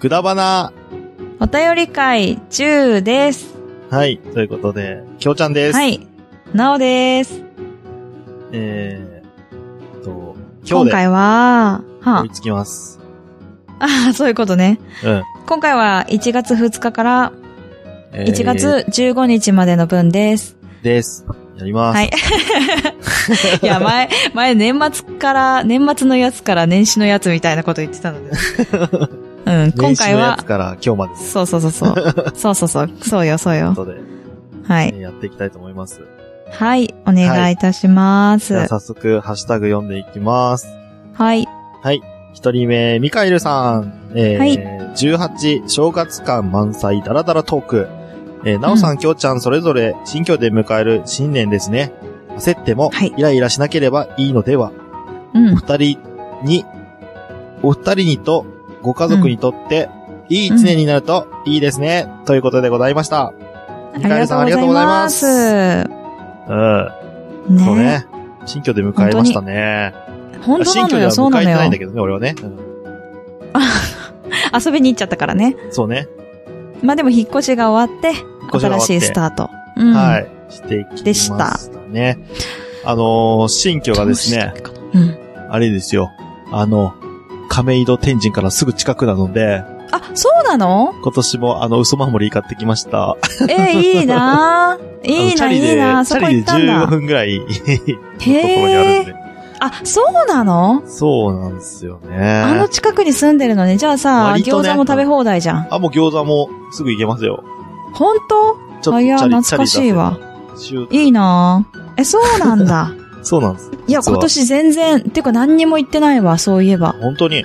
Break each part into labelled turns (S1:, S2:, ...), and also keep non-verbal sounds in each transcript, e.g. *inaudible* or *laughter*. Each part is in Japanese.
S1: くだばな。
S2: お便り会10です。
S1: はい。ということで、きょうちゃんです。
S2: はい。なおです。
S1: えーっと、今
S2: 今
S1: 日で
S2: 回は、は
S1: 追いつきます。
S2: あ、あ *laughs* そういうことね。
S1: うん。
S2: 今回は1月2日から
S1: えー
S2: 1月15日までの
S1: *laughs*
S2: 分です。
S1: です。やります。
S2: はい。いや、前、前年末から、年末のやつから年始のやつみたいなこと言って
S1: *laughs*
S2: たので。うん、今
S1: 年始
S2: 回
S1: のや
S2: は
S1: つ、から今日までという
S2: そうそうそ
S1: *laughs*
S2: うそう。そうそうそう。そうよ、そうよ。
S1: ことで、
S2: は
S1: え
S2: い。
S1: ーやっていきたいと思います。
S2: はい、お願いいたします。
S1: じゃあ
S2: は
S1: 早速、ハッシュタグ読んでいきます。
S2: い。
S1: 一人目、ミカエルさん。えー
S2: はい
S1: 18、正月感満載、ダラダラトーク。えーなおさん、きょうちゃん、それぞれ、新居で迎える新年ですね。焦っても
S2: はい、
S1: イライラしなければいいのでは。
S2: *laughs* うん
S1: お。二人に、お二人にと、ご家族にとって、いい一年になると、いいですね。ということでございました。ミカエルさん、ありがとうございます。うん。
S2: ね
S1: そうね。新居で迎えましたね。
S2: 本当
S1: 新居
S2: なの
S1: では
S2: よ、そう
S1: 迎
S2: な
S1: えて
S2: の
S1: ないんだ
S2: よ。
S1: けどね、俺はね。うん
S2: 遊びに行っちゃったからね。
S1: そうね。
S2: まあでも引っ越しが終わって、
S1: 越しが終わっ
S2: 新
S1: て
S2: しいスタート。うん
S1: はい。してきましたね。あのー新居がですね、。
S2: どうしてかなうん。
S1: あれですよ。あの、亀戸天神からすぐ近くなので、
S2: あ、そうなの
S1: 今年もあの、嘘守り買ってきました。
S2: えー、いいなぁいい
S1: *laughs* あのチャ
S2: な、
S1: リで、
S2: いいな、
S1: チ
S2: そ
S1: ャ
S2: こ
S1: リで
S2: 行ったん
S1: 15
S2: だ。
S1: 分ぐらいのところにあるん
S2: へ
S1: で
S2: え。。あ、そうなの
S1: そうなんですよ
S2: あの
S1: ね。
S2: 近くに住んでるのね。じゃあさ、
S1: 割とね
S2: 餃子も食べ放題じゃん。
S1: あ、もう餃子もすぐ行けますよ。
S2: ほんと
S1: ちょっと
S2: あ、い
S1: チ
S2: や、
S1: ャリ、
S2: 懐
S1: チャリ
S2: か
S1: 出せ
S2: しいわ。
S1: シュー
S2: いいなぁえ、そうな
S1: *laughs*
S2: んだ。
S1: そうなんです。
S2: いや、
S1: 実は
S2: 今年全然、てか何にも行ってないわ、そういえば。
S1: 本当に。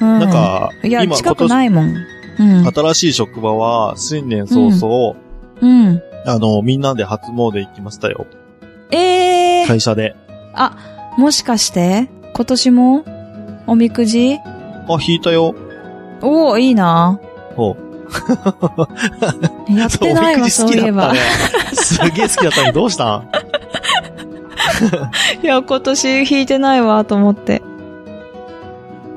S2: うん。
S1: なん、か、
S2: いや、
S1: 今、
S2: 近
S1: 今
S2: く
S1: 年、
S2: ないもん。うん。
S1: 新しい職場は、新年早々、
S2: うん。
S1: あの、みんなで初詣行きましたよ。
S2: ええー
S1: 会社で。
S2: もしかして、今年も、おみくじ
S1: あ、引いたよ。
S2: おおいいな
S1: ほう。
S2: やってないわ、
S1: そ
S2: そうう
S1: おみくじ好きだ
S2: いえ
S1: った
S2: ば
S1: ね。。 *laughs* すげえ好きだったのにどうしたん
S2: いや、今年引いてないわ、と思って。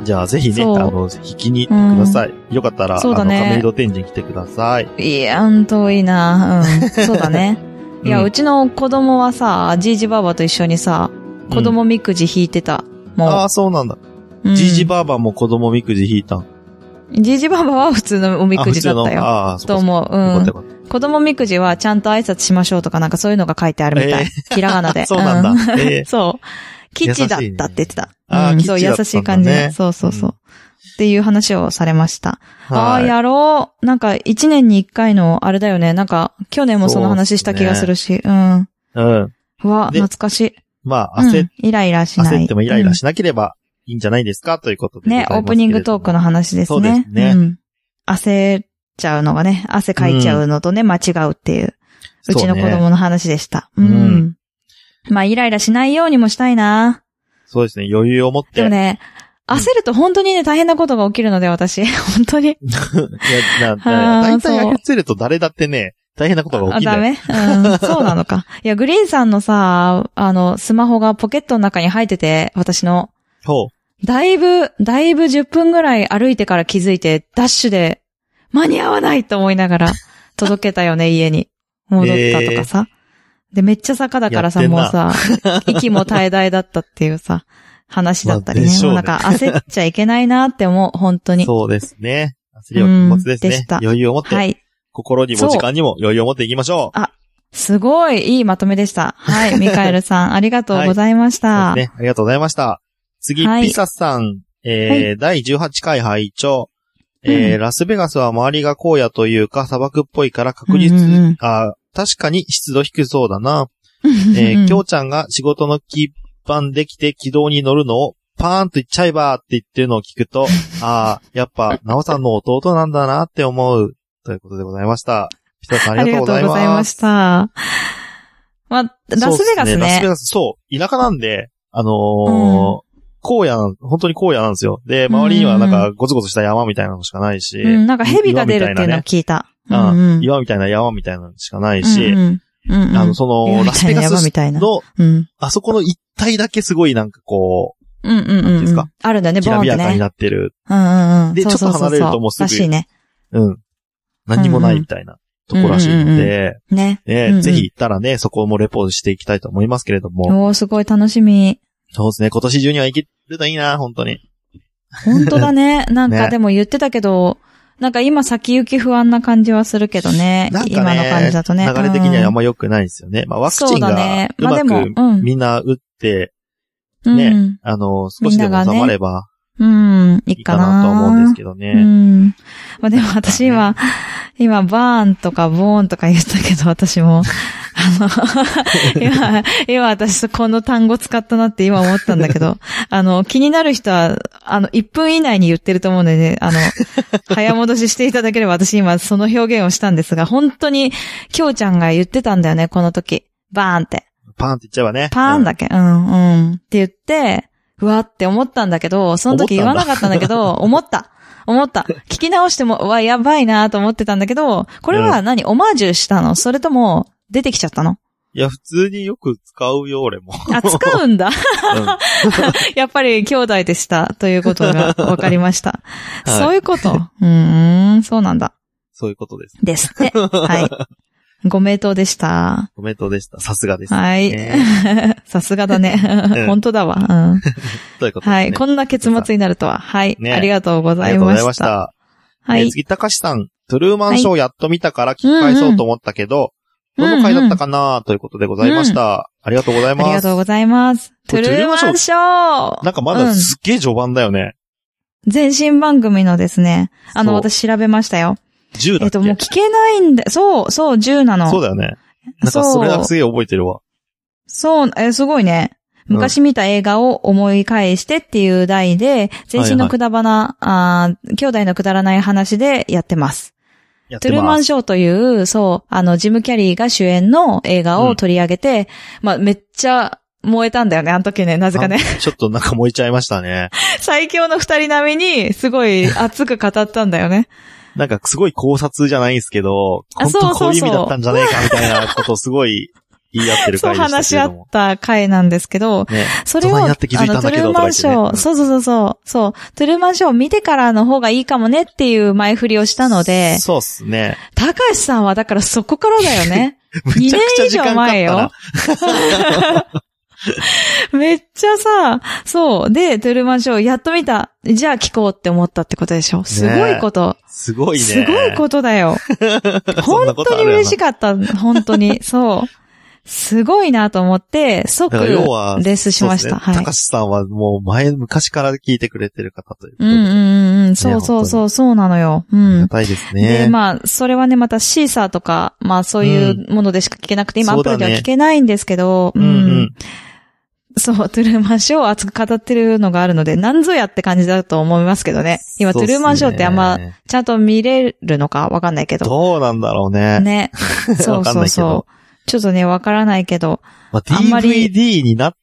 S1: じゃあ、ぜひね、あ
S2: そう
S1: の、引きに行ってください。よかったら、
S2: そう
S1: あの、
S2: だね
S1: 亀戸天神来てください。
S2: いや、ほんといい
S1: *laughs*
S2: なうん。そうだね。いや、
S1: うん
S2: うちの子供はさ、じいじばばと一緒にさ、子供みくじ引いてた。
S1: あ
S2: も
S1: あ、そうなんだ。
S2: う。うん
S1: じいじばあばも子供みくじ引いたん。
S2: じいじばばは普通のおみくじだったよ。
S1: ああ、そっ
S2: と
S1: かそっ
S2: 思う。
S1: か。よ
S2: う
S1: か
S2: ん
S1: ったよ。かっ
S2: 子供みくじはちゃんと挨拶しましょうとかなんかそういうのが書いてあるみたい。ひらがな
S1: た。
S2: で。
S1: *laughs* そうなん
S2: *laughs*
S1: だ。ええ
S2: うん。そう。キッチだったって言ってた。
S1: あー
S2: うん
S1: キッチだ
S2: そう、
S1: ったんだ
S2: 優
S1: ね
S2: しい感じで。そうそうそう。
S1: う
S2: っていう話をされました。あ
S1: は
S2: あー、
S1: い。
S2: やろう。なんか、一年に一回の、あれだよね。なんか、去年もその話した気がするし。うん。
S1: うん。
S2: うわ、
S1: で
S2: 懐かしい。
S1: まあ、
S2: う
S1: 焦
S2: ん、イライラしない。
S1: 焦ってもイライラ
S2: し
S1: しなければいいんじゃないですかということでござい
S2: ね
S1: ま、すけれ
S2: オ
S1: ども。
S2: ープニングトークの話ですね。
S1: そうですね
S2: ん。焦っちゃうのがね、汗かいちゃうのとね、間違うっていう。うちの子
S1: そうね
S2: 供の話でした。
S1: う
S2: うんん。まあ、イライラしないようにもしたいな。
S1: そうですね。余裕を持って。
S2: でもね、
S1: うん
S2: 焦ると本当にね、大変なことが起きるので、私。 *laughs* 本当に。
S1: *laughs* いや、な、
S2: あ
S1: だ
S2: ー
S1: いたい
S2: そう
S1: 焦ると誰だってね、大変なことが
S2: あ、
S1: 起きる。
S2: ダメうん。そうな
S1: *laughs*
S2: のか。いや、グリーンさんのさ、あの、スマホがポケットの中に入ってて、私の。
S1: そ
S2: だいぶ、だいぶ10分ぐらい歩いてから気づいて、ダッシュで、間に合わないと思いながら、届けたよ
S1: *laughs*
S2: ね、家に。戻ったとかさ。で、めっちゃ坂だか
S1: や
S2: ら
S1: っ
S2: さ、
S1: てん
S2: もう
S1: な *laughs*
S2: さ、息も怠大だったっていうさ、話だったりね。
S1: まあでしょう
S2: もう
S1: ね
S2: なんか焦っちゃいけないなって思う、本当
S1: う。
S2: に。
S1: そうですね。焦りを持つです
S2: うんで
S1: ね
S2: し。た
S1: 余裕を持って、
S2: はい。
S1: 心にも時間にも余裕を持っていきましょう。
S2: すごいいいまとめでした。
S1: *laughs*
S2: はい。ミカエルさん、ありがとうございまし
S1: そう
S2: た。
S1: ですね。ありがとうございました。次、
S2: はい
S1: ピサさん、えー第18回拝聴。えー
S2: う
S1: ラスベガスは周りが荒野というか砂漠っぽいから確率、
S2: うんうんうん
S1: あ確かに湿度低そうだな。
S2: うん *laughs*
S1: えー
S2: うん
S1: きょうちゃんが仕事の基盤できて軌道に乗るのをパーンと言っちゃえばって言ってるのを聞くと、
S2: *laughs*
S1: ああ、やっぱ、なおさんの弟なんだなって思う。ということでございました。ピサさんあ
S2: あ
S1: り
S2: り
S1: が
S2: が
S1: とうござ
S2: とう
S1: い
S2: ござい
S1: ま
S2: ますし。た。まあ、ラスベガス
S1: そうっラスベ
S2: ね。
S1: ガス、そう。田舎なんで、あのー荒野、本当に荒野なんですよ。で、周りにはなん
S2: うん
S1: かゴツゴツした山みたいなのしかないし、
S2: うん、なんか蛇が出るっていうのを聞いた。
S1: う
S2: うんん
S1: 岩みたいな山みたいなのしかない
S2: うん
S1: し、
S2: うんうんうん
S1: あの、その、
S2: 岩み
S1: ラス
S2: た
S1: ベ
S2: い
S1: ガ
S2: な山
S1: ス
S2: みたいな。
S1: の、
S2: うん。
S1: あそこの一帯だけすごいなんかこう、
S2: うん
S1: な
S2: うん
S1: んていうん
S2: うん
S1: で
S2: う
S1: す
S2: ん
S1: か。
S2: あるんだね、
S1: き
S2: ボーン
S1: ら
S2: っ
S1: び
S2: て
S1: やかに
S2: ね。
S1: なってる。
S2: うんうんうん。
S1: で
S2: そうそうそう
S1: ちょっと離れるともうすぐ
S2: らしいね。
S1: うん。何もないみたいなとこらしいので、
S2: ね。
S1: ね
S2: うんうん
S1: ぜひ行ったらね、そこもレポしていきたいと思いますけれども。
S2: おー、すごい楽しみ。
S1: そうですね、今年中には行けるといいな、本当に。
S2: 本当
S1: *laughs*
S2: だね。なんか
S1: ね
S2: でも言ってたけど、なんか今先行き不安な感じはするけどね。
S1: なんかね
S2: 今の感じだとね。
S1: 流れ的にはあん
S2: ま
S1: ま良くないですよね。まあワクチン
S2: そうだ
S1: が
S2: ね
S1: うま
S2: まあでもう
S1: く
S2: ん
S1: みんな打って、
S2: り
S1: ねあの、少しでも収まれば
S2: うん。うん。
S1: い
S2: いい
S1: いか
S2: か
S1: な
S2: な
S1: とは思うんですけど
S2: う
S1: ね。
S2: ん。まあでも私今、今、バーンとかボーンとか言ったけど、私も、あの、今、今私この単語使ったなって今思ったんだけど、あの、気になる人は、あの、1分以内に言ってると思うのでね、あの、早戻ししていただければ私今その表現をしたんですが、本当に、きょうちゃんが言ってたんだよね、この時。バーンって。
S1: パーンって言っちゃえばね。
S2: パーンだっけ、うん、うん、って言って、うわって思ったんだけど、その時言
S1: 思っ
S2: わ
S1: た
S2: なん
S1: だ
S2: かったんだけ
S1: *laughs*
S2: ど、思った。思った。聞き直しても、うわ、やばいなと思ってたんだけど、これは何、オマージュしたのそれとも、出てきちゃったの
S1: いや、普通によく使うよ、俺も。 *laughs*
S2: あ、使うんだ。
S1: う
S2: *laughs*
S1: ん
S2: やっぱり兄弟でした。ということが分かりました。
S1: *laughs* はい
S2: そういうこと。うーん、そうなんだ。
S1: そういうことです。
S2: ですって。
S1: *laughs*
S2: はい。ご名答でした。
S1: おめでとうでした。さすがです。
S2: はい *laughs*
S1: ね。
S2: さすがだね
S1: うん。
S2: 本当だわ。うん
S1: ということですね。
S2: はい。こんな結末になるとは。はい。
S1: ね
S2: ありがとうご
S1: あ
S2: ざ
S1: り
S2: い
S1: がとうご
S2: ま
S1: ざいま
S2: し。
S1: したた。
S2: は
S1: え
S2: い
S1: ー。次高橋さん、トゥルーマンショーやっと見たから聞き返そうと思ったけど、
S2: うんうん
S1: どの回だったかなということでございました。ありがとうござい
S2: あり
S1: ま
S2: が
S1: す
S2: とう。ございます。
S1: こ
S2: ト
S1: れ
S2: ゥルーマンショ
S1: な
S2: ー
S1: んかま
S2: う
S1: だ
S2: ん
S1: すっげえ序盤だよね。
S2: 前身番組のですね、あ
S1: そ
S2: の、
S1: う
S2: 私調べましたよ。
S1: 10だ
S2: え
S1: っけ
S2: っと、もう聞けないんだ。そう、そう、10なの。
S1: そうだよね。なんかそれがすげえ覚えてるわ。
S2: そう、え、すごいね。
S1: うん
S2: 昔見た映画を思い返してっていう題で、全身のくだばな、あー兄弟のくだらない話でやってます。
S1: やって
S2: トゥルーマ
S1: ま
S2: ン
S1: す。
S2: ショーという、そう、あの、ジム・キャリーが主演の映画
S1: うん
S2: を取り上げて、まあ、めっちゃ燃えたんだよね、あの時ね、なぜかね。
S1: あちょっとなんか燃えちゃいましたね。
S2: *laughs* 最強の二人並みに、すごい熱く語ったんだよね。
S1: なんかすごい考察じゃないんですけど、
S2: あ
S1: 本
S2: そ
S1: 当
S2: うそうそ
S1: こ
S2: う
S1: ういう意味だったんじゃねえかみたいなことをすごい言い合ってる *laughs*
S2: そう
S1: 回でした
S2: 話
S1: け
S2: し
S1: れ
S2: 合
S1: ど
S2: っ
S1: も。
S2: た回なんですけど、
S1: ね。
S2: それを、
S1: 大人
S2: あ
S1: にな
S2: の、
S1: って気
S2: ト
S1: づいたんだけ
S2: ゥル
S1: ど
S2: ーマンシ
S1: と
S2: ョ
S1: か言って
S2: ー、
S1: ね
S2: そうそうそうそう、そう、トゥルーマンショーを見てからの方がいいかもねっていう前振りをしたので、
S1: そうっすね。
S2: 高橋さんはだからそこからだよね。
S1: めちゃくちゃ時間かかっ
S2: 2年以上前
S1: たな
S2: よ。 *laughs* めっちゃさ、そう。で、トゥルーマンショーやっと見た。じゃあ聞こうって思ったってことでしょ。すごいこと。
S1: すごいね。
S2: すごいこと
S1: *laughs*
S2: だよ。
S1: と。
S2: 本当に嬉し
S1: く
S2: かった。本当に。そう。すごいなと思って、即、
S1: だから要は
S2: レースしました。はい
S1: 高。橋さんはもう前、昔から聞いてくれてる方ということ
S2: う
S1: で。
S2: んうん
S1: あ
S2: うんうん。そうそう
S1: 本当
S2: そう、そうなのよ。う
S1: りが
S2: ん。
S1: たいです
S2: で、
S1: ね。
S2: まあ、それはね、またシーサーとか、まあ、そういうものでしか聞けなくて、
S1: そ
S2: 今、ア
S1: う
S2: ップ
S1: だね
S2: ルでは聞けないんですけど、
S1: うんうん。
S2: そう、トゥルーマンショーを熱く語ってるのがあるので、なんぞやって感じだと思いますけどね。今、
S1: そうっ
S2: トゥ
S1: すね
S2: ルーマンショーってあんま、ちゃんと見れるのかわかんないけど。
S1: どうなんだろうね。 *laughs*
S2: ね。そ
S1: わ
S2: う
S1: かん
S2: そ
S1: ないけど
S2: うそう。ちょっとね、わからないけど、
S1: まあ、
S2: あんまり
S1: DVD になっ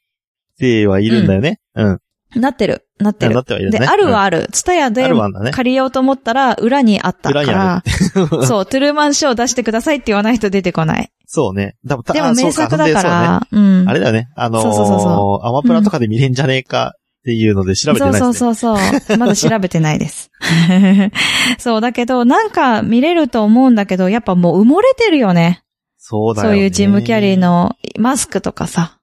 S1: てはいるんだよね。うん。
S2: なってる、なって
S1: な
S2: る
S1: っ。てはいるね。
S2: で、あるはある。ツタヤ
S1: うん、
S2: で
S1: あるはあるんだね。
S2: 借りようと思ったら、裏にあったか
S1: 裏にあ
S2: ら、そう、トゥルーマンショー出してくださいって言わないと出て
S1: *laughs*
S2: こない。
S1: そうね。でも
S2: でも名作だか。
S1: あそう
S2: ら、う
S1: そうんねあ。れだよね。あのー
S2: そうそうそうそ
S1: アマプラとかで見れんじゃねえかっていうので調べてないですね。
S2: そうそうそうそう。まだ調べてないです。 *laughs* そう、だけど、なんか見れると思うんだけど、やっぱもう埋もれてるよね。
S1: そうだよ
S2: そ
S1: ね。
S2: ういうジム・キャリーのマスクとかさ。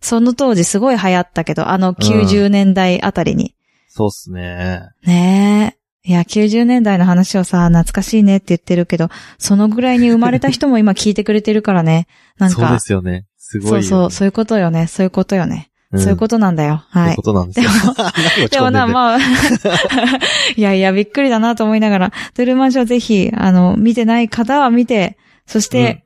S2: その当時すごい流行ったけど、あの90年代あたりに。
S1: そうっすね。
S2: ねえ。いや、90年代の話をさ、懐かしいねって言ってるけど、そのぐらいに生まれた人も今聞いてくれてるからね。なん
S1: そう
S2: か
S1: で、すよね。すごい
S2: そ
S1: よね。
S2: うそう、そういうことよね。そういうことよね。
S1: ん
S2: そういうことなんだよ。
S1: そう
S2: は
S1: いう
S2: い
S1: こ。となんですよ。 *laughs* 何落ち
S2: で
S1: 込
S2: も
S1: んで
S2: な、
S1: んだよ
S2: まあ、 *laughs* いやいや、びっくりだなと思いながら、ドゥルーマンショーぜひ、あの、見てない方は見て、そして、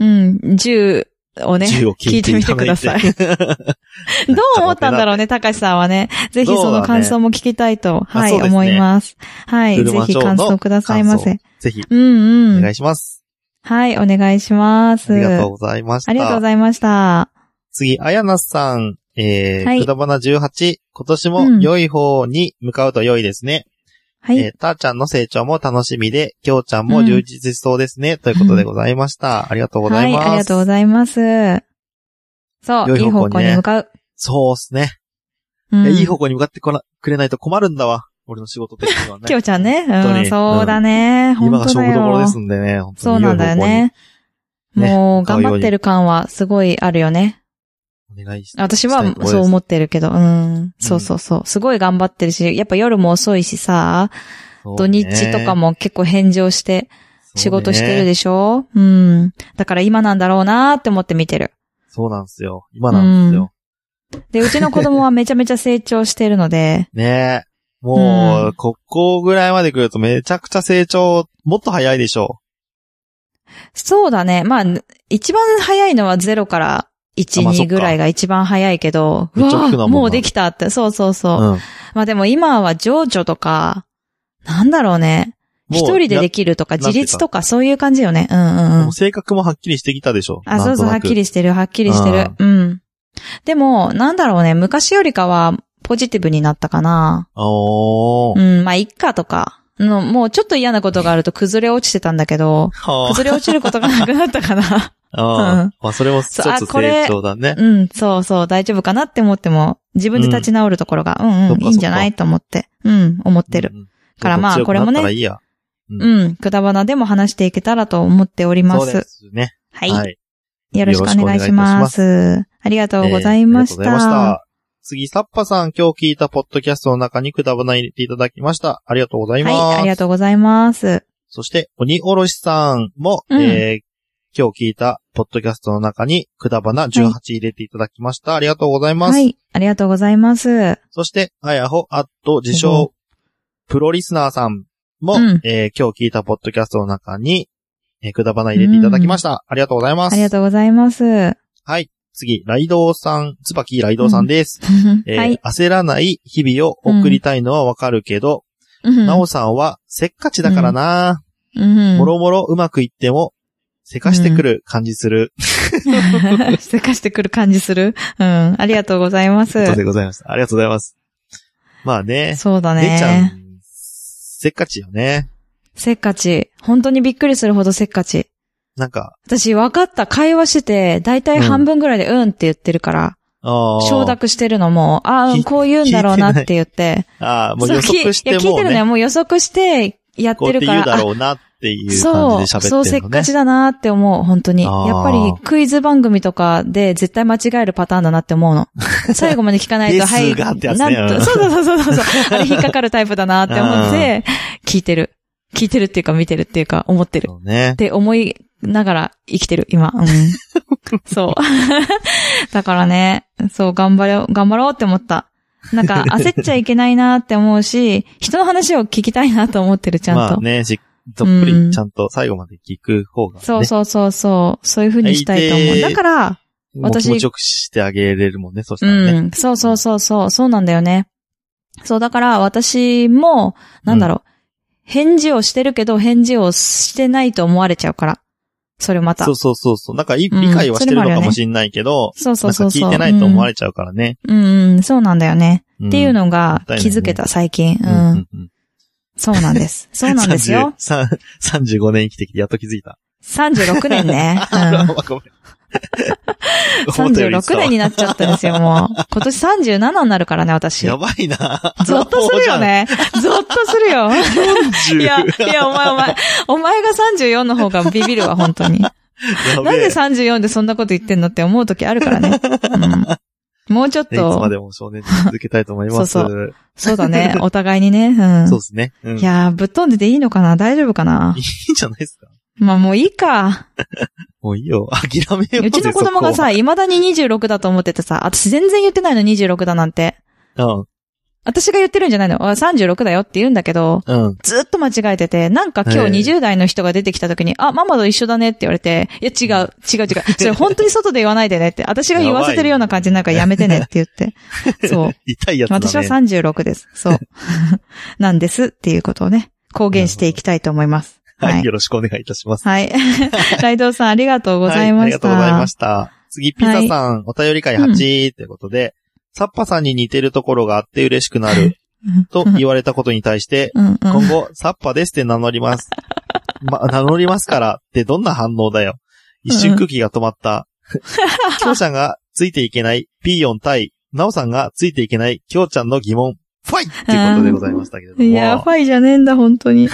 S2: うん、10をね、
S1: 銃を
S2: 聞いてみてく
S1: *laughs*
S2: ださい。ど *laughs* う思ったんだろうね、高橋さんはね。ぜひその感想も聞きたいと、
S1: だねあ
S2: はい、
S1: そうですね
S2: 思います。は
S1: ドゥ
S2: い、
S1: ルー
S2: ぜ
S1: マンシ
S2: ひ
S1: ョーの
S2: 感想くださいませ。
S1: ぜひ、
S2: うん
S1: お
S2: う
S1: 願
S2: ん
S1: い。します。
S2: はい、お願いします。
S1: ありがとうございました。
S2: ありがとうございました。
S1: 次、あやなさん、えー、
S2: はい
S1: くだばな18、今年
S2: う
S1: も
S2: ん
S1: 良い方に向かうと良いですね。
S2: はい。
S1: えー、たーちゃんの成長も楽しみで、きょうちゃんも充実しそうですね、ということでございました。ありがとうございます。
S2: はい、ありがとうございます。そう、
S1: 良
S2: い
S1: い方
S2: い方
S1: 向
S2: 向
S1: にね
S2: に向かう。
S1: そうですね。
S2: う
S1: い
S2: ん
S1: やいい方向に向かってこな、くれないと困るんだわ。俺の仕事的にはね。
S2: *laughs* きょうちゃんね。
S1: 本当
S2: うん、
S1: に
S2: そうだね。本
S1: 今が
S2: 当
S1: 勝
S2: だ
S1: 負どころで
S2: よ
S1: す。んでね、本当に
S2: そうなんだよね。
S1: 良い方向にね
S2: もう、頑張ってる感はすごいあるよね。
S1: お願いし
S2: 私
S1: したい
S2: は
S1: ところです
S2: そう思ってるけど、うん。そうそうそう。すごい頑張ってるし、やっぱ夜も遅いしさ、土日とかも結構返上して仕事してる
S1: し
S2: でしょうん。だから今なんだろうなーって思って見てる。
S1: そうなんですよ。今なんですよ。
S2: で、うちの子供はめちゃめちゃ成長してるので、
S1: ねえ。もう、
S2: うん
S1: ここぐらいまで来るとめちゃくちゃ成長、もっと早いでしょ
S2: そうだね。まあ、一番早いのは0から1、
S1: あまあそっ
S2: 2
S1: か
S2: ぐらいが一番早いけど、う
S1: めっ
S2: わ
S1: ちゃ大きくなるもんな
S2: ぁもうできたって、そうそう
S1: う。
S2: そう。
S1: うん。
S2: まあでも今は情緒とか、なんだろうね。
S1: もう
S2: 一人でできるとか
S1: な
S2: 自立とかそういう感じよね。うんうんう
S1: も
S2: ん
S1: う。性格もはっきりしてきたでしょ。
S2: あ、そうそう、は
S1: なん
S2: っ
S1: と
S2: き
S1: なく。
S2: りしてる、はっきりしてる。うん。でも、なんだろうね、昔よりかはポジティブになったかな。
S1: おー。
S2: うん、まあ、いっかとか。のもうちょっと嫌なことがあると崩れ落ちてたんだけど、
S1: は
S2: 崩れ落ちることがなくなったかな。
S1: あ、
S2: うん
S1: まあ、それも一つ
S2: そうあこれ
S1: 成長だね。
S2: うん、そうそう、大丈夫かなって思っても、自分で立ち直るところが、う
S1: そ
S2: ん、うん
S1: っかそっ、か
S2: いいんじゃないと思って、うん、思ってる。
S1: うん。
S2: からまあ
S1: 強く
S2: これもね
S1: なったらいいや。う
S2: うん、くだばなでも話していけたらと思っておりま。
S1: そうですすね。
S2: はい、よろしくお願いします。ありがとうございま
S1: え
S2: し。
S1: ーありがとうございましたた。次、サッパさん、今日聞いたポッドキャストの中にくだばな入れていただきました。ありがとうございます。
S2: はい、ありがとうございます。
S1: そして、鬼おろしさんも、
S2: うん
S1: えー今日聞いたポッドキャストの中に、くだばな18入れていただきました。ありがとうございます。
S2: はい、ありがとうございます。
S1: そして、あやほ、あと、自称、プロリスナーさんも、
S2: うん
S1: えー今日聞いたポッドキャストの中に、えーくだばな入れていただきました。ありがとうございます。
S2: ありがとうございます。は
S1: はい。次、ライドウさん、つばきライドウさん
S2: *laughs*
S1: です。えー
S2: い。
S1: 焦らない日々を送りたいのはわかるけど、なおさんはせっかちだからな、
S2: うん
S1: もろもろうまくいっても、せかしてくる感じする。
S2: *laughs* せかしてくる感じするうん。ありがとうございま
S1: ということ
S2: す。
S1: でございました。ありがとうございます。まあね、
S2: そうだ
S1: 姉ちゃ
S2: ね。
S1: ん、せっかちよね。
S2: せっかち。本当にびっくりするほどせっかち。
S1: なんか、
S2: 私、分かった。会話してて、だいたい半分ぐらいで、うんって言ってるから、
S1: あー
S2: 承諾してるのも、ああ、うん
S1: 聞
S2: こう言うんだろうなって言って。
S1: ああ、もう
S2: そう
S1: 予測して
S2: 聞いいや聞い
S1: もう
S2: てるね。
S1: ね、
S2: もう予測して、やっ
S1: こうや
S2: て
S1: っ
S2: る
S1: て
S2: か
S1: 言う
S2: ら、
S1: だ
S2: あ
S1: ろうなっていう
S2: そ
S1: 感
S2: う、
S1: じで喋ってる
S2: そ
S1: のね。
S2: う、せっかちだなって思う、本当に。
S1: あー
S2: やっぱりクイズ番組とかで絶対間違えるパターンだなって思
S1: *laughs*
S2: うの。最後まで聞かない
S1: で
S2: と、
S1: す
S2: はい。
S1: がってやつ
S2: な
S1: ね
S2: ん
S1: *laughs*
S2: と、そうそうそうそうそう。あれ引っかかるタイプだなって思って、聞いてる。聞いてるっていうか見てるっていうか思ってる。
S1: そうね
S2: っ。て思いながら生きてる、今。
S1: *laughs*
S2: うん、そう。 *laughs* だからね、そう、頑張ろう、頑張ろうって思った。なん
S1: *laughs*
S2: か、焦っちゃいけないなって思うし、人の話を聞きたいなと思ってる、ちゃんと。
S1: まあね、じどっぷりちゃんと最後まで聞く方がね。
S2: そうそうそうそう。そういう風にしたいと思
S1: 相
S2: う。
S1: 手
S2: だから、
S1: もう
S2: 私
S1: 気持ちよくしてあげれるもんね、そしたらね。
S2: うん。そうそうそうそう。そうなんだよね。そう、だから私も、なんだろう。返事をしてるけど、返事をしてないと思われちゃうから。それまた。
S1: そ
S2: そう
S1: そうそうそう。なんかい、
S2: うん
S1: 理解はしてるの
S2: それもある
S1: か
S2: よね
S1: もしんないけど、
S2: うそうそうそう。
S1: なんか聞いてないと思わ
S2: れ
S1: れちゃうからね。
S2: うん、うんうん、そうなんだよね。っていう
S1: の
S2: のが
S1: だよね
S2: 気づけた、最近。う。
S1: うんんうん。
S2: そうなんです。そうなんですよ
S1: 30 *laughs* 35年生きてきてやっと気づいた。
S2: 36年ね。
S1: *laughs*
S2: うん。
S1: ごめん思ったより
S2: 36年になっちゃったんですよ、もう。今年37になるからね、私。
S1: やばいな
S2: ゾッとす
S1: *laughs*
S2: るよ。ね。ゾッとするよ。
S1: 40
S2: いや、いや、お前、お前、お前が34の方がビビるわ、本当に。な
S1: やべえ
S2: んで34でそんなこと言ってんのって思う時あるからね。うん、もうちょっ
S1: ねいつま
S2: と、
S1: でも少年で続けたいと思います。
S2: そう
S1: そ
S2: そうそうだね、お互いにね。うん。
S1: ですね。うん
S2: いやー、ぶっ飛んでていいのかな大丈夫かない
S1: いんじゃないですか。
S2: まあもういいか。
S1: もういいよ。諦めようぜ。
S2: *laughs* うちの子供がさ、未だに26だと思っててさ、私全然言ってないの26だなんて。
S1: そこ
S2: 私が言ってるんじゃないのあ ?36 だよって言うんだけど、
S1: は、うん、うん。
S2: ずっと間違えてて、なんか今
S1: え
S2: 日20代の人が出てきた時に、あ、ママと一緒だねって言われて、いや違う、違う違う、それ本当に外で言わないでね
S1: *laughs*
S2: って、私が言わせてるような感じなんかやめてねって言って。そう。
S1: 痛 *laughs* いやつだね。
S2: 私は36です。
S1: *laughs*
S2: そう。なんですっていうことをね、公言していきたいと思います。
S1: はい、
S2: はい
S1: よろしくお願いいたします。 *laughs*
S2: はい。ライドウさんありがとうござい
S1: はあ
S2: ま
S1: り
S2: し
S1: が
S2: た。
S1: とうございました。次、ピザさん、お便り会
S2: うん
S1: 8ということで、サッパさんに似てるところがあって嬉しくなる
S2: *laughs*
S1: と言われたことに対して、
S2: うんうん
S1: 今後、サッパですって名乗り
S2: *laughs*
S1: ます。ま、名乗りますからってどんな反応だ
S2: *laughs*
S1: よ。一瞬空気が止まった。視聴者がついていけないピーヨン対なおさんがついていけない、きょうちゃんの疑問、ファイっていうことでございましたけれども。
S2: いや、ファイじゃねえんだ、本
S1: *laughs*
S2: 当に。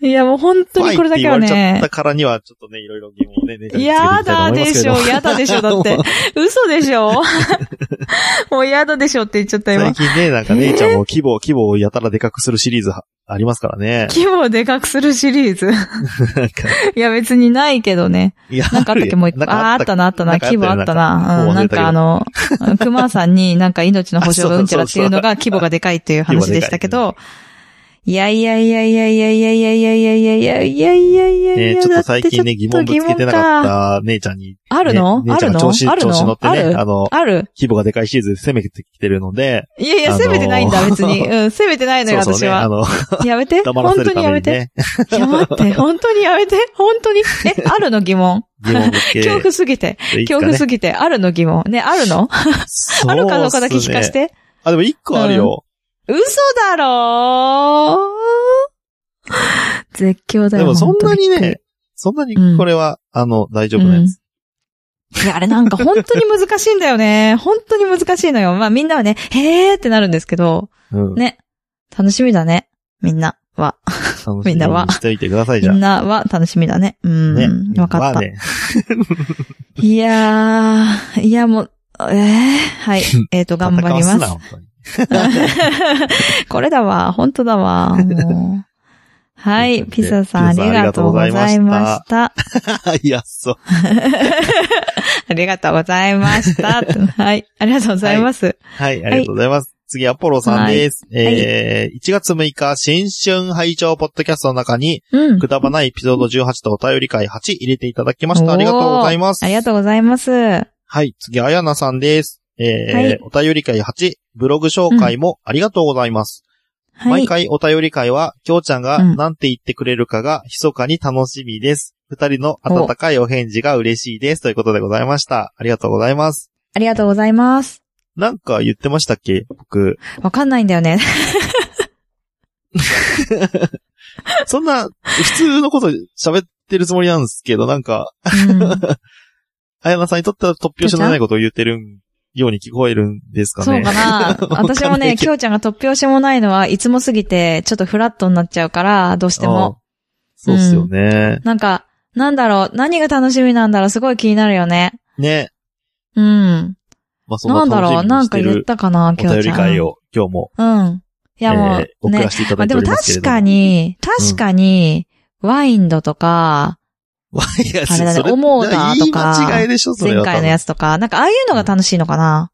S2: いや、もう本当にこれだけは
S1: ファイって言われちゃっ
S2: ね
S1: た。からには、ちょっとね、いろいろ疑問をね、ネタにつけていきた
S2: や
S1: いと思
S2: だ
S1: いま
S2: です
S1: け
S2: し
S1: ど *laughs*
S2: ょ、やだでしょ、だって。嘘でしょ
S1: *laughs*
S2: もうやだでしょって言っちゃった今
S1: 最。近ね、なんか姉ちゃんも規模、規模をやたらでかくするシリーズはありますから
S2: *laughs*
S1: ね。
S2: 規模をでかくするシリーズ。
S1: なんか
S2: いや、別にないけどね。
S1: いや、
S2: なんかあったっけもう一個。
S1: なんか
S2: あー、あったな、あったな。
S1: んか
S2: 規模あったな。
S1: よ
S2: う
S1: も
S2: ん、なん
S1: う忘れたけど
S2: かあの、熊さんになんか命の保証がうんちゃらっていうのが規模がでかいっていう話でしたけど、いやいやいやいやいやいやいやいやいやいやいやいやいやいやいや
S1: ね、ちょっと最近ね、疑問ぶつけてなかっ
S2: った
S1: 姉ちゃんに、
S2: た。あるの
S1: ね
S2: あ
S1: 姉ちゃ
S2: る
S1: んが
S2: の
S1: 調子、
S2: ある
S1: 調子乗
S2: の
S1: って
S2: あ
S1: ね、
S2: る
S1: あの、
S2: ある
S1: 規模がでかいシリーズで攻めてきてるので、
S2: いやいや、
S1: あのー
S2: 攻めてないんだ、別に。うん、攻めてないのよ、
S1: そうそうね、
S2: 私
S1: あ
S2: は。 *laughs*
S1: の、
S2: やめて。
S1: 黙ら
S2: 本
S1: せ
S2: 当
S1: る
S2: に
S1: た
S2: や
S1: め
S2: め
S1: に
S2: て。
S1: ね、
S2: いや、待って。本当にやめて。本当に。え、あるの疑問。
S1: 疑問ぶつけていいで
S2: 恐怖すぎて。
S1: すか
S2: *laughs* 恐
S1: ね
S2: 怖すぎて。あるの疑問。ね、あるのあるかどうかだけ聞
S1: そ
S2: かし。
S1: うっすね
S2: て。
S1: あ、でも一個あるよ。
S2: 嘘だろー絶叫だ
S1: で
S2: よ。
S1: もそんなに
S2: 本当びっ
S1: ね、そんなにこれは、あの、大丈夫なやつ。
S2: くり。いや、あれなんか本当に難しいんだよね。 *laughs* 本当に難しいのよ。まあみんなはね、へーってなるんですけど、
S1: うん。
S2: ね楽しみだね。みんなは。
S1: 楽し
S2: みんなは
S1: にしておいてください、
S2: み
S1: じゃあ
S2: ん。なは楽しみだね。う
S1: ね
S2: ん。。わかっ
S1: まあ
S2: た。
S1: ね
S2: いやー、いやもう、えー、
S1: *laughs*
S2: はい。えっ、と、頑張り
S1: 戦わ
S2: ます
S1: な
S2: す。
S1: 本当に *laughs*
S2: *laughs* これだわ。本当だわ。もう *laughs* はい。ピザさんあ
S1: ピザ
S2: りがとうございました。
S1: いや、そう。
S2: ありがとうございました。 *laughs* はい。ありがとうございます。
S1: はい、ありがとうございます。次、アポロさんです。えー、1月6日、新春拝聴ポッドキャストの中に、
S2: うん
S1: く。だばないエピソード18とお便り会8入れていただきまし
S2: おー
S1: た。ありがとうございます。
S2: ありがとうございます。
S1: はい、次、あやなさんです。えー
S2: はい
S1: お便り会8、ブログ紹介もありがとうございます。
S2: はい。
S1: 毎回お便り会は、きょうちゃんが
S2: うん
S1: 何て言ってくれるかが、密かに楽しみです。二人の温かいお返事が嬉しいです。ということでございました。ありがとうございます。
S2: ありがとうございます。
S1: なんか言ってましたっけ僕。
S2: わかんないんだよね。
S1: そんな、普通のこと喋ってるつもりなんですけど、なんか、
S2: *laughs* うん
S1: あやなさんにとっては突拍子のないことを言ってるんように聞こえるんですかね。
S2: そうかな。
S1: わかんないけど
S2: 私もね、きょうちゃんが突拍子もないのはいつもすぎて、ちょっとフラットになっちゃうから、どうしても。
S1: うん。そうっすよね。
S2: なんか、なんだろう、何が楽しみなんだろう、すごい気になるよね。
S1: ね。
S2: うん。
S1: まあ、そん
S2: なんだ
S1: な
S2: ろう、
S1: 楽しみ
S2: な
S1: に
S2: ん
S1: し
S2: か
S1: て
S2: 言っ
S1: る
S2: たかな、
S1: お
S2: きょ
S1: 便
S2: うち
S1: り
S2: ゃん。
S1: 会を今日も、
S2: うん。いやも
S1: えー
S2: う、
S1: 送
S2: ね
S1: ら。せていた
S2: ま
S1: だ
S2: あ
S1: いており
S2: でも
S1: ますけれ
S2: 確
S1: ども。
S2: かに、確かに、ワインドとか、
S1: いや、
S2: あれだね
S1: それ
S2: 思うなとか
S1: 言い間違いでしょ、それ
S2: 前
S1: は。
S2: 回のやつとか、なんかああいうのが楽しいのかな。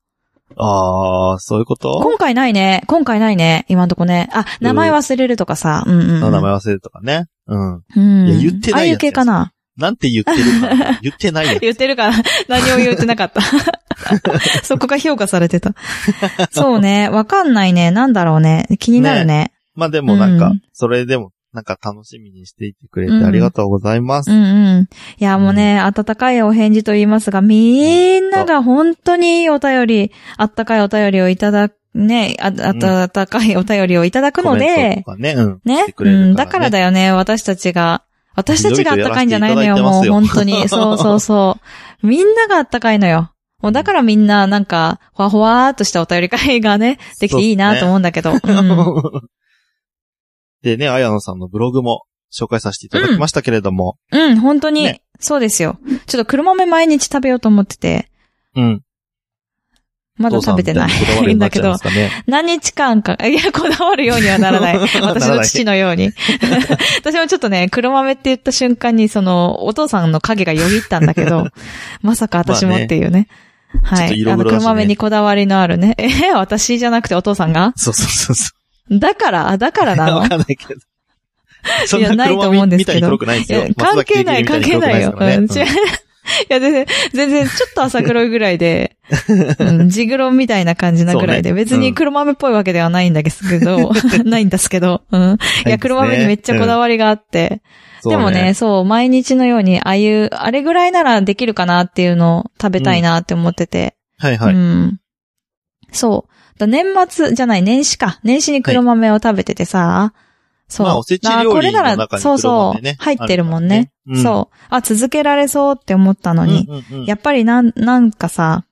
S1: 多分あー、そういうこと
S2: 今回ないね。今回ないね。今んとこね。あ、名前忘れるとかさ。うんうん。
S1: 名前忘れるとかね。うん。
S2: うん。
S1: いや言ってないやつ
S2: ああいう系かな。
S1: なんて言ってる
S2: *laughs*
S1: か。言ってないや
S2: 言ってるから、 *laughs* 何を言ってな
S1: *laughs*
S2: かった。そこが評価されてた。そうね。わかんないね。なんだろうね。気になるね。
S1: まあでもなんか
S2: うん、
S1: それでも、なんか楽しみにしていてくれ
S2: うん
S1: てありがとうございます。
S2: うんうん。いや、もうね、温かいお返事と言いますが、みんなが本当にいいお便り、あったかいお便りをいただく、ね、あ、温かいお便りをいただくの
S1: コメント、
S2: で
S1: とかね、うん。
S2: ね
S1: してく
S2: う
S1: れるからね
S2: ん、だからだよね、私たちが。私たちがあったかいんじゃないのよ、
S1: ひどい
S2: も
S1: こ
S2: う
S1: とやら
S2: 本
S1: せていただ
S2: 当
S1: いてますよ *laughs*
S2: に。そうそうそう。みんながあったかいのよ。もうだからみんな、なんか、ほわほわーっとしたお便り会がね、できていいなと思うんだけど。
S1: *laughs*
S2: うん
S1: でね、あやのさんのブログも紹介させていただきましたけれども、
S2: うん、本当に
S1: ね、
S2: そうですよ。ちょっと黒豆毎日食べようと思ってて、
S1: うん。
S2: まだ食べてな
S1: お
S2: い
S1: 父さんみたい
S2: ん
S1: な
S2: *laughs* だ
S1: こ
S2: け
S1: だわ
S2: ど
S1: りになっちゃいますかね。
S2: 何日間か、いや、こだわるようにはなら
S1: *laughs*
S2: ない。私の父のように。私もちょっとね、黒豆って言った瞬間に、その、お父さんの影がよぎったんだけ
S1: *laughs*
S2: ど、まさか私もっていうね。は
S1: ちょっと
S2: い。
S1: 色
S2: あの、
S1: 黒だしね
S2: 黒豆にこだわりのあるね。えー私じゃなくてお父さんが
S1: そうそうそうそ
S2: だから、あだから
S1: う。
S2: な
S1: *laughs* わ
S2: の
S1: かんない
S2: *laughs*
S1: けど。そんな
S2: ないと
S1: 黒
S2: 思うん
S1: 豆
S2: で
S1: み
S2: す
S1: た
S2: け
S1: い
S2: ど
S1: に黒くないんですよ
S2: いや。関係ない、関
S1: 松
S2: 係
S1: 崎
S2: ない
S1: ゆ
S2: よ。
S1: き
S2: うん、違
S1: み
S2: う。
S1: たに黒くですから
S2: *laughs* い
S1: ね
S2: や、全然、全然、ちょっと朝黒いぐら
S1: *laughs*
S2: いで、うん、ジグロみたいな感じなぐらいで、
S1: そうね
S2: 別に黒豆っぽいわけではないんだけど、 *laughs* ないんですけど、うん。いや、黒豆にめっちゃこだ
S1: わ
S2: わりがあって、
S1: り
S2: でもね、、そう、毎日のように、ああいう、あれぐらいならできるかなっていうのを食べたいなって思ってて。
S1: そうねはいは
S2: う
S1: い。
S2: ん。そう。だ年末じゃない、年始か。年始に黒豆を食べててさ、そう。
S1: まあおせち
S2: だから
S1: 料理の
S2: これな
S1: 中
S2: ら、
S1: に
S2: そ
S1: 黒
S2: うそ
S1: 豆
S2: う
S1: ね、
S2: 入ってるもんね。
S1: あるからねうん
S2: そう。あ、続けられそうって思ったのに、
S1: うんうんうん
S2: やっぱりなん、なんかさ、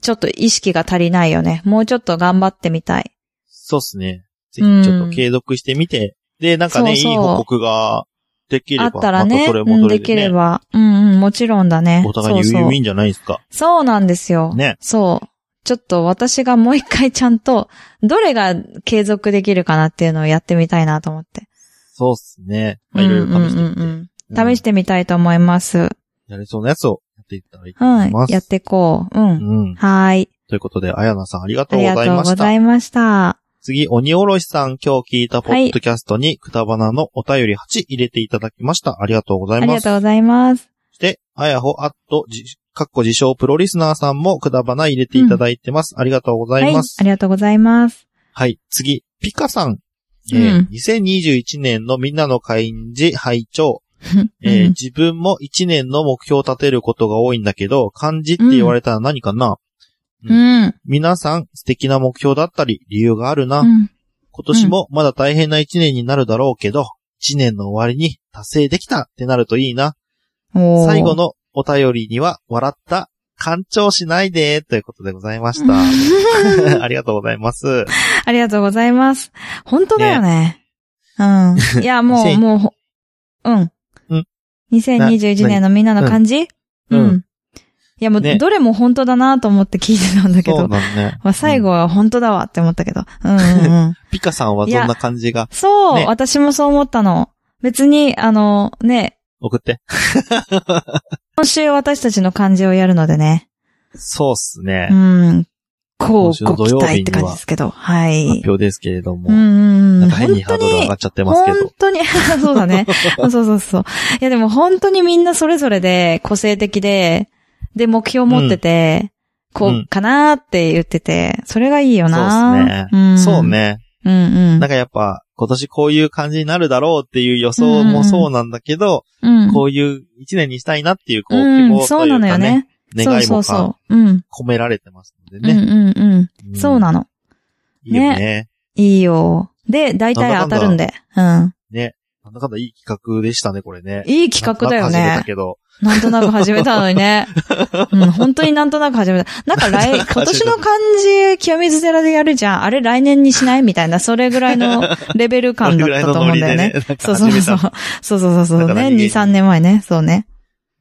S2: ちょっと意識が足りないよね。もうちょっと頑張ってみたい。
S1: そうっすね。ぜ
S2: うん
S1: ひちょっと継続してみて、で、なんかね
S2: そうそう
S1: いい報告ができれば、
S2: あったら
S1: また
S2: ね、
S1: それ
S2: う
S1: も
S2: ん
S1: それ
S2: で
S1: で、
S2: き
S1: ね
S2: れば。うんうん、もちろんだね。
S1: お互いにウ
S2: そう
S1: ィン
S2: そう
S1: ウィンじゃないですか。
S2: そうなんですよ。
S1: ね
S2: そう。ちょっと私がもう一回ちゃんと、どれが継続できるかなっていうのをやってみたいなと思って。
S1: そうっすね。まあ、いろいろ試してみて。
S2: うんうんうん
S1: う
S2: うん
S1: ん
S2: 試してみたいと思います。
S1: やれそうなやつをやっていったらいいと
S2: は
S1: 思
S2: い
S1: いま。す。
S2: やっていこう。うん。
S1: うん。
S2: はーい。
S1: ということで、あやなさんありが
S2: あ
S1: とう
S2: り
S1: ご
S2: が
S1: ざい
S2: とう
S1: ま
S2: ご
S1: した
S2: ざ。いました。
S1: 次、鬼おろしさん今日聞いたポッドキャストに、くたばなのお便り8入れていただきました。ありがとうござ
S2: あ
S1: い
S2: り
S1: ま
S2: が
S1: す。
S2: とうございます。
S1: そして、あやほ、あっと、じ、かっこ自称プロリスナーさんもくだばな入れていただいてます。ありがとうござ
S2: はいい。
S1: ます。
S2: ありがとうございます。
S1: はい、次、ピカさん。え
S2: う
S1: ー
S2: ん
S1: 2021年のみんなの会員時拝聴、えー
S2: うん
S1: 自分も1年の目標を立てることが多いんだけど、漢字って言われたら何かな、
S2: *laughs* うん。
S1: 皆さん素敵な目標だったり、理由があるな。
S2: うん
S1: 今年もまだ大変な1年になるだろうけど、1年の終わりに達成できたってなるといいな。
S2: おー
S1: 最後のお便りには、笑った、感情しないで、ということでございま
S2: *laughs*
S1: した。あ *laughs* りがとうございます。
S2: ありがとうございます。本当だよね。
S1: *laughs*
S2: うん。いや、もう、
S1: 2000
S2: もうほ、うん。
S1: うん
S2: 2021年のみんなの感じ
S1: う
S2: うんん。
S1: う
S2: いや、もう、
S1: ね
S2: どれも本当だなと思って聞いてたんだけ
S1: そう
S2: ど。
S1: なんね。
S2: まあ、最後は本当だわって思ったけど。うんうん
S1: *laughs*
S2: うん。
S1: ピカさんはどんな感じが
S2: そう、
S1: ね
S2: 私もそう思ったの。別に、あの、ね、
S1: 送って。
S2: 今週私たちの漢字をやるのでね。
S1: そうっすね
S2: う。ん。こ
S1: 今
S2: う、
S1: 週
S2: ご
S1: の土
S2: 期
S1: 曜日には
S2: 待って感じですけど。はい。
S1: 発表ですけれど
S2: うんう
S1: も。
S2: んう。
S1: なんんか変にハー
S2: 本当
S1: ドル上
S2: に
S1: がっちゃってますけ
S2: 本当に、 *laughs* そう
S1: *laughs*
S2: だね。そうそうそう。いやでも本当にみんなそれぞれで個性的で、で目標持ってて、こ
S1: うん
S2: うかなーって言ってて、それがいいよな
S1: ど。
S2: ん
S1: そう。ね。
S2: うんうん。
S1: なんかやっぱ、今年こういう感じになるだろうっていう予想もそうなんだけど、
S2: うん
S1: こういう一年にしたいなっていう、こう、希
S2: うん、
S1: 望
S2: そう
S1: とい
S2: な
S1: う
S2: の
S1: か
S2: よ
S1: ね、
S2: ね。そう
S1: 願い
S2: そ
S1: も
S2: う
S1: か
S2: そう。うん。
S1: 込められてますので
S2: うん
S1: ね。
S2: うんうん。そうな
S1: の。
S2: の。
S1: いいよね。
S2: いいよ。で、大体当たるんで。うん。
S1: ね。なんだかんだいい企画でしたね、これね。
S2: いい企画だよ
S1: なんとなく始め
S2: ね
S1: た。けど。
S2: なんとなく始めたのにね。
S1: *laughs*
S2: うん、本当になんとなく始めた。なんか来、
S1: なん
S2: 今
S1: とな *laughs* く始
S2: 年
S1: めた
S2: の漢字、清水寺でやるじゃん。あれ来年にしないみたいな、それぐらいのレベル
S1: こ
S2: 感
S1: れ
S2: だっ
S1: ぐらい
S2: た
S1: の
S2: と
S1: ノ
S2: 思うん
S1: リ
S2: だ
S1: で
S2: よ
S1: ね
S2: ね。。
S1: なんか
S2: そうそう
S1: 始め
S2: そう。そ
S1: た
S2: うそうそう。
S1: だから逃
S2: ね、2、
S1: げ
S2: 3年前ね。そうね。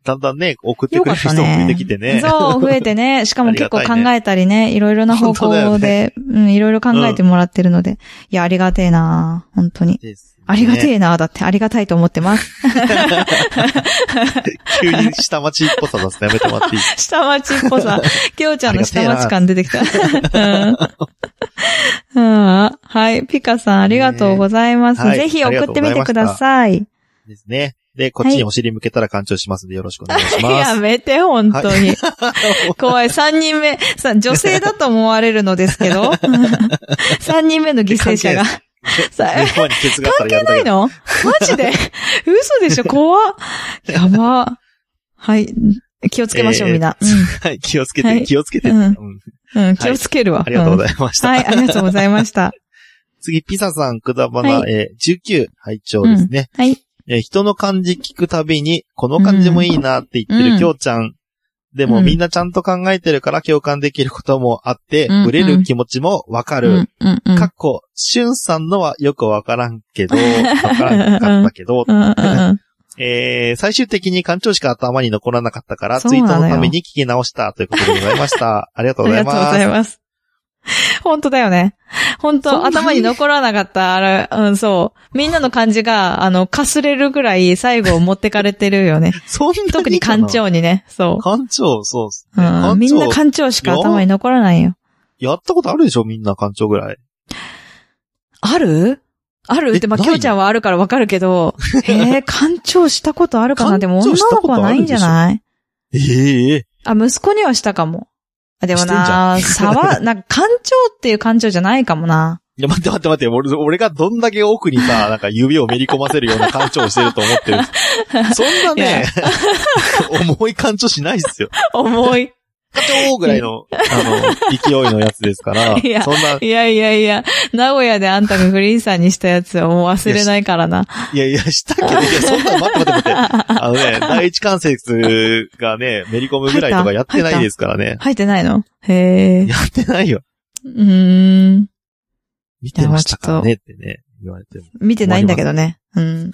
S1: だんだんね、送って
S2: よ
S1: くれ
S2: か
S1: る
S2: った
S1: 人も
S2: ね
S1: 出てきて。ね。
S2: そう、増えてね。
S1: *laughs*
S2: しかも結構
S1: ありが
S2: 考
S1: たいね
S2: えたりね。いろいろな方
S1: 本当だよ
S2: 向で、うん、いろいろ考えてもらってるので。いや、ありがてえな本当に。
S1: ですね
S2: ありがてえなだって、ありがたいと思ってます。
S1: *laughs* 急に下町っぽさ出すのやめてもらっていい
S2: 下町っぽ
S1: *laughs*
S2: さ。きょうちゃんの下町感出てきた。うんうんはい。ピカさん、ありがとうございます。
S1: ねはい
S2: ぜひ送ってみてください。
S1: ですね。で、こっちにお尻向けたら干潮しますんでよろしくお願いしま
S2: *laughs* や
S1: す。
S2: めて、本当に。 *laughs* 怖い。三人目。さ、女性だと思われるのですけ
S1: *laughs*
S2: ど。三人目の犠牲者が。さ
S1: 日本にケツがあったらやるだ
S2: な
S1: け
S2: いのマジで嘘でしょ怖っやば。はい。気をつけましょう、
S1: えー
S2: みんな。
S1: はい、気をつけ
S2: は
S1: て、
S2: い
S1: 気をつけて。
S2: うん
S1: うん
S2: うん。うん、気をつけるわ。
S1: ありがとうございました。
S2: はい、ありがとうございました。
S1: 次、ピサさん、くだばな、
S2: は
S1: えー19、拝聴ですね。
S2: はい。
S1: えー人の漢字聞くたびに、この漢字もいいなって言って
S2: う
S1: る
S2: ん
S1: きょうちゃん。でも
S2: うん
S1: みんなちゃんと考えてるから共感できることもあって、
S2: うん
S1: ブレる気持ちもわかる。
S2: うんうんうん
S1: かっこ、しゅんさんのはよくわからんけど、
S2: *laughs*
S1: わからんかったけど
S2: う、んうんうん
S1: えー、最終的に館長しか頭に残らなかったから、
S2: そう
S1: ツイ
S2: な
S1: ー
S2: のよ
S1: トのために聞き直したということでございま
S2: *laughs*
S1: した。ありがとう
S2: あ
S1: ござ
S2: りが
S1: い
S2: とうご
S1: ま
S2: ざい
S1: す。
S2: ます。本当だよね。
S1: そん
S2: 本当
S1: なに
S2: 頭に残らなかった、あれ、うん、そう。みんなの感じが、あの、かすれるぐらい最後を持ってかれてるよね。
S1: *laughs* そんなに
S2: 特に
S1: かな
S2: 艦。長にね、そ
S1: 館長、そうっす
S2: う。
S1: ね。
S2: う
S1: 館
S2: ん、みんな
S1: 長、
S2: 艦長しか頭に残らないよ。
S1: やったことあるでしょみんな館長ぐらい。
S2: あるある
S1: え
S2: って、まあ、
S1: ない
S2: きょうちゃんはあるからわかる
S1: *laughs*
S2: けど、えー、艦長したことあるかなでも
S1: 艦
S2: 女
S1: 長した
S2: の
S1: こと
S2: 子
S1: あ
S2: は
S1: る
S2: ないんじゃない
S1: ええ
S2: あ、息子にはしたかも。あ、でもな、
S1: してんじゃ
S2: 差
S1: ん
S2: は、なんか艦長っていう艦長じゃないかもな。
S1: いや、待って待って待って、俺、俺がどんだけ奥に
S2: *laughs*
S1: さ、なんか指をめり込ませるような感情をしてると思ってる。そんない *laughs*
S2: や
S1: ね、重い感情しないっすよ。
S2: 重い。
S1: 課長ぐらいの、あの、勢いのやつですから、
S2: いや
S1: そんな、い
S2: いやいやいや、名古屋であんたがグリーンさんにしたやつをもう忘れないからな。
S1: やいや、したけど、いや、そんな、待って待って待って。
S2: *laughs*
S1: あのね、第一関節がね、めり込むぐらいとかやってないですからね。
S2: 入ってないのへえ。
S1: やってないよ。
S2: うーん。
S1: 見てましたからねってね、言われても。
S2: 見てないんだけどね。うん。うん、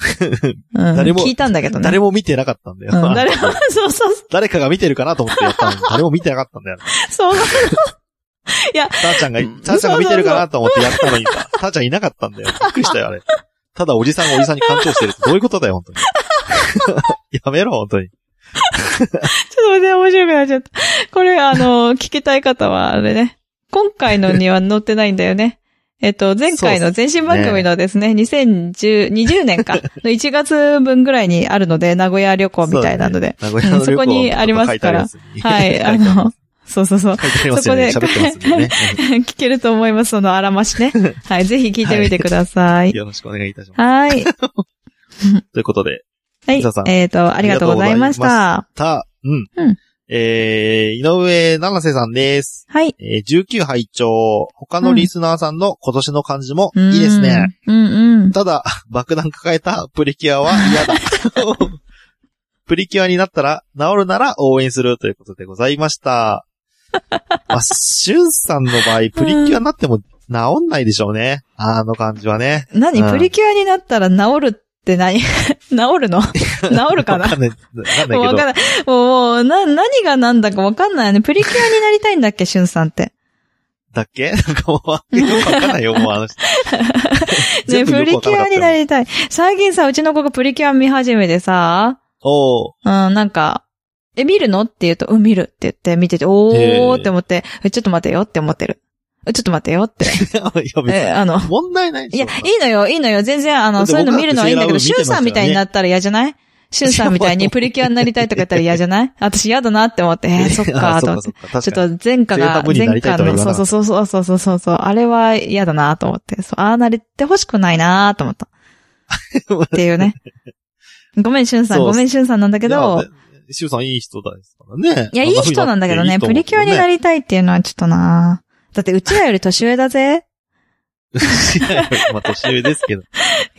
S1: *laughs* 誰も
S2: 聞いたんだけどね。
S1: 誰も見てなかったんだよ。
S2: うん、誰も、 *laughs* そうそう、
S1: *laughs* 誰かが見てるかなと思ってやったのに、誰も見てなかったんだよ。
S2: そう。
S1: たーちゃんが、
S2: う
S1: た
S2: ん
S1: ーちゃんが見てるかなと思ってやったのにさ、たーちゃんいなかったんだよ。びっくりしたよ、あれ。ただおじさんがおじさんに干潮してるってどういうことだよ、本当に。 *laughs* やめろ、本当に。
S2: ちょっと待って、面白くなっちゃった。これ、あ
S1: *laughs*
S2: の、聞きたい方は、あれね。今回のには載ってないんだよね。えっと、前回の前身番組のですね、2010、20
S1: *laughs*
S2: 年か、の1月分ぐらいにあるので、名古屋旅行みたいなので。
S1: 名古屋の旅行
S2: うんそこにありますから
S1: 書てあ
S2: は
S1: るやつに
S2: い、あの、、そうそうそ
S1: *laughs*
S2: う。
S1: 書いてありますよね。
S2: そ
S1: 喋
S2: こ
S1: って
S2: で
S1: ますんでね。
S2: *laughs* 聞けると思います、そのあらまし
S1: *laughs*
S2: ね。はい、ぜひ聞いてみてくださ
S1: うん
S2: い。
S1: よろしくお願いいたします。
S2: はい。
S1: ということで、
S2: は
S1: 伊
S2: い
S1: 沢さ。ん
S2: えっと、ありがとうございまし
S1: ありが
S2: た。
S1: た、うん。
S2: うん
S1: えー、井上七瀬さんです。
S2: はい。
S1: えー、19杯長。他のリスナーさんの今年の漢字もいいですね。
S2: うん。うんうん。
S1: ただ、 *laughs* 爆弾抱えたプリキュアは嫌
S2: *laughs*
S1: だ。プリキュアになったら、治るなら応援するということでございま
S2: *laughs*
S1: した。まあ、シュンさんの場合、プリキュアになっても治んないでしょうね。あの感じはね。
S2: 何、
S1: うん
S2: プリキュアになったら治るって何 *laughs* 治
S1: *laughs*
S2: るの治るか
S1: わ
S2: な
S1: かんない、わかんない
S2: もう *laughs*
S1: け
S2: わ
S1: ど
S2: かん。ない。もう、な、何が何だかわかんないよね。プリキュアになりたいんだっけ、しゅんさんって。
S1: だっけ *laughs* なんかもう、よくわかんないよ、もうあの人。
S2: *laughs* ね、
S1: 全部
S2: プ
S1: よく
S2: リ
S1: わか
S2: キ
S1: ん
S2: ュ
S1: なか
S2: ア
S1: ったよ
S2: にな *laughs* りたい。最近さ、うちの子がプリキュア見始めてさ、
S1: おー
S2: うん、なんか、え、見るのって言うと、うん、見るって言って、見てて、おーって思って、え、ちょっと待てよって思ってる。え、ちょっと待てよって。
S1: いや、別に
S2: え、あの、
S1: 問題ないで
S2: い
S1: し
S2: や
S1: ょ。、
S2: いいのよ、いいのよ。全然、
S1: だ
S2: あの、
S1: って
S2: そういうの見るのはいいんだけど、
S1: 僕
S2: シ
S1: だっ
S2: ュ
S1: て
S2: ンさんみたいになったら嫌じゃないシュンさんみたいにプリキュアになりたいとか言ったら嫌じ
S1: *laughs*
S2: ゃない私嫌だなって思って、えーそっか、
S1: あ
S2: と
S1: そ
S2: 思
S1: っ
S2: っ
S1: か
S2: て
S1: そ。っか。確
S2: ちょ
S1: か
S2: っ
S1: に。
S2: と前科
S1: ゼー
S2: が
S1: タ、部にな
S2: 前
S1: りた
S2: 科
S1: いとは言
S2: の、
S1: わな
S2: そ
S1: か
S2: う
S1: った
S2: そうそうそうそうそうそう、あれは嫌だなと思って、そう、ああなれて欲しくないなと思
S1: *laughs*
S2: った。っていうね。ごめん、シュンさん、
S1: そう
S2: ごめん、シュンさんなんだけど
S1: いや、、シュンさんいい人ですからね。
S2: いや、いい人なんだけどね、プリキュアにな
S1: り
S2: りたいっていうのはちょっとなだって、うちらより年上だ
S1: *laughs*
S2: ぜ。
S1: いやまあ、年上ですけど。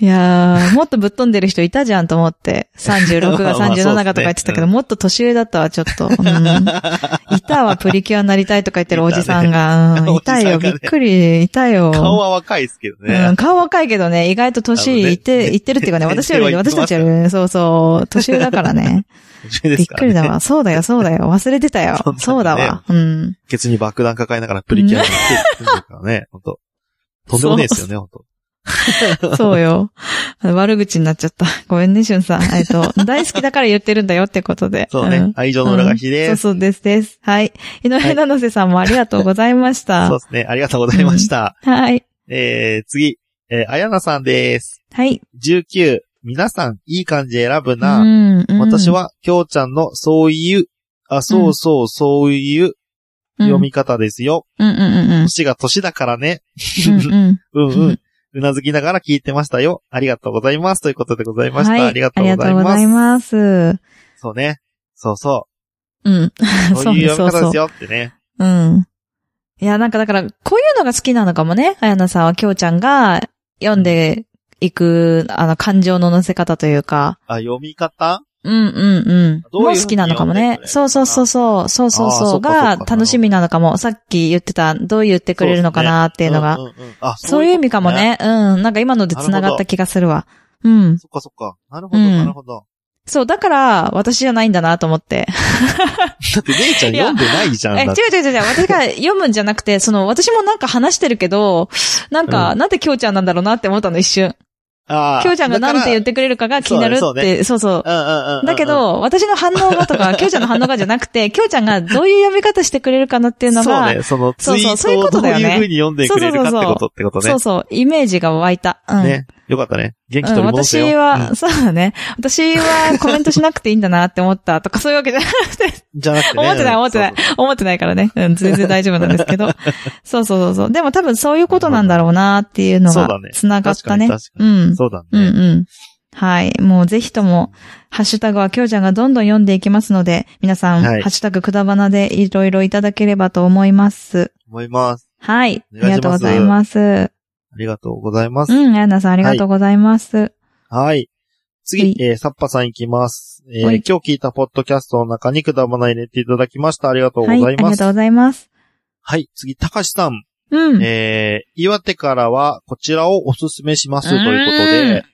S2: いやー、もっとぶっ飛んでる人いたじゃんと思って、36が
S1: *laughs* まあまあそうっすね
S2: 37がとか言ってたけ
S1: う
S2: ど、もっと年上だったわ、ちょっと。うん、いたわ、プリキュアになりたいとか言ってるおじさんが。
S1: *laughs*
S2: うんいた
S1: お
S2: よ、
S1: じさ
S2: び
S1: んがね
S2: っくり、いたよ。
S1: 顔は若いですけど
S2: う
S1: ね
S2: ん、。顔若いけどね、意外と年いって、
S1: あのね
S2: いってるっていうかね、
S1: 年
S2: 私より、
S1: 齢は言っ
S2: 私
S1: てます
S2: たち
S1: か
S2: よ
S1: ら
S2: りね、そうそう、年上だからね。
S1: 年 *laughs* 上で
S2: びっ
S1: すから、
S2: く
S1: ね。
S2: りだわ。そうだよ、そうだよ。忘れてたよ
S1: *laughs* そんな。ね
S2: そうだわ。うん。
S1: ケツに爆弾抱えながらプリキュアになってるからね、ほんと。とんでもねえですよね、ほんと。
S2: *laughs* そうよ。あの悪口になっちゃった。ごめんね、しゅんさん。えっ
S1: *laughs*
S2: と、大好きだから言ってるんだよってことで。
S1: そうね。
S2: ん
S1: 愛情の裏返し
S2: うん
S1: です。
S2: そうそうですです。はい。井上七瀬さんもありがとうございまし
S1: そう
S2: た。
S1: ですね。ありがとうございました。
S2: はい。
S1: えー、次。えー、あやなさんです。
S2: はい。
S1: 19。皆さん、いい感じ選ぶな。
S2: うんうん
S1: 私、は、きょうちゃんの、そういう、あ、そうそう、そういう読み方ですよ。
S2: うんうんうんうん。
S1: 年が年だからね。
S2: うん
S1: うん
S2: う
S1: うんん。うなずきながら聞いてましたよ。ありがとうございます。ということでございました。
S2: はい。
S1: ありがとうございます。
S2: ありがとうございます。
S1: そうね。そうそ
S2: うん。
S1: う。そういう
S2: *laughs*
S1: 読み
S2: そうそう
S1: 方
S2: そう
S1: ですよってね。
S2: うん。いや、なんかだから、こういうのが好きなのかもね。あやなさんは、きょうちゃんが読んでいく、あの、感情の乗せ方というか。
S1: あ、読み方
S2: うんうんうん。
S1: どういうふう
S2: もう
S1: に
S2: 好きなのかも
S1: 読んで
S2: ね
S1: くれるのか。な
S2: そうそうそうそう、そうそう
S1: あー
S2: そ
S1: そうっかそっ
S2: が
S1: か
S2: 楽しみなのかも。さっき言ってた、どう言ってくれるのかなっていうのが。
S1: んんんあ、
S2: そういう意味かも
S1: ことね。
S2: ね。うん。なんか今ので繋がった気がするわ。うん。
S1: そっかそっか。なるほど、
S2: うん
S1: なるほ
S2: *laughs*
S1: ど。
S2: そう、だから、私じゃないんだなと思って。
S1: だって、姉ちゃん
S2: いや
S1: 読んでないじゃん。
S2: え、違
S1: だ
S2: う
S1: って
S2: 違う違う違う。私が読むんじゃなくて、その、私もなんか話してるけど、なんか、
S1: う
S2: なんできょうちゃんなんだろうなって思ったの、一瞬。
S1: あー
S2: きょうちゃんがなんて言っ
S1: だ
S2: てくれるかが気になる
S1: そ
S2: っ
S1: うだね
S2: て、そうそう。
S1: からうんうんうんうん。
S2: だけど、私の反応が
S1: *laughs*
S2: とか、きょうちゃんの反応がじゃなくて、きょうちゃんがどういう読み方してくれるかなっていうの
S1: そう
S2: が、
S1: ね、そのツイ
S2: そうそうそう
S1: ー
S2: いう
S1: トを
S2: こと
S1: どう
S2: だよね
S1: いう風に読んでくれるかってことってこと
S2: そ
S1: ね
S2: う。そう、イメージが湧いた。うん。
S1: ね。よかったね。元気
S2: う
S1: 取
S2: ん、
S1: り戻せ
S2: 私
S1: よ。
S2: は、そうだね。私はコメントしなくていいんだなって思ったとか、そういうわけじゃ *laughs* なくて、
S1: うんじゃなくてね。
S2: 思ってない思ってない
S1: そうそう
S2: 思ってないからね。うん、全然大丈夫なんです
S1: *laughs*
S2: けど。そうそうそうそう。でも多分そういうことなんだろうなっていうの
S1: そう
S2: が
S1: だね、
S2: 繋がったね。
S1: 確かに確か
S2: うん。
S1: そうだ
S2: うん
S1: ね。
S2: うん。はい。もうぜひとも、ハッシュタグはきょうちゃんがどんどん読んでいきますので、皆さん、
S1: はい
S2: ハッシュタグくだばなでいろいろいただければと思います。
S1: 思います。
S2: はい。
S1: お
S2: あり
S1: 願いします
S2: がとうございます。
S1: ありがとうございます。
S2: うん、アンナさんありがとうございます。
S1: はい。
S2: は
S1: 次
S2: い、
S1: えー、サッパさんいきます。えー
S2: はい
S1: 今日聞いたポッドキャストの中にくだばな入れていただきました。ありがとうご
S2: は
S1: ざ
S2: い、
S1: い
S2: あり
S1: ま
S2: が
S1: す。
S2: とう
S1: はい、
S2: ございます。
S1: 次、たかしさん。
S2: うん。
S1: えー、岩手からはこちらをおすすめしますということ
S2: うん
S1: で、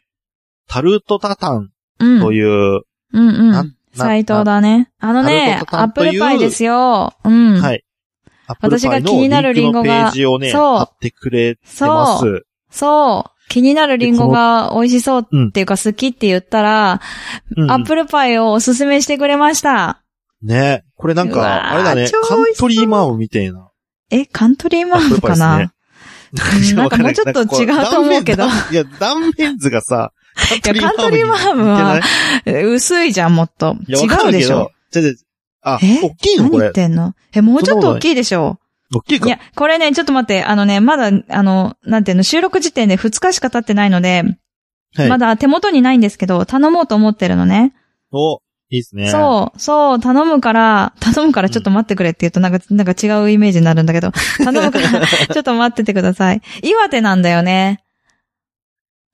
S1: タルトタタン
S2: うん。
S1: という、
S2: うんう
S1: なん
S2: ん。斎藤だね。あのね
S1: タル、トタ
S2: ア
S1: ン
S2: ッ
S1: と
S2: プ
S1: いう
S2: ルパイですよ。うん。
S1: はい。アップルパイの
S2: 私が気になる
S1: リンクの
S2: リンゴが
S1: ページをね、
S2: そう
S1: 貼ってくれてま
S2: そう。
S1: す。
S2: そう。気になるリンゴが美味しそうっていうか好きって言ったら、
S1: うん
S2: アップルパイをおすすめしてくれました。
S1: ねこれなん
S2: う
S1: か、
S2: わー
S1: あれだね
S2: 超、
S1: カン
S2: 美味し
S1: ト
S2: そう
S1: リーマームみたいな。
S2: え、カントリーマアムか
S1: アッ
S2: なうんなんかもうちょっと
S1: わんない
S2: 違うと思うけど
S1: 断面いや、断面図がさ、カントリーマームに
S2: いやカントリーマームは
S1: 似てない
S2: 薄いじゃん、もっと。
S1: いや、わか
S2: 違う
S1: る
S2: で
S1: け
S2: しょ
S1: ど。。ちょちょあ、
S2: え
S1: 大きいの
S2: 何
S1: こ
S2: 言っ
S1: れ。
S2: てんのえ、もうちょっと大きいでしょ
S1: 大きい
S2: い
S1: か
S2: や、これね、ちょっと待って、あのね、まだ、あの、なんていうの、収録時点で2日しか経ってないので、
S1: はい
S2: まだ手元にないんですけど、頼もうと思ってるのね。
S1: お、いいですね。
S2: そう、そう、頼むから、頼むからちょっと待ってくれって言うとなんか、なんか違うイメージになるん
S1: *laughs*
S2: だけど、頼むから、ちょっと待っててください。岩手なんだよね。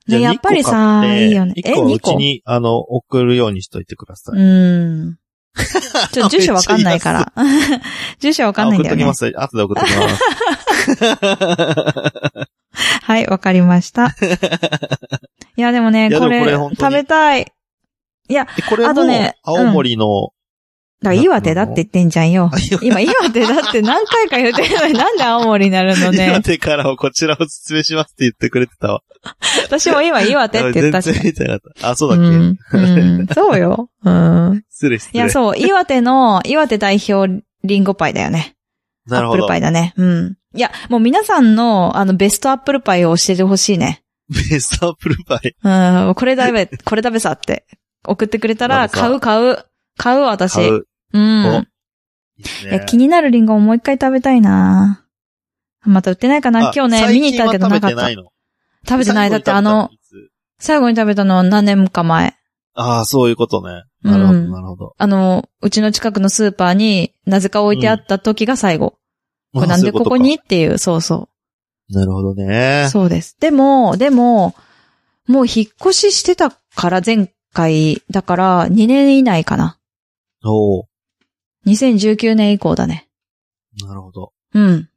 S1: じゃ
S2: ね、
S1: あ
S2: やっぱり
S1: 二個
S2: さ、
S1: 買って
S2: いいよね。
S1: 一
S2: え、
S1: 個はう
S2: 2
S1: ち
S2: 個
S1: に、あの、送るようにしといてくださ
S2: う
S1: い。
S2: ー
S1: *laughs*
S2: ん。ちょ、住所わかんないから。 *laughs* 住所わかんないんだよ
S1: あ
S2: ね
S1: 送っ。ときます。後で送っときます。
S2: *laughs* はい、わかりました。
S1: *laughs*
S2: いや、でもね、
S1: いやでも
S2: これ、
S1: これ本当に
S2: 食べたい。だか
S1: でこれ
S2: あと
S1: も
S2: ね、
S1: 青森の、
S2: ら岩手だって言ってんじゃんよ
S1: あ。岩
S2: 今、岩手だって何回か言ってるのに、なんで青森になるの
S1: 岩
S2: ね。
S1: 手からをこちらをお勧めしますって言ってくれてたわ。
S2: 私も今、岩手って言ったし
S1: 全。然見てなかった。あ、そう
S2: う
S1: だっけ、
S2: ん、うんそうよ。うん。
S1: 失礼失
S2: い
S1: 礼。
S2: や、そう、岩手の、岩手代表リンゴパイだよね。
S1: なる
S2: ア
S1: ほ
S2: ップル
S1: ど
S2: パ。イだね。うん。いや、もう皆さんの、あの、ベストアップルパイを教えてほしいね。
S1: ベストアップルパイ。
S2: うん、これ
S1: *laughs*
S2: 食べ、これ食べさって。送ってくれたら、
S1: 食べさ
S2: 買う買う。買う私。
S1: 買う。
S2: う
S1: お
S2: ん。
S1: いいっす
S2: いや、
S1: ね。
S2: 気になるリンゴをもう一回食べたいなまた売ってないかな
S1: あ
S2: 今日ね、見に行ったけど
S1: 最
S2: なかっ
S1: 近は食べて
S2: た。
S1: な
S2: 食
S1: いの。
S2: べてない。だ
S1: 最後に食べ
S2: って
S1: た
S2: あの、
S1: いつ
S2: 最後に食べたのは何年か前。
S1: ああ、そういうことね。なるほど、
S2: うん
S1: なるほど。
S2: あの、うちの近くのスーパーになぜか置いてあった時が最後。これ
S1: あ
S2: なんでここ
S1: そういう
S2: にっていう、そうそ
S1: とかなるほど
S2: う。
S1: ね。
S2: そうです。でも、でも、もう引っ越ししてたから前回、だから2年以内かな。
S1: おう
S2: 2019年以降だね。
S1: なるほど。
S2: うん。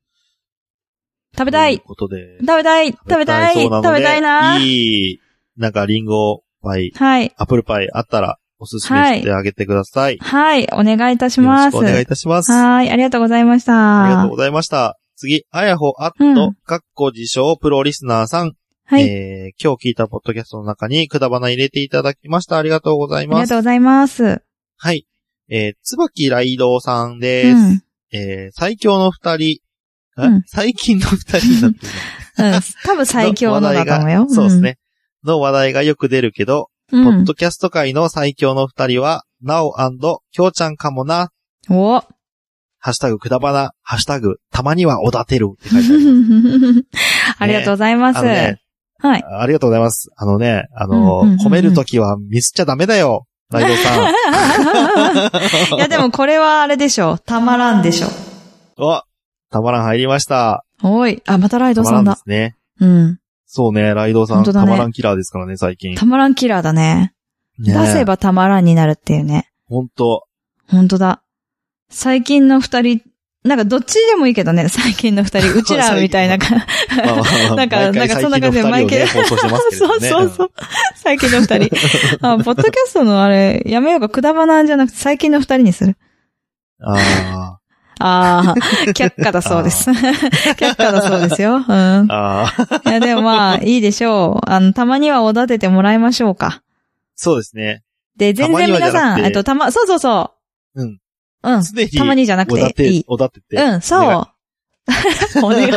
S2: 食
S1: 食
S2: べたい
S1: ということで。
S2: 食べたい食べたい
S1: そうなの
S2: 食
S1: で
S2: べたいない
S1: い、なんかリンゴパイ、
S2: はい。
S1: アップルパイあったらおすすめしてあげてください。
S2: はい。お願いいたし
S1: よろ
S2: ま
S1: しく
S2: す。
S1: お願いいたします。あ
S2: はい。ありがとうございました。
S1: りがとうございました。次、あやほアッ
S2: う
S1: ト
S2: ん、
S1: かっこ自称プロリスナーさん。
S2: はい。
S1: えー、今日聞いたポッドキャストの中にくだばな入れていただきました。ありがとうござい
S2: あり
S1: ま
S2: が
S1: す。
S2: とうございます。
S1: はい。えー、つばきらいどうさん
S2: う
S1: です。
S2: ん。
S1: えー、最強の二人、あ
S2: うん
S1: 最近の二人になってる。
S2: うん。多分最強のだと思うよ。
S1: そうですね。の話題がよく出るけど、
S2: うん。
S1: ポ
S2: う
S1: ッ
S2: ん
S1: ド。キャスト界の最強の二人は、なおきょうちゃんかもな、
S2: お
S1: ハッシュタグくだばな、ハッシュタグたまにはおだてるって書いてあります。
S2: *laughs* ありがとうございます。
S1: あのね
S2: はい。
S1: ありがとうございます。あのね、あの、
S2: うんうんうんうん
S1: 褒めるときはミスっちゃダメだよ、ライド
S2: *laughs*
S1: さん。
S2: いや、でもこれはあれで
S1: *laughs*
S2: しょ。たまらんでしょ。
S1: お、たまらん入りました。
S2: おい。あ、またライ
S1: た
S2: ド
S1: ま
S2: さ
S1: ら
S2: ん
S1: んで
S2: だ
S1: す。ね。
S2: うん。
S1: そうね、ライドさん、
S2: 本当だ
S1: た
S2: ね
S1: まらんキラーですからね、最近。
S2: たまらんキラーだね。
S1: ね
S2: 出せ。ばたまらんになるっていうね。
S1: ほんと。
S2: 本当だ。最近の二人、なんかどっちでもいいけどね、 *laughs* 最近の
S1: *laughs*
S2: 二人、うちらみたいな感
S1: まあまあまあ
S2: *laughs* なんか
S1: 毎回
S2: なんかそんな
S1: 最近の二人をね放送してます
S2: じ。
S1: けれ
S2: そ
S1: ど
S2: う
S1: ね。
S2: *laughs* そうそう。最近の二人。あ、ポッドキャストのあれ、やめようか、くだばなんじゃなくて最近の二人にする。
S1: うん。あ
S2: ああ、 *laughs* 却下だそうです。 *laughs* 却下だそうですよ。うん
S1: あ。。ああ。
S2: いや、でもまあ、いいでしょう。あの、たまにはおだててもらいましょうか。
S1: そうですね。
S2: で、全然皆
S1: たまにはじゃな
S2: さ
S1: く
S2: ん、
S1: て
S2: えっと、たま、そうそうそ
S1: うん。
S2: う。うん。
S1: 常に、
S2: たまにじゃなく
S1: おだ
S2: ていい。
S1: おだてて。 *laughs*
S2: うん、そ。
S1: お願いう
S2: *laughs* お願い。い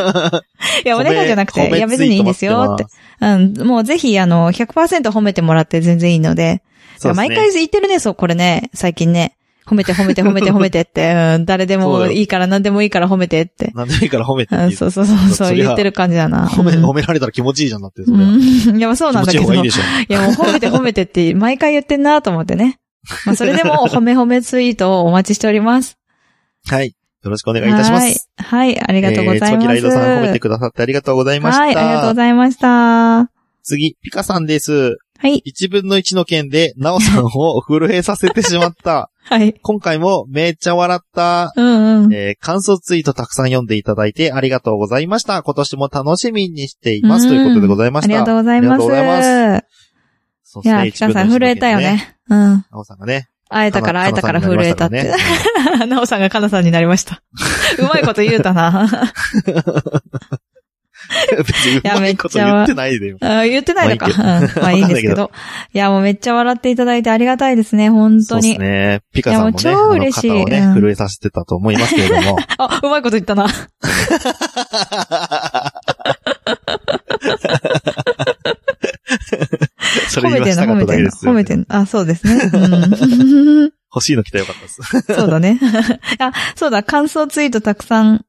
S2: や、お願いじゃなく
S1: 褒め
S2: て、いや、別にいいんですよって。。うん、もうぜひ、あの、100%褒めてもらって全然いいので。
S1: 褒めツイート待ってますそうですね
S2: 毎回言ってるね、そう、これね、最近ね。褒めて褒めて褒めて褒めてって、うん、誰で
S1: そう
S2: も
S1: だよ
S2: いいから何でもいいから褒めてって。
S1: なんでもいいから褒めてっ
S2: う
S1: て
S2: ん、
S1: 言う
S2: そうそうそう
S1: そ
S2: そう
S1: りゃ
S2: 言ってる感じだな。
S1: 褒め、
S2: うん
S1: 褒められたら気持ちいいじゃんだって、それは。
S2: うん。いや、まあそう
S1: 気
S2: なん
S1: 持
S2: だ
S1: ちい
S2: け
S1: い
S2: ど。
S1: 方がいい
S2: い
S1: でしょ。
S2: や、もう褒めて褒めてって、毎回言ってんなと思ってね。まあそれでも、褒め褒めツイートをお待ちしております。
S1: はい。よろしくお願いいたします。
S2: はい。はい、あり
S1: え
S2: がとうござ
S1: え
S2: います。
S1: ー椿ライドさん褒めてくださってありがとうございました。
S2: はい、ありがとうございました。は
S1: 次、ピカさんです。
S2: い。
S1: 1分の1の件で、ナオさんを震えさせてしま
S2: *laughs*
S1: った。
S2: はい。
S1: 今回もめっちゃ笑った。
S2: うんうん。
S1: えー感想ツイートたくさん読んでいただいてありがとうございました。今年も楽しみにしています。
S2: うん
S1: ということでございま
S2: あ
S1: した。
S2: りがとうございます。
S1: ありがとうございまそう
S2: い
S1: です
S2: や、
S1: ね
S2: ピカさん
S1: 1分
S2: 震
S1: の1の件
S2: えたよね。うん。
S1: ナオさんがね。
S2: 会えたから会えたから震えたって。
S1: カナさんになりましたからね
S2: *laughs* なおさんがかなさん
S1: *laughs*
S2: になりました。うまいこと言うたな。 *laughs*
S1: *laughs* 別にうまいこと言ってないでよ。
S2: あ言ってないのか。
S1: まあいいけど *laughs*
S2: うんまあいいんですけど。いや、もうめっちゃ笑っていただいてありがたいですね、本
S1: そ
S2: 当
S1: うで
S2: に
S1: す。ね。ピカさんもね、
S2: いやもう超嬉しい
S1: あの肩をね、
S2: うん
S1: 震えさせてたと思いますけれど
S2: *laughs*
S1: も。 *laughs*
S2: あ、うまいこと言ったな。
S1: それ言いましたかっただけ
S2: 褒めてんの、褒めてんの。
S1: です。
S2: 褒めてんの。あ、そうですね。
S1: *laughs*
S2: うん
S1: 欲しいの来たよかったです。
S2: そうだね。あ、そうだ、感想ツイートたくさん、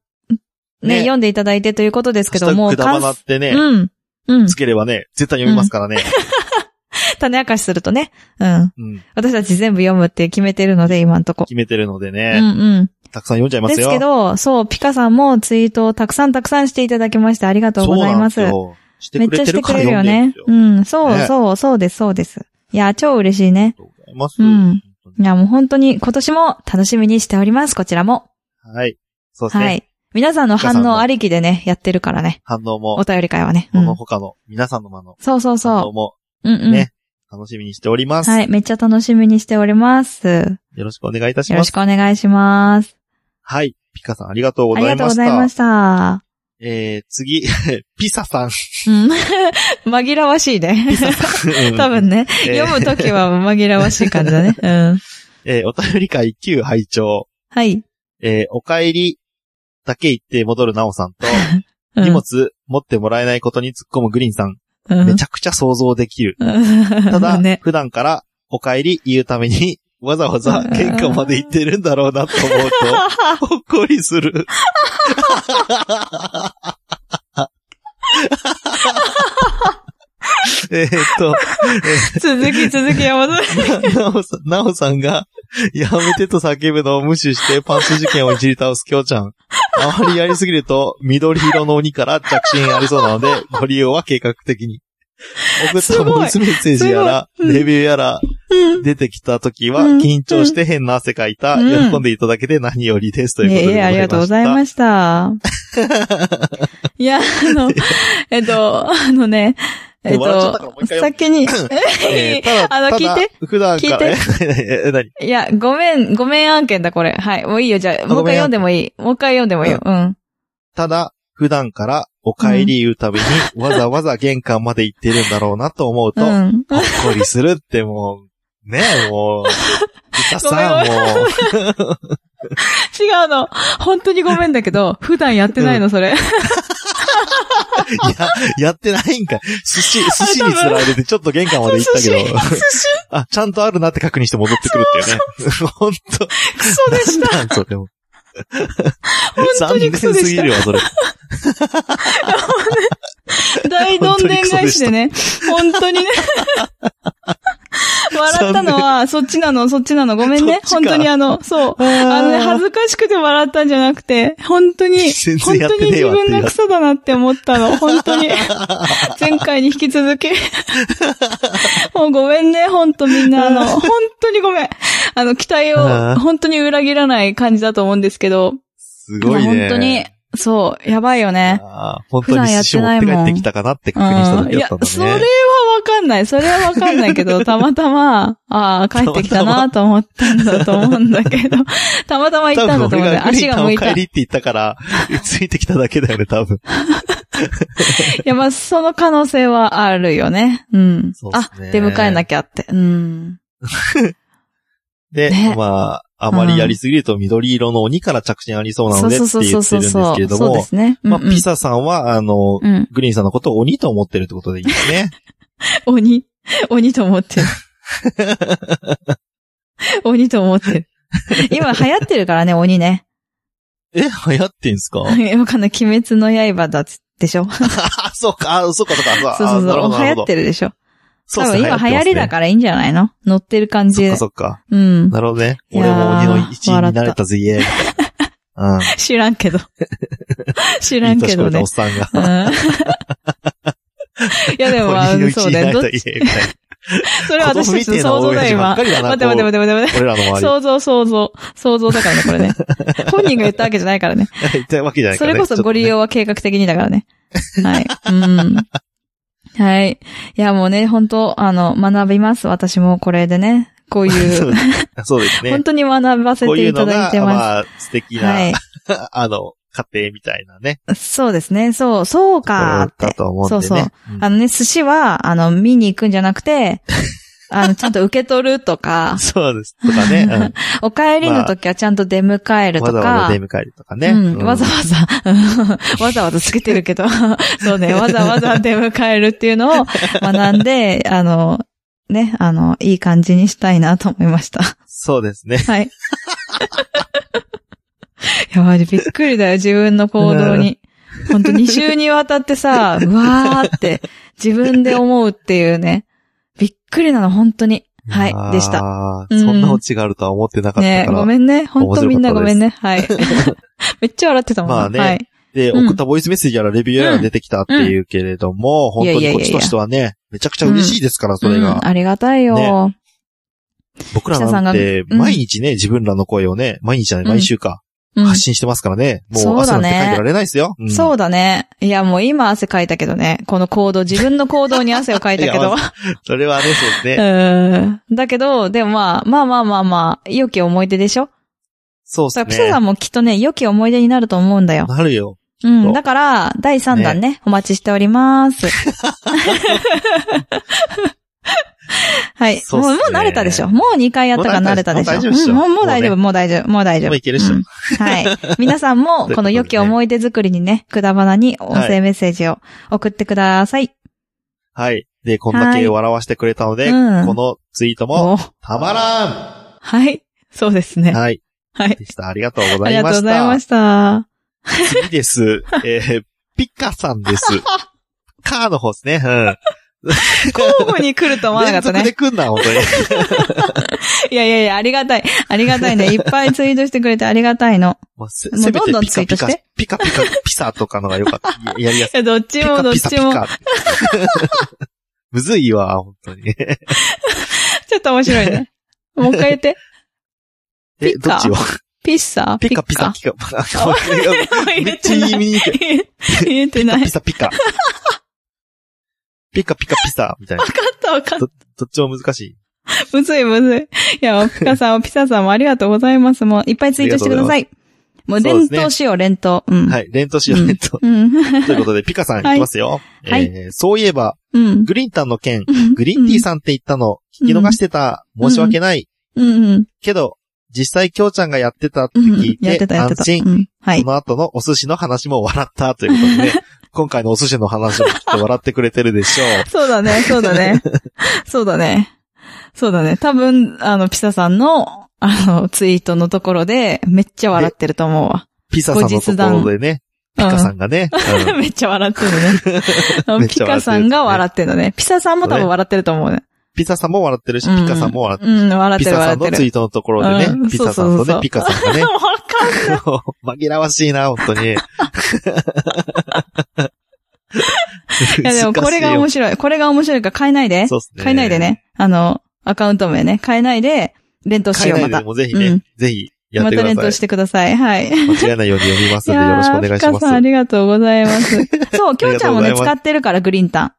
S1: ね
S2: ね、読んでいただいてということですけど
S1: ハッ
S2: も、
S1: シュタグくだばな
S2: 感
S1: っ
S2: 想
S1: てね、
S2: うん。うん
S1: つ。ければね、絶対読みますからね。
S2: 種明かしするとね。うん。
S1: うん。
S2: 私たち全部読むって決めてるので、今んとこ。
S1: 決めてるので
S2: うんう
S1: ね、
S2: ん。
S1: たくさん読んじゃいま
S2: ですす
S1: よ。
S2: けど、そう、ピカさんもツイートをたくさんたくさんしていただきましてありがとうございます。
S1: そうなんですよ。して
S2: めっ
S1: く
S2: ち
S1: れ
S2: ゃ
S1: て
S2: して
S1: る
S2: く
S1: から
S2: れる
S1: 読
S2: よ
S1: んでるん
S2: ね
S1: です。よ。あ
S2: うん、そう
S1: ね
S2: そう、そうです、そうです。いや、超嬉しいね。
S1: りがとうございます。
S2: うんいや、もう本当に今年も楽しみにしております、こちらも。
S1: はい。そうですね。
S2: はい。皆さんの反応ありきでね、やってるからね。
S1: 反応
S2: お
S1: も、
S2: 便り会はね。う
S1: こ
S2: ん
S1: の他の皆さんの間の
S2: そうそう
S1: 反応
S2: そ
S1: も
S2: う。うんうん。
S1: ね、楽しみにしております。
S2: はい。めっちゃ楽しみにしております。
S1: よろしくお願いいたし
S2: よろ
S1: ま
S2: し
S1: す。
S2: くお願いします。
S1: はい。ピカさんありがとうござ
S2: あり
S1: い
S2: がと
S1: まし
S2: うございま
S1: た。
S2: した。
S1: えー、次、 *laughs* ピサさん。
S2: うん。 *laughs* 紛らわしいね。
S1: *laughs*
S2: 多分ね、
S1: えー
S2: 読むときは紛らわしい感じ
S1: *laughs*
S2: だね。うん。
S1: えーお便り会9拝聴
S2: はい。
S1: えーお帰りだけ行って戻るナオさん
S2: *laughs*
S1: と、
S2: うん
S1: 荷物持ってもらえないことに突っ込むグリーンさん、
S2: うん
S1: めちゃくちゃ想像できる。た
S2: た
S1: だ、
S2: *laughs* ね。
S1: 普段からお帰り言うために、わざわざ喧嘩まで行ってるんだろうなと思うと、ほっこりする。えーっと、
S2: *laughs* 続き続き山本。
S1: なおさん、なおさんが、やめてと叫ぶのを無視してパンツ事件をいじり倒すきょうちゃん。あまりやりすぎると、緑色の鬼から着信ありそうなので、ご利用は計画的に。送ったボイスメッセージやら、
S2: すごいうん
S1: レビューやら、出てきた時は、
S2: うん
S1: 緊張して変な汗かいた、
S2: うん
S1: 喜んでいただけて何よりです。ということで
S2: ええ、ありがとうござい
S1: す。
S2: ました。
S1: *laughs*
S2: いや、あの、えっと、あのね、えっ
S1: 笑っちゃったからもう
S2: と、
S1: 一回読
S2: 先に、
S1: *laughs* えーただ
S2: あ
S1: た
S2: の
S1: だ
S2: 聞い
S1: 普段から、 *laughs* え、え何
S2: いや、ごめん、ごめん案件だ、これ。はい、もういいよ、じゃあ、もう一
S1: ごめ
S2: 回
S1: ん案
S2: 読
S1: 件
S2: んでもいい。もう一回読んでもいいよ。うん。
S1: ただ、普段からお帰り言うたびに、わざわざ玄関まで行ってるんだろうなと思う
S2: う
S1: と、
S2: ん。
S1: ほっこりするってもう、ねえ、もう、ピカさん
S2: ご
S1: もう、
S2: 違うの。本当にごめんだ
S1: *laughs*
S2: けど、普段やってないの、それ。
S1: や、やってないんかい。寿司、寿司に釣られてちょっと玄関まで行ったけ
S2: 寿
S1: ど、あ、ちゃんとあるなって確認して戻ってくるっていうね。 *laughs* ほんと、
S2: クソでした。
S1: なんそれも。
S2: 本当にクソ
S1: 残
S2: で
S1: 念すぎ
S2: した
S1: る。わ、それ。
S2: 大どんでん返しで
S1: *laughs*
S2: ね。本当にね。笑ったのは、そっちなの、そっちなの。ごめんね。
S1: そっ
S2: 本
S1: ちか
S2: 当にあの、そう。あのね、恥ずかしくて笑ったんじゃなくて、本当に、
S1: 全
S2: 本
S1: 然やっ
S2: 当
S1: て
S2: に
S1: ねえ
S2: 自
S1: わって
S2: 分がクソだなって思った
S1: *laughs*
S2: の。本当に。前回に引き続き。もうごめんね、本当みんな、あの、本当にごめん。あの、期待
S1: あ
S2: を
S1: ー
S2: 本当に裏切らない感じだと思うんですけど。
S1: すごいね。
S2: 本当に、そう、やばいよね。
S1: あー。本当に寿司持って帰ってきたかなって確認しただ
S2: うん
S1: け
S2: い
S1: だ
S2: や
S1: ったん、
S2: それ
S1: だ
S2: は
S1: ね。
S2: わかんない。それはわかんないけ
S1: *laughs*
S2: ど、たまたま、ああ、帰ってきたなと思ったんだと思うんだけ
S1: *laughs*
S2: ど、たまたま行ったんだ
S1: 多
S2: と
S1: 分
S2: 思
S1: *laughs* 俺
S2: うね。
S1: がグリー
S2: 足
S1: ン
S2: が
S1: さんお
S2: 向いた。
S1: 帰
S2: い
S1: りって言ったから、ついてきただけだよね、多
S2: *laughs*
S1: 分。
S2: や、まあ、その可能性はあるよね。うん。
S1: そうっ
S2: あ
S1: すね、
S2: 出迎えなきゃって。うん。
S1: で、
S2: ね
S1: まあ、あまりやりすぎると緑色の鬼から着信ありそうな
S2: そ
S1: の
S2: う
S1: でって
S2: そう
S1: 言って
S2: そ
S1: る
S2: うん
S1: で
S2: そう
S1: すけ
S2: そう。そ
S1: れど
S2: うそうで
S1: も、
S2: すね。うん
S1: ま
S2: う
S1: あ、
S2: ん
S1: ピサさんは、あの、
S2: うん。
S1: グリーンさんのことを鬼と思ってるってことでいいです
S2: *laughs*
S1: ね。 *laughs*
S2: 鬼。鬼と思ってる。鬼と思ってる。今流行ってるからね、鬼ね。
S1: え、流行ってんすか
S2: わかんない。鬼滅の刃だっつでしょそう
S1: あ、そうか、あそうか、そうか、
S2: そうそう。
S1: あなるほど、なる
S2: 流行
S1: ほど。
S2: ってるでしょ。
S1: そ
S2: 多
S1: うっす
S2: 分
S1: ね
S2: 今流行りだからいいんじゃないの乗ってる感じ
S1: そっか
S2: で。
S1: そっか。
S2: うん。
S1: なるほどね。
S2: いや
S1: 俺
S2: ー
S1: も鬼の一員になれたぜ、イエーイみたいな。うん。
S2: 知らんけど。知ら
S1: いい
S2: んけ
S1: 年こ
S2: ど
S1: いた
S2: ね
S1: おっ。さんが。 *laughs*
S2: うんいやでもまあ、
S1: 鬼の一
S2: そ
S1: 員
S2: う
S1: に
S2: だ
S1: な
S2: よ。ど
S1: れ
S2: った
S1: イエーイ
S2: *laughs*
S1: みたい
S2: それ
S1: な。
S2: は
S1: 子供
S2: 私た
S1: み
S2: ち
S1: て
S2: の
S1: えな
S2: 想像
S1: 親
S2: だ
S1: 父ば
S2: よ、今
S1: っ。かりだな。
S2: 待って待って
S1: っ
S2: 待って待って
S1: て。俺らの周
S2: 想像、想像。想像だからね、こ
S1: *laughs*
S2: れね。本人が言ったわけじゃないからね。
S1: り。 *laughs* 言ったわけじゃないか
S2: そ
S1: らね。
S2: れこそご利
S1: ちょっ
S2: 用は計画的にだからね。はい。うん。はい。いや、もうね、本当あの、学びます。私もこれでね。こうい
S1: と
S2: う、
S1: ね。 *laughs* そうですね。
S2: 本当に学ばせ
S1: こう
S2: て
S1: いう
S2: い
S1: の
S2: ただ
S1: が
S2: いて、ま
S1: まあ、素敵
S2: す。
S1: な、
S2: はい。
S1: *laughs* あの、家庭みたいなね。
S2: そうですね。そう、そうかーっ
S1: だ
S2: て。
S1: と思うんでね。
S2: そう
S1: う
S2: そう
S1: ん
S2: あのね、寿司は、あの、見に行くんじゃなく
S1: *laughs*
S2: て、あの、ちゃんと受け取るとか、
S1: そうです。とかね。
S2: *laughs*
S1: う
S2: お帰りの時はちゃんと出迎える
S1: ん、
S2: と
S1: わ
S2: か、
S1: ざわざ出迎えるとかね。
S2: うん、わざ
S1: わ
S2: わざ、 *laughs* わざわざつけてる
S1: *laughs*
S2: けど、そうね、わざわざ出迎えるっていうのを学んで、あの、ね、あの、いい感じにしたいなと思いました。
S1: そうですね。
S2: はい。 *laughs* やばい、びっくりだよ、自分の行動に。本当2週にわたっ
S1: *laughs*
S2: てさ、うわーって、自分で思うっていうね。びっくりなの、本当に。はい、でした。
S1: た
S2: うん
S1: そんなオチがあるとは思ってなかった
S2: ね
S1: か
S2: ご
S1: ら。
S2: めんね。本当みんなごめん
S1: 面
S2: ね。はい。 *laughs* めっちゃ笑ってたもん。
S1: まあね
S2: はい。
S1: で、
S2: うん
S1: 送ったボイスメッセージやらレビューやら出てきたっていうけれども、
S2: うん
S1: 本当にこっちとしてはね、めちゃくちゃ嬉しいですから、それ
S2: うん
S1: が。
S2: ありがたいよ。
S1: ね僕らなんて、
S2: うん
S1: 毎日ね、自分らの声をね、毎日じゃない、
S2: うん
S1: 毎週か、
S2: うん
S1: 発信してますからね。もう
S2: そう
S1: 汗
S2: だ
S1: なんて
S2: ね
S1: かいてられないですよ。うん
S2: そうだね。いや、もう今汗かいたけどね。この行動、自分の行動に汗をかいたけ
S1: *laughs* いや
S2: ど
S1: ま。それはね、そうですね。
S2: *laughs* うん。だけど、でもまあ、まあまあまあまあ、良き思い出でしょ
S1: そう
S2: だか
S1: で
S2: ら、プ
S1: す
S2: サさ
S1: ね
S2: ん。もきっとね、良き思い出になると思うんだよ。
S1: なるよ。
S2: う
S1: そ
S2: ん。
S1: う
S2: だから、第3弾ね、お待ちしてお
S1: *laughs*
S2: ります。はい。
S1: そうっ
S2: も
S1: す
S2: う、
S1: ね
S2: もう慣れたでしょもう2回やったから
S1: もう
S2: 慣
S1: 慣
S2: れ
S1: れ
S2: た
S1: た
S2: で
S1: で
S2: し
S1: しょ
S2: ょうんもう、もう大丈夫、
S1: もう
S2: もう大丈夫。
S1: もういけるっしょ
S2: うん
S1: *laughs*
S2: はい。皆さんも、この良き思い出作りにね、くだばなに音声メッセージを送ってください。
S1: はい。で、こんだけ笑わせてくれたので、
S2: うん
S1: このツイートも、
S2: お
S1: たまら
S2: はい。そうですね。
S1: んはい。
S2: はい。
S1: でした。ありがとうご
S2: あ
S1: ざ
S2: り
S1: い
S2: が
S1: ま
S2: とう
S1: し
S2: ござい
S1: た *laughs*
S2: ま。した。
S1: 次
S2: *laughs*
S1: です。えー、ピカさんです。カーの方ですね。うん。
S2: 交互に来ると思わなか
S1: 連
S2: った
S1: 続で。来
S2: ね
S1: んな、本当
S2: *laughs*
S1: に。
S2: いやいやいや、ありがたい。ありがた
S1: *laughs*
S2: いね。いっぱいツイートしてくれてありがたいの。
S1: もうせ
S2: もう
S1: せめ
S2: どんどん
S1: てピ
S2: ツイ
S1: カ
S2: ー
S1: ピ
S2: トし
S1: カ
S2: て、
S1: ピカピカピサとかのがよかった。ややりやす
S2: いや、どっ
S1: い。
S2: ちもどっ
S1: ピカ
S2: ち
S1: ピサ
S2: も。
S1: ピカ。 *laughs* むずいわ、本当に。
S2: ちょっと面白いね。 *laughs* もう一回言って。
S1: え、
S2: ピ
S1: ど
S2: カ
S1: っちを
S2: ピッサ
S1: *laughs* ピカピサ。ピカ。
S2: *laughs*
S1: め
S2: 言え
S1: っちゃ
S2: てない
S1: い。見にくい
S2: 言えて
S1: ピ
S2: な
S1: カ
S2: い。
S1: *laughs* ピ
S2: わ
S1: サピ
S2: *laughs*
S1: カ。ピカピカピサ、みたいな。
S2: か *laughs* ったわかっ
S1: ど
S2: た。
S1: っちも難しい。
S2: むずいむずい。いや、ピカさん、ピサさんもありがとうございます。もういっぱいツイートしてください。もう
S1: りがとうございます
S2: 連投しよう、連投。うん。
S1: はい、連投しよう、連投。
S2: うん。
S1: *laughs* ということで、ピカさんいきますよ。
S2: はい
S1: えーそういえば、
S2: うん。
S1: グリンタンの件、グリ
S2: う
S1: ン
S2: ん
S1: ティーさんって言ったの、聞き逃してた。
S2: ん
S1: 申し訳ない。
S2: うんうん。
S1: けど、実際、きょうちゃんがやってたって
S2: うん
S1: 聞い
S2: やって
S1: て、
S2: た、やって
S1: 安
S2: た。
S1: 心
S2: う。ん。はい
S1: そ。の後のお寿司の話も笑ったということでね、
S2: *laughs*
S1: 今回のお寿司の話もきっと笑ってくれてるでしょう。
S2: そう
S1: *laughs*
S2: だね、そうだね。そうだね。そうだね。多分、あの、ピサさんの、あの、ツイートのところで、めっちゃ笑ってると思うわ。
S1: ピサさんのところでね、ピカさんがね、
S2: *laughs*
S1: うん
S2: めっちゃ笑ってる
S1: *laughs* め
S2: ね。
S1: っ
S2: ピ
S1: ちゃ笑ってる
S2: カさんが笑ってるのね。ピサさんも多分笑ってると思うね。
S1: ピサさんも笑ってるし、
S2: うん
S1: ピカさんも笑って
S2: う
S1: るし。
S2: ん、笑っ
S1: ピ
S2: てる
S1: サさ
S2: 笑
S1: ん
S2: っ
S1: の
S2: てる。
S1: ツイートのところで
S2: うん
S1: ね、ピサさん
S2: そ
S1: と
S2: うそうそう、
S1: ね、ピカさんがね
S2: *laughs* わかんない。
S1: 紛らわしいな、本当
S2: *laughs*
S1: に。*laughs*
S2: いやでもこれが面白い。これが面白いから変えないで。
S1: そうっすね
S2: 変えないでね。あの、アカウント名ね。変えないで、連投しよう、ま
S1: 海外
S2: た
S1: で。もぜひ
S2: う
S1: ね
S2: ん、
S1: ぜひやっ
S2: ま
S1: て
S2: た
S1: くだ
S2: 連投し
S1: さい。
S2: てください。はい。
S1: 間違えないように読みますので、よろしくお願い
S2: やー
S1: し
S2: 深
S1: ま
S2: さんあ
S1: す。
S2: りがとうござ
S1: *laughs*
S2: います。そう、きょうちゃんも
S1: あ
S2: ね、
S1: りがとうございます
S2: 使ってるから、グリンタ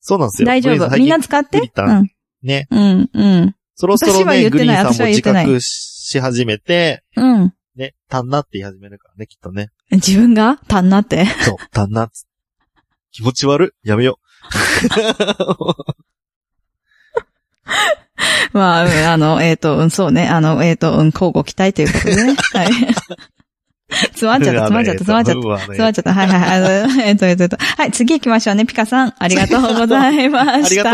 S1: そうなんですよ。
S2: ン。大丈
S1: とりあえ
S2: 夫。
S1: ず
S2: みんな使って。
S1: グリンタ
S2: うん
S1: ン。ね、
S2: うん、うん。
S1: そろそろ
S2: 私は言
S1: ね、
S2: って
S1: グ
S2: ない
S1: リーンさん
S2: 私は
S1: も
S2: 言っ
S1: 自
S2: てない
S1: 覚し始めて、
S2: うん。
S1: ね、単なって言い始めるからね、きっ
S2: *laughs*
S1: とね。
S2: 自分が単なって。 *laughs*
S1: そう、単なっつ。気持ち悪いやめよ
S2: まあ、うんあの、えっ、と、うん、そうね。あの、えっ、と、うん、交互期待ということ
S1: *laughs*
S2: でね。はい。 *laughs* つま
S1: う。
S2: んじゃった、つまんじゃった、つまんじゃった。
S1: た
S2: つまんじゃった。はいはいはいあの。 *laughs* えっと、えっと、えっと。はい、次行きましょうね。ピカさん、ありがとうございました。
S1: ありがとうございました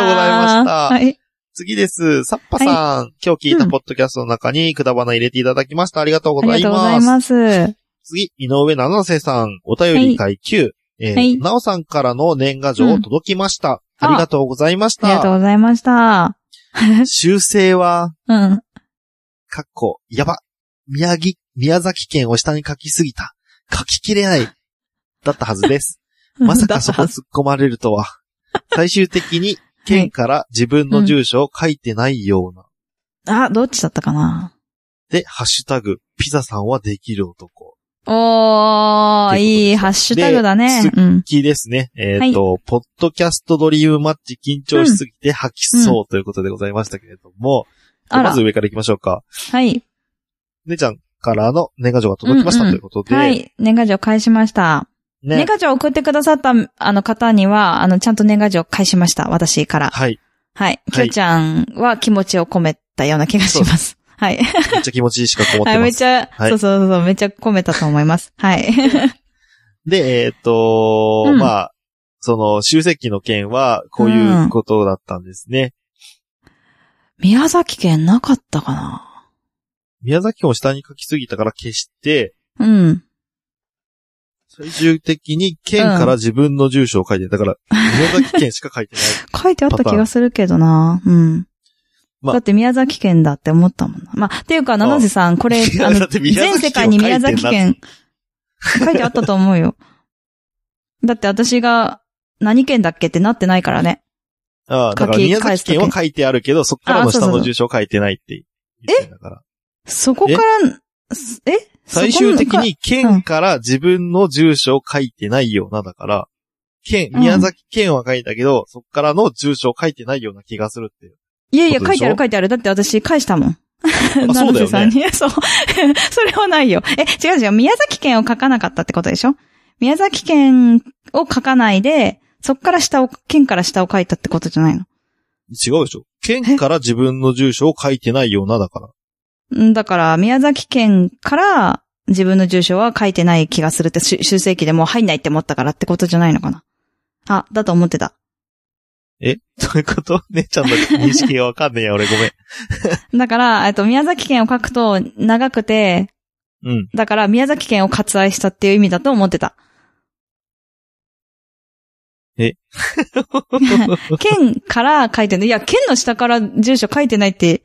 S2: はい。
S1: 次です。サッパさん、今日聞いたポッドキャストの中にくだばな入れていただきました。ありがとうご
S2: あ
S1: ざ
S2: りが
S1: い
S2: とうご
S1: ま
S2: ざ
S1: す。
S2: います。
S1: 次、井上七瀬さん、お便り階級。えー
S2: はい
S1: なおさんからの年賀状
S2: うん
S1: 届きました。
S2: あ
S1: ありがとうございまし
S2: ありがとう
S1: た。
S2: ございました。
S1: 修正は、
S2: うん。
S1: かっこ、やば。宮城、宮崎県を下に書きすぎた。書ききれない。だったはず
S2: *laughs*
S1: です。まさかそこ
S2: だったはず
S1: 突っ込まれるとは。最終的
S2: *laughs*
S1: に、県から自分の住所を書いてないような。
S2: あ、どっちだったかな
S1: で、ハッシュタグ、ピザさんはできる男。
S2: おー、いいハッシュタグだね
S1: で。
S2: うん。
S1: 気ですね。えっ、と、ポッドキャストドリームマッチ緊張しすぎて吐きそうということでございましたけれども、
S2: あら
S1: まず、上から行きましょうか。
S2: はい。
S1: 姉ちゃんからの年賀状が届きました
S2: うんう
S1: と
S2: ん
S1: いうことで、
S2: はい。年賀状返しました。年
S1: ね。
S2: 賀状送ってくださった、あの方には、あの、ちゃんと年賀状返しました。私から。
S1: はい。
S2: はい。きょちゃんは気持ちを込めたような気がします。はい。
S1: めっちゃ気持ちいいしかこもっ
S2: は
S1: て
S2: い、
S1: ま
S2: め
S1: す。
S2: ちゃ、
S1: はい
S2: そうそうそう、めちゃ込めたと思います。はい。
S1: で、えっ、と、
S2: うん
S1: まあ、その、集積の件は、こういうことだったんですね。
S2: 宮崎県なかったかな
S1: 宮崎県を下に書きすぎたから消して、
S2: うん。
S1: 最終的に県から自分の住所を書いて、だから、宮崎県しか書いてない。
S2: 書いてあった気がするけどな。うん。
S1: まあ
S2: だって宮崎県だって思ったもんな。まあ、っていうか、七瀬さん、 *laughs* これ、
S1: いや
S2: あの
S1: だって、 *laughs* 宮崎
S2: 全世界に宮崎県、書いてあったと思うよ。だって私が、何県だっけってなってないからね。
S1: ああ、だから
S2: 書き
S1: 宮崎県は書いてあるけど、そこからの下の住所を書いてないって言ってんだから。
S2: そこから、え
S1: 最終的。
S2: そこの
S1: に県から自分の住所を書いてないような、だから、県、
S2: うん
S1: 宮崎県は書いたけど、そこからの住所を書いてないような気がするっていう。
S2: いやいや、
S1: こと
S2: 書
S1: でしょ
S2: いてある書いてある。だって私返したもん。 *laughs*
S1: あ、そうだ
S2: 瀬
S1: よ
S2: さん
S1: ね。
S2: に。そう。それはないよ。え、違う違う。宮崎県を書かなかったってことでしょ宮崎県を書かないで、そっから下を、県から下を書いたってことじゃないの
S1: 違うでしょ。県から自分の住所を書いてないような、だから。
S2: んだから、宮崎県から自分の住所は書いてない気がするって、し修正期でもう入んないって思ったからってことじゃないのかなあ、だと思ってた。
S1: え *laughs* どういうこと姉ちゃんの認識がわかんねえや、俺ごめ
S2: だから、えっと、宮崎県を書くと長くて、
S1: ん。
S2: *laughs*
S1: うん。
S2: だから宮崎県を割愛したっていう意味だと思ってた。県から書いてない。いや、県の下から住所書いてないって、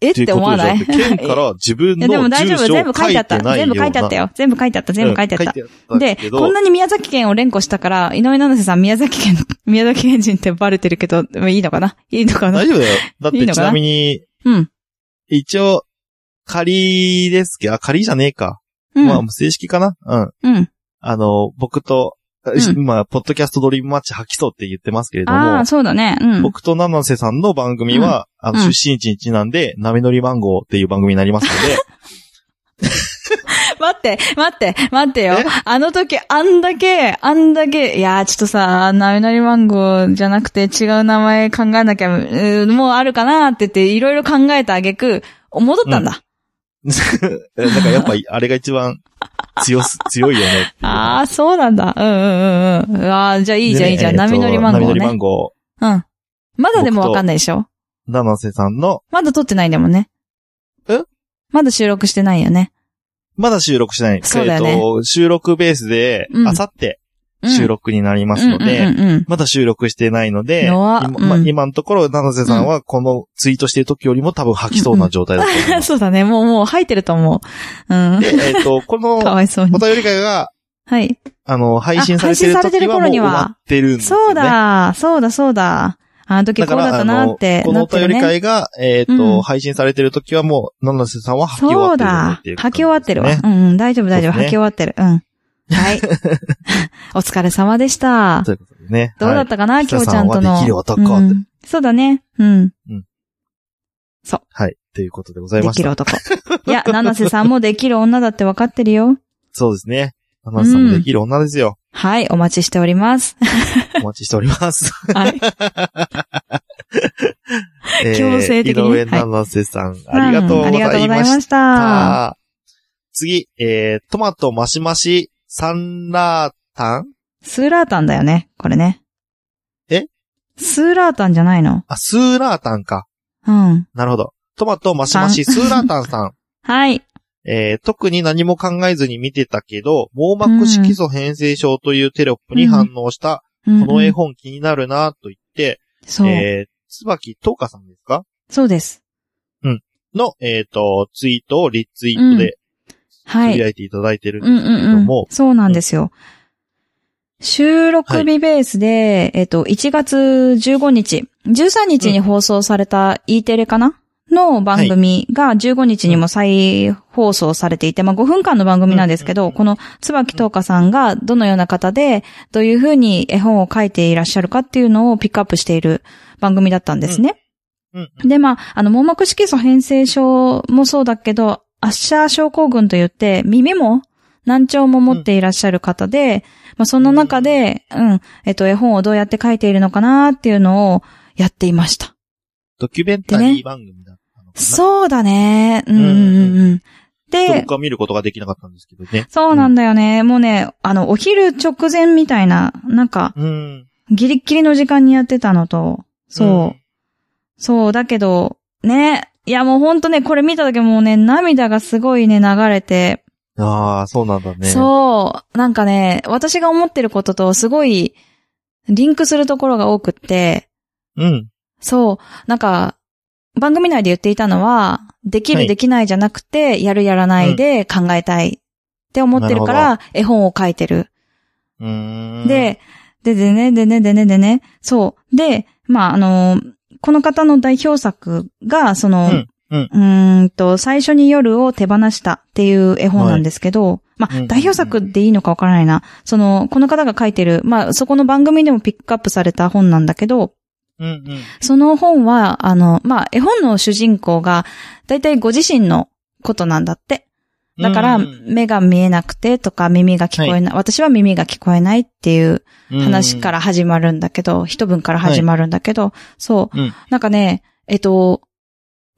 S2: えって思わない
S1: っていうことでしょ県から自分
S2: い
S1: の
S2: や、
S1: 住
S2: で
S1: 所
S2: も
S1: を書い
S2: 大
S1: て
S2: 丈夫。
S1: ないような。
S2: 全部書いてあった。全部書いてあったよ。全部書いてあった。全部書いてあった。
S1: うん。書いてあった
S2: で、
S1: けど
S2: こんなに宮崎県を連呼したから、井上七瀬さん、宮崎県、 *laughs* 宮崎県人ってバレてるけど、まあいいのかないいのかな
S1: 大丈夫だよ。だっ
S2: いい
S1: て
S2: の
S1: ち
S2: かな
S1: なみに、
S2: うん。
S1: 一応、仮ですけど、あ、仮じゃねえか。
S2: うん。
S1: まあ、正式かなうん。
S2: うん。
S1: あの、僕と、
S2: ん
S1: 今、ポッドキャストドリームマッチ吐きそうって言ってますけれど
S2: あ
S1: も
S2: あ、、そうだね。うん。
S1: 僕と七瀬さんの番組は、あの、
S2: うん
S1: 出身地日なんで、波乗り番号っていう番組になります
S2: *laughs*
S1: ので、
S2: 待って、待って、待ってよ
S1: え。
S2: あの時、あんだけ、あんだけ、いやー、ちょっとさ、なみなりマンゴーじゃなくて違う名前考えなきゃ、うーもうあるかなって言って、いろいろ考えたあげく、戻ったんだ。
S1: だからやっぱ、あれが一番強す、強いよねっていう。
S2: ああ、そうなんだ。うんうんうんうん。ああ、じゃあいいじゃん、
S1: でね
S2: いいじゃ
S1: え
S2: ん。
S1: ーと
S2: 波乗りマンゴ
S1: 波乗
S2: ー
S1: り番
S2: ね。
S1: 号、
S2: うん。まだでもわかんないでしょ
S1: 七瀬さんの、
S2: まだ撮ってないんだもんね。
S1: え
S2: まだ収録してないよね。
S1: まだ収録してない。
S2: そうだよね
S1: えっと、収録ベースで、
S2: うん
S1: あさって
S2: うん
S1: 収録になりますので、
S2: うんうんうんうん
S1: まだ収録してないので、
S2: 弱
S1: 今,、
S2: うん
S1: まあ今のところ、七瀬さんはこのツイートしてる時よりも多分吐きそうな状態だと思います。
S2: *laughs* そうだね。もう、もう、吐いてると思う。うん。
S1: で、えっ、と、この
S2: *laughs* かわいそうに
S1: お。便り会が、
S2: はい。
S1: あの、配信されてる
S2: あ配信されて
S1: 時
S2: る
S1: はも
S2: 頃
S1: う
S2: に
S1: 終
S2: は
S1: わってるんですよ、ね。
S2: そう。だ、そうだ、そうだ。あの時
S1: だ
S2: こ
S1: か
S2: うだっ
S1: ら、
S2: たな
S1: あ
S2: っ
S1: の、
S2: て、
S1: この
S2: な
S1: お
S2: って
S1: 便
S2: る
S1: り
S2: ね。
S1: 会が、えっ、と、
S2: うん
S1: 配信されてる時はもう、七瀬さんは吐き終わっ
S2: そう
S1: てる
S2: だ
S1: ってい。感
S2: 吐
S1: じ
S2: き終わってるわ
S1: で。すね
S2: うん、うん大丈夫、大丈夫。
S1: そうですね
S2: 吐き終わってる。うん。
S1: *laughs*
S2: はい。お疲れ様でした。
S1: ということでね。
S2: どうだ
S1: は
S2: っ
S1: い
S2: たかな、
S1: い
S2: きょうちゃんと
S1: ひささんは
S2: の。
S1: できる男って
S2: うんそうだね。うん。
S1: はい。ということでござい
S2: で
S1: まし
S2: きる
S1: た。
S2: 男。いや、七瀬さんもできる女だって分かってるよ。
S1: そうですね。七瀬さんもできる女ですよ。
S2: はい、お待ちしております。
S1: お待ちしております。
S2: *laughs* はい。
S1: えー
S2: 強制的に
S1: 井
S2: ね
S1: 上七瀬さん、 *laughs* ありがとうご
S2: んありがと
S1: ざ
S2: うご
S1: い
S2: ざい
S1: ました
S2: ました。
S1: さあ、次、えー、トマトマシマシ、サンラータン
S2: スーラータンだよね、これね。
S1: え
S2: スーラータンじゃないの
S1: あ、スーラータンか。
S2: うん。
S1: なるほど。トマトマシマシ、スーラータンさん。
S2: はい。
S1: えー特に何も考えずに見てたけど、網膜色素変性症というテロップに反応した、
S2: こ
S1: この絵。本気になるなと言って、
S2: そう。
S1: えー、椿とうかさんですか
S2: そうです。
S1: の、えっ、と、ツイートをリツイートで、
S2: は
S1: つぶ
S2: い。
S1: やいていただいてるん
S2: うん
S1: です
S2: う
S1: けれど
S2: んうん
S1: も。、
S2: そうなんですよ。収録日ベースで、えっと、1月15日、13日に放送された E テレかなの番組が15日にも再放送されていて、まあ5分間の番組なんですけ
S1: うんう
S2: ど、
S1: んうん
S2: この椿東香さんがどのような方で、どういうふうに絵本を書いていらっしゃるかっていうのをピックアップしている番組だったんですね。
S1: うん
S2: で、まあ、あの、網膜色素変性症もそうだけど、アッシャー症候群と言って、耳も難聴も持っていらっしゃる方で、まあ、その中で、うん、えっと、絵本をどうやって書いているのかなっていうのをやっていました。
S1: ドキュメンタリー番組だったのかな。
S2: そうだね。うん、うんうん、うん。
S1: ちょっと
S2: で
S1: 僕、は見ることができなかったんですけどね。
S2: そうなんだよね。もうね、あの、お昼直前みたいな、なんか、
S1: うん。
S2: ギリッギリの時間にやってたのと、そう。
S1: うん
S2: そう、だけど、ね。いや、もうほんとね、これ見た時もうね、涙がすごいね、流れて。
S1: ああ、そうなんだね。
S2: そう。なんかね、私が思ってることとすごい、リンクするところが多くって、
S1: うん。
S2: そう、なんか、番組内で言っていたのは、できる、
S1: はい
S2: できないじゃなくて、やるやらないで考えたいって思ってる
S1: な
S2: から、絵本を書いてる。
S1: うーん。、
S2: で、ででね、でね、でね、でね、そう。で、まあ、あのーこの方の代表作が、その、
S1: うんうん
S2: ーんと、最初に夜を手放したっていう絵本なんですけど、ま
S1: うんうんう
S2: あ、
S1: ん
S2: 代表作でいいのかわからないな。その、この方が書いてる、まあ、そこの番組でもピックアップされた本なんだけど、
S1: うんうん。。
S2: その本は、あの、まあ、絵本の主人公が、だいたいご自身のことなんだって。だから、目が見えなくてとか、耳が聞こえない、私は耳が聞こえないっていう話からら始まるんだけど、一文から始まるんだけど、そ
S1: う
S2: う、
S1: ん
S2: なんかね、えっと、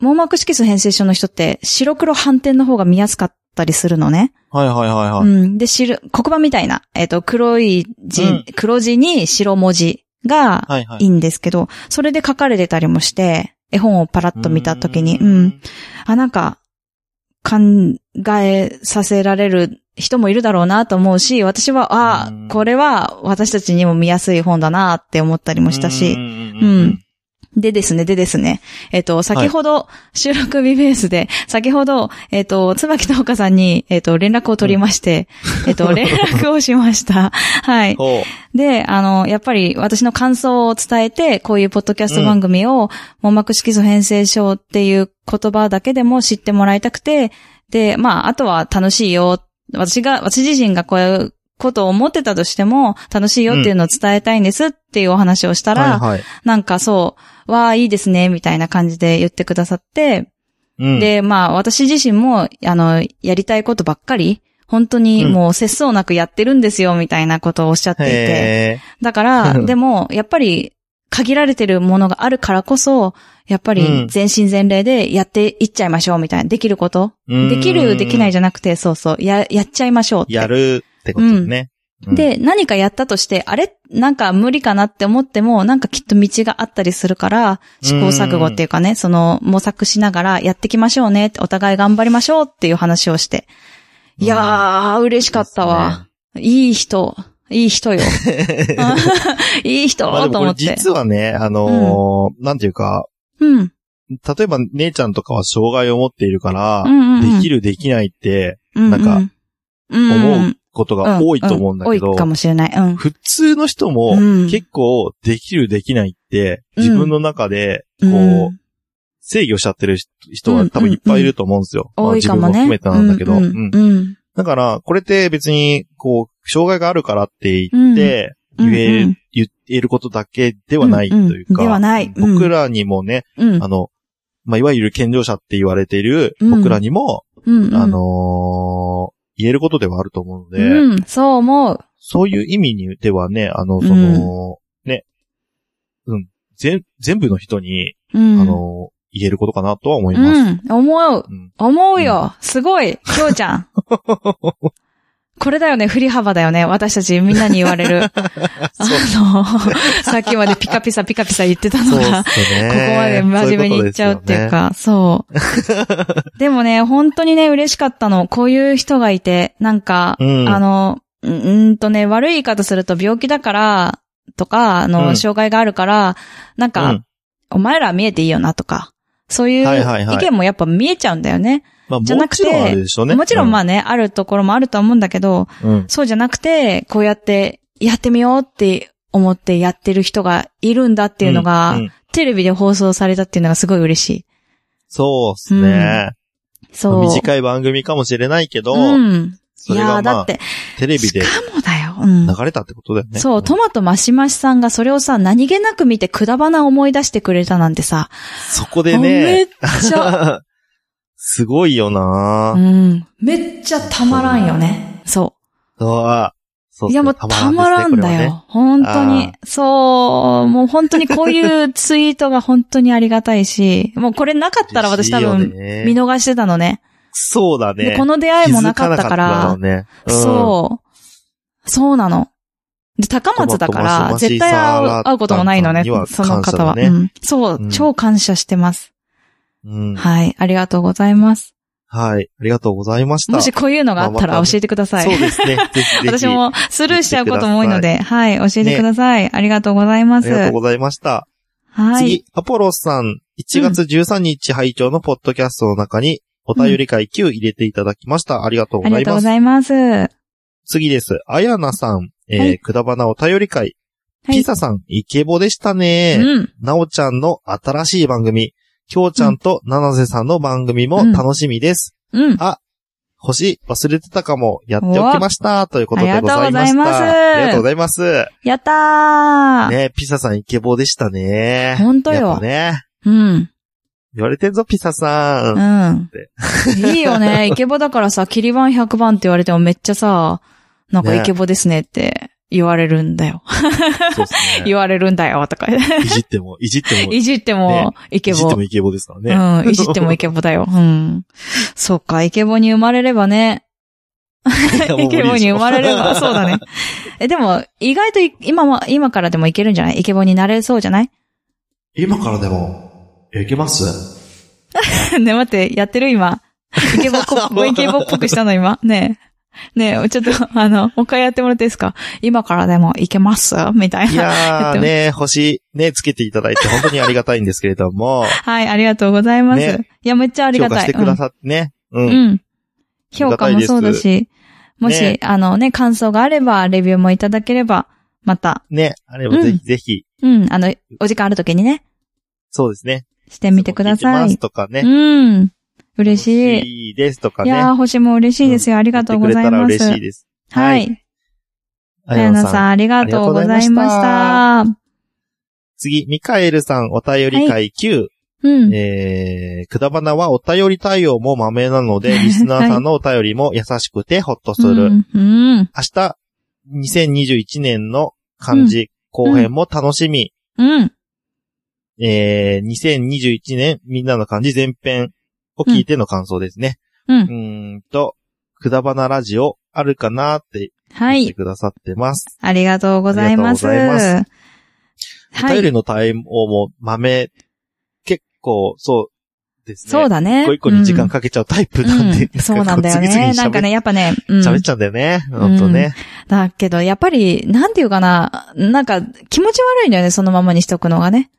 S2: 網膜色素変性症の人って白黒斑点の方が見やすかったりするのね。
S1: はいはいはいはい。
S2: うん。で、白、黒板みたいな、えっと、黒い字、
S1: うん
S2: 黒字に白文字が
S1: はいはい
S2: い。んですけど、それで書かれてたりもして、絵本をパラッと見た時に、うん。あ、なんか、考えさせられる人もいるだろうなと思うし、私は、あ
S1: う
S2: あ
S1: ん、
S2: これは私たちにも見やすい本だなって思ったりもした
S1: う
S2: し。
S1: ん
S2: うん。でですね、でですね。えっ、と、先ほど、収録日ベースで、先ほど、えっ、と、椿と岡さんに、えっ、と、連絡を取りまして、えっと、連絡をしました。はい。
S1: ほう。
S2: で、あの、やっぱり私の感想を伝えて、こういうポッドキャスト番組を、網膜色素変性症っていう言葉だけでも知ってもらいたくて、で、まあ、あとは楽しいよ。私が、私自身がこういうことを思ってたとしても、楽しいよっていうのを伝えたいんですっていうお話をしたら、
S1: はいはい。
S2: なんかそう、わあ、いいですね、みたいな感じで言ってくださって、
S1: うん、
S2: で、まあ私自身も、あの、やりたいことばっかり、本当に
S1: うん
S2: もう節操なくやってるんですよ、みたいなことをおっしゃっていて。
S1: へ
S2: だから、でも、やっぱり、限られてるものがあるからこそ、やっぱ
S1: う
S2: り
S1: ん
S2: 全身全霊でやっていっちゃいましょう、みたいな。できること
S1: ー
S2: できる、できない
S1: じ
S2: じゃなくて、そうそう、や、やっちゃいましょうって。
S1: やるってことですね。うん、
S2: で、何かやったとして、あれなんか無理かなって思っても、なんかきっと道があったりするから、試行錯誤っていうかね、その模索しながらやっていきましょうねって、お互い頑張りましょうっていう話をして。
S1: うん
S2: いやー、嬉しかったわ。いい人、いい人
S1: *laughs*
S2: よ。
S1: ですね。
S2: いい人
S1: まあでもこ
S2: と思
S1: れ
S2: って。
S1: 実はね、あのーなんていうか、
S2: うん。
S1: 例えば姉ちゃんとかは障害を持っているから、
S2: うんうんうん
S1: できるできないって
S2: うん
S1: なんか、
S2: 思
S1: 思うことが多いと思うんだけど、
S2: 多いかもしれない。うん。
S1: 普通の人も
S2: うん
S1: 結構できるできないって
S2: うん
S1: 自分の中でこう、
S2: うん
S1: 制御しちゃってる人は多分いっぱいいると思うんですよ。まあ
S2: 多いかもね。
S1: 自分も含めてなんだけど。
S2: う
S1: うん
S2: んうん。
S1: だから、これって別に、こう、障害があるからって言って、
S2: うん
S1: 言え、
S2: うん
S1: 言えることだけではないというか、
S2: うんうんではないうん
S1: 僕らにもね、
S2: うん。
S1: あの、まあ、いわゆる健常者って言われている
S2: うん
S1: 僕らにも、
S2: うんうん
S1: あのー言えることではあると思うので、
S2: うん、そう思う。
S1: そういう意味にではね、あの、その、ね、うん、全、全部の人に、
S2: うん。
S1: あのー言えることかなとは思います。
S2: うん、思う。
S1: うん *laughs*
S2: 思うよ。すごい、きょうちゃん。これだよね、振り幅だよね。私たちみんなに言わ
S1: *laughs*
S2: れる。あの、さっきまでピカピサピカピサ言ってたの
S1: そうっ
S2: が、
S1: すよね。
S2: *laughs* ここまで真面目に言っちゃうっていうか、そう
S1: *laughs*
S2: でもね、本当にね、嬉しかったの。こういう人がいて、なんか、
S1: うん
S2: あの、うーんとね、悪い言い方すると病気だから、とか、あの、
S1: うん
S2: 障害があるから、なん
S1: そういうことですよね。う
S2: か、
S1: ん
S2: お前らは見えていいよなとか、そういう
S1: はいはいはい
S2: 意見もやっぱ見えちゃうんだよね。
S1: まあ、
S2: じゃなくて
S1: もちろんあるでしょうね。
S2: もちろんまあね、あるところもあるとは思うんだけど、
S1: うん、うん。
S2: そうじゃなくて、こうやってやってみようって思ってやってる人がいるんだっていうのが、
S1: うんうん
S2: テレビで放送されたっていうのがすごい嬉しい。
S1: そうですね。
S2: そう。い
S1: 短い番組かもしれないけど、
S2: うん。い
S1: それ
S2: や
S1: が
S2: ー、
S1: ま
S2: だっ
S1: あ、
S2: て、
S1: テレビで
S2: しかもだよ。うん。
S1: 流れたってことだよね。
S2: そう、トマトマシマシさんがそれをさ、何気なく見てくだばな思い出してくれたなんてさ、
S1: そこで
S2: め
S1: ね
S2: っ、ち
S1: *laughs*
S2: ゃ、
S1: すごいよな
S2: う、ん、めっちゃたまらんよね。そう。
S1: そうそうっすね
S2: いや、もうたまらんだよ。。本当に。そう、もう本当にこういうツイートが本当にありがたいし、もうこれなかったら私多分見
S1: の、
S2: 逃してたのね。
S1: そうだね。
S2: でこの出会いもなかった
S1: 気
S2: から、
S1: づかなかっただろうねうん
S2: そう。そうなの。で、高松だから、
S1: トマトマシマシ
S2: 絶対会
S1: さん
S2: う会うこともないのね、
S1: には
S2: その方は。
S1: 感謝だ
S2: う
S1: ね
S2: ん、そうう、
S1: ん
S2: 超感謝してます。
S1: うん。
S2: はい、ありがとうございます。
S1: はい。ありがとうございました。
S2: もしこういうのがあった
S1: まあ
S2: ら
S1: また
S2: 教えてくだ *laughs* さい。
S1: そうですね。ぜひぜひ。
S2: 私もスルーしちゃうことも多いので、はい、教えてください、ありがとうござい
S1: あ
S2: ま
S1: りがとう
S2: す。
S1: ございました。
S2: はい。
S1: 次、アポロさん、1月13日拝聴のポッドキャストの中に、お便り会9入れていただきました。ありがとう
S2: あ
S1: ご
S2: り
S1: ざ
S2: が
S1: い
S2: とうご
S1: ます。
S2: ざいます。は
S1: 次です。あやなさん、えー
S2: はい
S1: くだばなお便り会。
S2: い
S1: ピ。サさん、イケボでしたね。
S2: うん。
S1: なおちゃんの新しい番組、きょうちゃんとななせさんの番組も楽しみです。
S2: うん。
S1: 星、忘れてたかも、やっておきました。ということでございました。あ
S2: あり
S1: り
S2: が
S1: が
S2: と
S1: と
S2: う
S1: う
S2: ご
S1: ございます。
S2: やったー。
S1: ねピサさん、イケボでしたね。
S2: ほんとよ
S1: やっぱね。
S2: うん。
S1: 言われてんぞ、ピサさん。
S2: うん
S1: て。
S2: いい
S1: *laughs*
S2: よね。イケボだからさ、キリバン100番って言われてもめっちゃさ、なんか
S1: ね
S2: イケボですねって言われるんだよ。
S1: そうっすね。
S2: *laughs* 言われるんだよとか。
S1: いじっても、いじっても、
S2: いじってもイケ
S1: いじっ
S2: ボ
S1: て。もイケボですからね。
S2: うん。いじってもイケボだよ。うん。そうか、イケボに生まれれば
S1: *laughs*
S2: ね。
S1: いや
S2: イケボに生まれれば、そう
S1: *laughs* もう
S2: だ。
S1: 無理
S2: ね
S1: でし。
S2: え、でも、意外とい今も、今からでもいけるんじゃないイケボになれそうじゃない
S1: ょ今からでも、いけます
S2: *laughs* ね、待って、やって
S1: *laughs*
S2: る今。イケボっぽ、イケボっぽくしたの今。ねえ。ねえ、ちょっと、 *laughs* あの、もう一回やってもらっていいですか今からでもいけますみたい
S1: い
S2: な。
S1: やーね、星、ね、つけていただいて本当にありがたいんですけれども、
S2: はい、ありがとうございます。
S1: ね
S2: いや、めっちゃあり
S1: 評
S2: が
S1: 価
S2: た
S1: し
S2: い。
S1: てくださってね。う
S2: うん
S1: ん。
S2: うん。評価もそうだし、もし、
S1: ね
S2: あのね、感想があれば、レビューもいただければ、また、
S1: ね、あればぜひぜひ、
S2: うん、あの、お時間ある時にね、
S1: そうですね。
S2: してみてくださ
S1: 聞いてま
S2: い
S1: す。とかね。
S2: うん。嬉しい。
S1: 欲しいですとか
S2: い
S1: ね。
S2: やー、星も嬉しいですよ。あ
S1: 言
S2: りが
S1: っ
S2: と
S1: て
S2: う
S1: く
S2: ご
S1: れ
S2: ざ
S1: た
S2: い
S1: ら
S2: ます。
S1: 嬉しいです。
S2: は。い。あやなさん、ありがとうございました。
S1: 次、ミカエルさん、お便り
S2: は
S1: 会9。
S2: うん。
S1: えー、くだばなはお便り対応もまめなので、リスナーさんのお便りも優しくてほっとする。
S2: うん。うん。
S1: 明日、2021年の漢字、後編も楽しみ。
S2: うん。
S1: えー、2021年、みんなの漢字前編を聞いての感想ですね。
S2: う。
S1: うんーんと、くだばなラジオあるかなって
S2: は
S1: 言って
S2: い。
S1: くださってます。
S2: ありがとうございます。
S1: ありがとうござい
S2: は
S1: お便
S2: い。
S1: りの対応も豆、結構、そうですね。
S2: そうだね。
S1: 一個一個に時間
S2: か
S1: かけちゃうタイプ
S2: る
S1: なんで、 *laughs*
S2: そうなんだよ
S1: こう次々
S2: ね。
S1: に
S2: なんかね、やっぱね、うん。
S1: 喋っちゃうんだよね。ほんとね。
S2: だけど、やっぱり、なんていうかな、なんか、気持ち悪いんだよね、そのままにしとくのがね。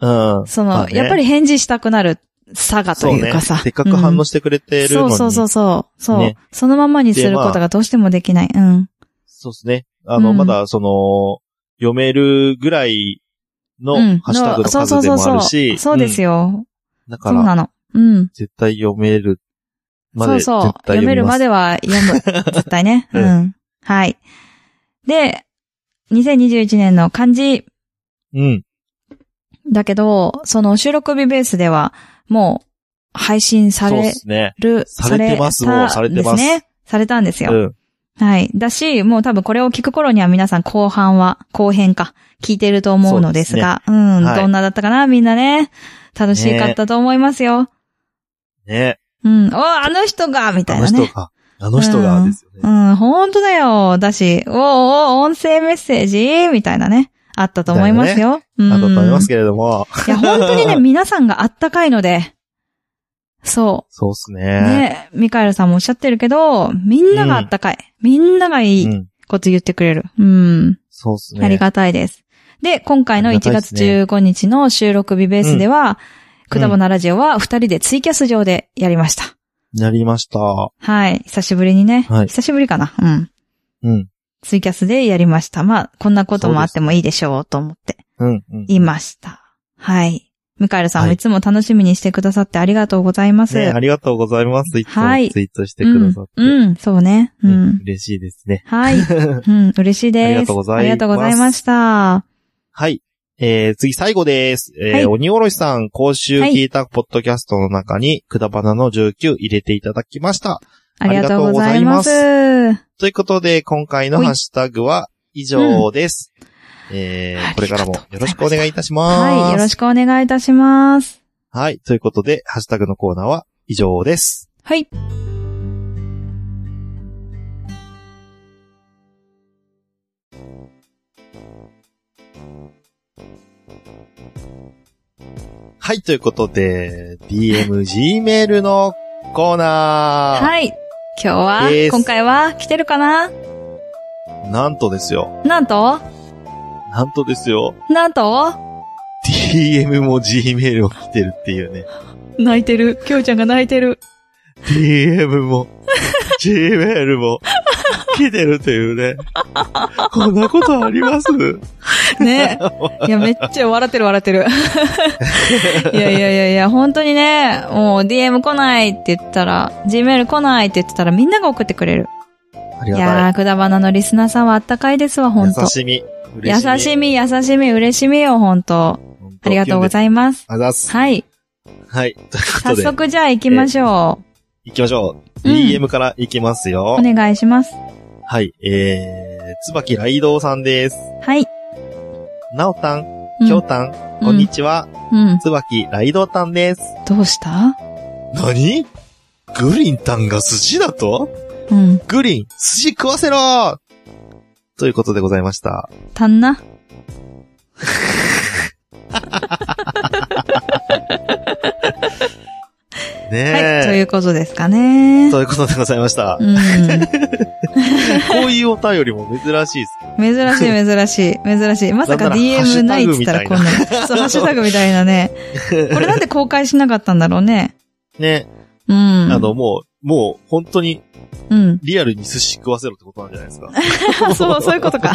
S1: うん。
S2: そ
S1: まあ
S2: の、
S1: ね
S2: やっぱり返事したくなる差がと
S1: そう
S2: いう
S1: ね
S2: か。さ。
S1: せっかく反応してくれてるのに。
S2: そうそうそうそう。そう、
S1: ね
S2: そのままにすることがどうしてもできない。うん。
S1: そうですね。あの、
S2: うん
S1: まだ、その、読めるぐらいの
S2: うん
S1: ハッシュタグの
S2: そうそ
S1: 数
S2: う
S1: で
S2: そう
S1: もあ
S2: そ
S1: る
S2: う。
S1: し。
S2: そうです
S1: よ。
S2: よ。
S1: だ
S2: そ
S1: か
S2: うな
S1: ら、
S2: の。うん。
S1: 絶対読めるま
S2: そ
S1: で。
S2: うそう。
S1: 絶対
S2: 読めるまでは読む。
S1: *laughs*
S2: 絶対ね。
S1: う
S2: うんん。はい。で、2021年の漢字
S1: みます。
S2: だけど、その収録日ベースでは、もう、配
S1: う
S2: 信
S1: ん。
S2: さ
S1: そうで
S2: れ
S1: すね。
S2: る、
S1: されてます
S2: た
S1: もうされてます
S2: ですね。されたんですよ。
S1: うん。
S2: はい。だし、もう多分これを聞く頃には皆さん後半は、後編か、聞いてると思うのですが、う
S1: は
S2: ん、
S1: い
S2: どんなだったかな、みんなね。楽しかったと思いますよ。
S1: ね。
S2: うん、おあの人がみた
S1: あ
S2: い
S1: の
S2: な
S1: 人
S2: ね。
S1: が、あの人がですよね。
S2: うん、ほんとだよ。だし、おーおー音声メッセージみたいなね。あったと思いますよ。うん。
S1: あったと思いますけれども。
S2: いや、本当
S1: *laughs*
S2: にね、皆さんがあったかいので、そ
S1: そうっすね。
S2: う。ね、ミカエルさんもおっしゃってるけど、みんながあったかい。みんながいうい
S1: ん。
S2: こと言ってくれる。うん。
S1: そうっすね。
S2: ありがたいです。で、今回の
S1: ありが
S2: 1
S1: たいです
S2: 月
S1: ね
S2: 15日の収録日ベースでは、
S1: う
S2: く
S1: ん
S2: だばなラジオは2人でツイキャス上でやりました。
S1: なりました。
S2: はい。久しぶりにね。
S1: はい
S2: 久しぶりかな。うん。
S1: うん。
S2: ツイキャスでやりました。まあ、こんなこともあってもいいでしょうと思って
S1: うん。うん。
S2: いました。はい。ミカエルさんも
S1: はい
S2: いつも楽しみにしてくださってありがとうございます。
S1: ね、ありがとうございます。いつも
S2: はい
S1: ツイートしてくださって。
S2: うん、うん、そうね。う
S1: うん
S2: ん。
S1: 嬉しいですね。 *laughs*
S2: はい。うん、嬉しいです。
S1: ありがとうございます
S2: ありがとうございました。
S1: はい。えー、次最後です。えー、
S2: はい
S1: 鬼おろしさん、今週
S2: はい
S1: 聞いたポッドキャストの中に、くだばなの19入れていただきました。
S2: ありがとうございます。
S1: あ
S2: あ
S1: ということで、今回の
S2: ほい
S1: ハッシュタグは以上です。え
S2: ありがと
S1: ー、
S2: う
S1: これからもよろしくお願いいたします。
S2: はい、よろしくお願いいたします。
S1: はい。ということで、ハッシュタグのコーナーは以上です。
S2: はい。
S1: はい。ということで、DMG メールのコーナー。
S2: はい。今日は
S1: で、す
S2: 今回は来てるかな
S1: なんとですよ。
S2: なんと
S1: なんとですよ。
S2: なんと
S1: DM も G メールも来てるっていうね。
S2: 泣いてる。きょうちゃんが泣いてる。
S1: DM
S2: *laughs*
S1: も、G メールも、来てるというね。こんなことあります *laughs*
S2: ね。いや、めっちゃ笑ってる笑ってる。いやいやいやいや、本当にね、もう DM 来ないって言ったら、Gmail 来ないって言ってたらみんなが送ってくれる。
S1: あり
S2: い
S1: が
S2: や
S1: たい。
S2: ー、くだばなのリスナーさんはあったかいですわ、本当
S1: 優しみ。嬉しみ。
S2: 優しみ、優しみ、嬉しみよ、本当
S1: 本当
S2: ありがとうございます。
S1: ありがとうございます。
S2: はい。
S1: はい。ということ
S2: 早
S1: で、
S2: 速じゃあ行きましょう。
S1: 行きましょう。
S2: うん
S1: DM から行きますよ。
S2: お願いします。
S1: はい。えー、つばきらいどうさんです。
S2: はい。
S1: なおたん、
S2: うん
S1: きょうたん、こんにちは。
S2: うん。
S1: つばきらいどうたんです。
S2: どうした
S1: なにグリンタンが筋だと
S2: うん。
S1: グリン、筋食わせろーということでございました。
S2: たんな。
S1: ね
S2: はい。とい
S1: え。
S2: うことですかね。
S1: ということでございま
S2: *laughs*
S1: した。
S2: うん。
S1: こういうお便りも珍しいですけど。*laughs*
S2: 珍しい、珍しい、珍しい。まさか
S1: なんならハッシ
S2: DM
S1: ュ
S2: な
S1: タ
S2: いっ
S1: グ
S2: て言っ
S1: み
S2: た
S1: た
S2: ら
S1: いな
S2: こんなの。 *laughs* そう、ハッシュタグみたいな
S1: *laughs*
S2: ね。これなんで公開しなかったんだろうね。
S1: ね、
S2: うん。
S1: あの、もう、もう、本当に、
S2: うん。 *laughs*
S1: リアルに寿司食わせろってことなんじゃないですか。
S2: そう、そういうことか。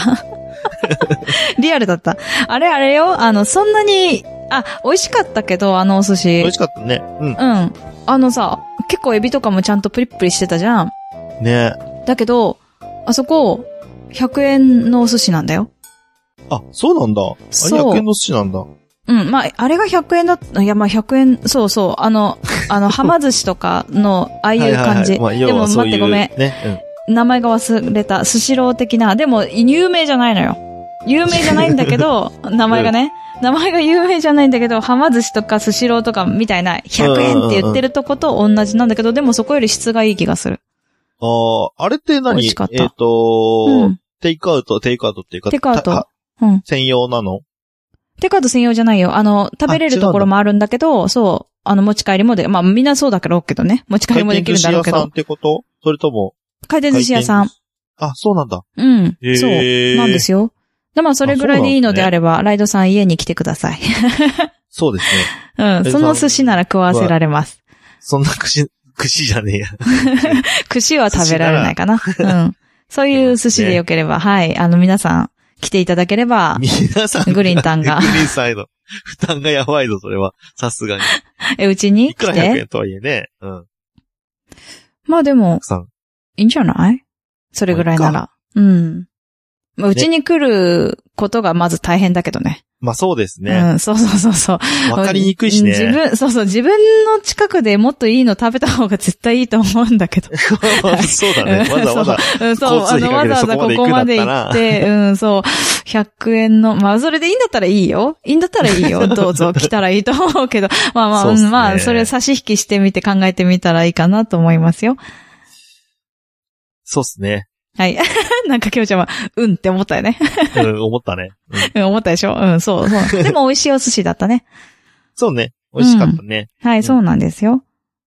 S2: *laughs* リアルだった。あれ、あれよ。あの、そんなに、あ、美味しかったけど、あのお寿
S1: 美味
S2: 司。
S1: しかったね。うん。
S2: うん。あのさ、結構エビとかもちゃんとプリップリしてたじゃん。
S1: ね
S2: だけど、あそこ、100円のお寿司なんだよ。
S1: あ、そうなんだ。あれ
S2: そう
S1: 100円の寿司なんだ。
S2: うん、まあ、あれが100円だった、いや、まあ、100円、そうそう、あ
S1: *laughs*
S2: の、あの、はま寿司とかの、ああ
S1: あ
S2: いう感じ。
S1: まあ、
S2: で
S1: 要
S2: も
S1: はそう
S2: 待っ
S1: い
S2: て
S1: う。
S2: ごめん。
S1: ね。
S2: 名前が忘れた、スシロー的な、でも、有名じゃないのよ。有名じゃないんだ
S1: *laughs*
S2: けど、名前がね、名前が有名じゃないんだけど、はま寿司とかスシローとかみたいな、100円って言ってるとこと同じなんだけど、でもそこより質がいい気がする。
S1: うん。ああ、あれって
S2: 美
S1: 何
S2: 味しかった
S1: えっ
S2: う
S1: と、
S2: ん。
S1: テイクアウト、テイクアウトっていうか、
S2: テイクアウト
S1: た
S2: うん。
S1: 専用なの
S2: テイクアウト専用じゃないよ。あの、食べれるところもあるんだけど、そう。あの、持ち帰りもで、まあ、みんなそうだけど、けどね。持ち帰りもできるんだろうけ
S1: 回転寿司屋さん
S2: ど
S1: っ。てことそれとも、
S2: 回転寿司屋さん。
S1: あ、そうなんだ。
S2: うん。
S1: へー
S2: そう。なんですよ。でまあ、それぐらいでいいのであれば、ライドさん家に来てく
S1: *laughs*
S2: ださい。
S1: そうですね。
S2: うん。
S1: え
S2: その寿司なら食わせられます。
S1: そんな串、串じゃねえや。
S2: *laughs* 串は食べられないかな。うん。そういう寿司でよけ
S1: *laughs*
S2: れば、はい。あの、皆さん、来ていただければ、
S1: 皆さん、
S2: グリーンタ
S1: *laughs*
S2: ンが
S1: グリーンサイド。負担がやばいぞ、それは。さすがに。
S2: え、うち
S1: い
S2: に
S1: く
S2: 来
S1: ら100
S2: て。
S1: 円とはいえね。うん。
S2: まあ、でも
S1: たく、さん。
S2: いいんじゃないそれぐらいなら。うん。まあ、うちに来ることがまず大変だけどね。
S1: まあそうです
S2: う
S1: ね。
S2: ん、そうそうそうそう。
S1: わ、かりにくいしね。
S2: 自分、そうそう、自分の近くでもっといいの食べた方が絶対いいと思うん
S1: *laughs*
S2: だけど。
S1: そうだね。わざわざ。
S2: うん、そう、あ
S1: 交通
S2: の、
S1: 費か
S2: わ
S1: けて
S2: ざわざこ
S1: そ
S2: こ
S1: こ
S2: ま
S1: ま
S2: で
S1: で行くんだったら
S2: 行って、うん、そう、100円の、まあ、それでいいんだったらいいよ。いいんだったらい
S1: *laughs*
S2: いよ。どうぞ、来たらいいと思うけど、まあまあ、
S1: そう
S2: う
S1: っすね
S2: ん、まあ、それ差し引きしてみて考えてみたらいいかなと思いますよ。
S1: そうっすね。
S2: はい。 *laughs* なんか、きょうちゃんは、うんって思ったよね。 *laughs*
S1: うん、思ったね。うん
S2: うん思ったでしょうん、そう、そう。でも、美味しいお寿司だったね。
S1: そうね。美味しかったね。
S2: は
S1: うん
S2: い、そうなんですよ。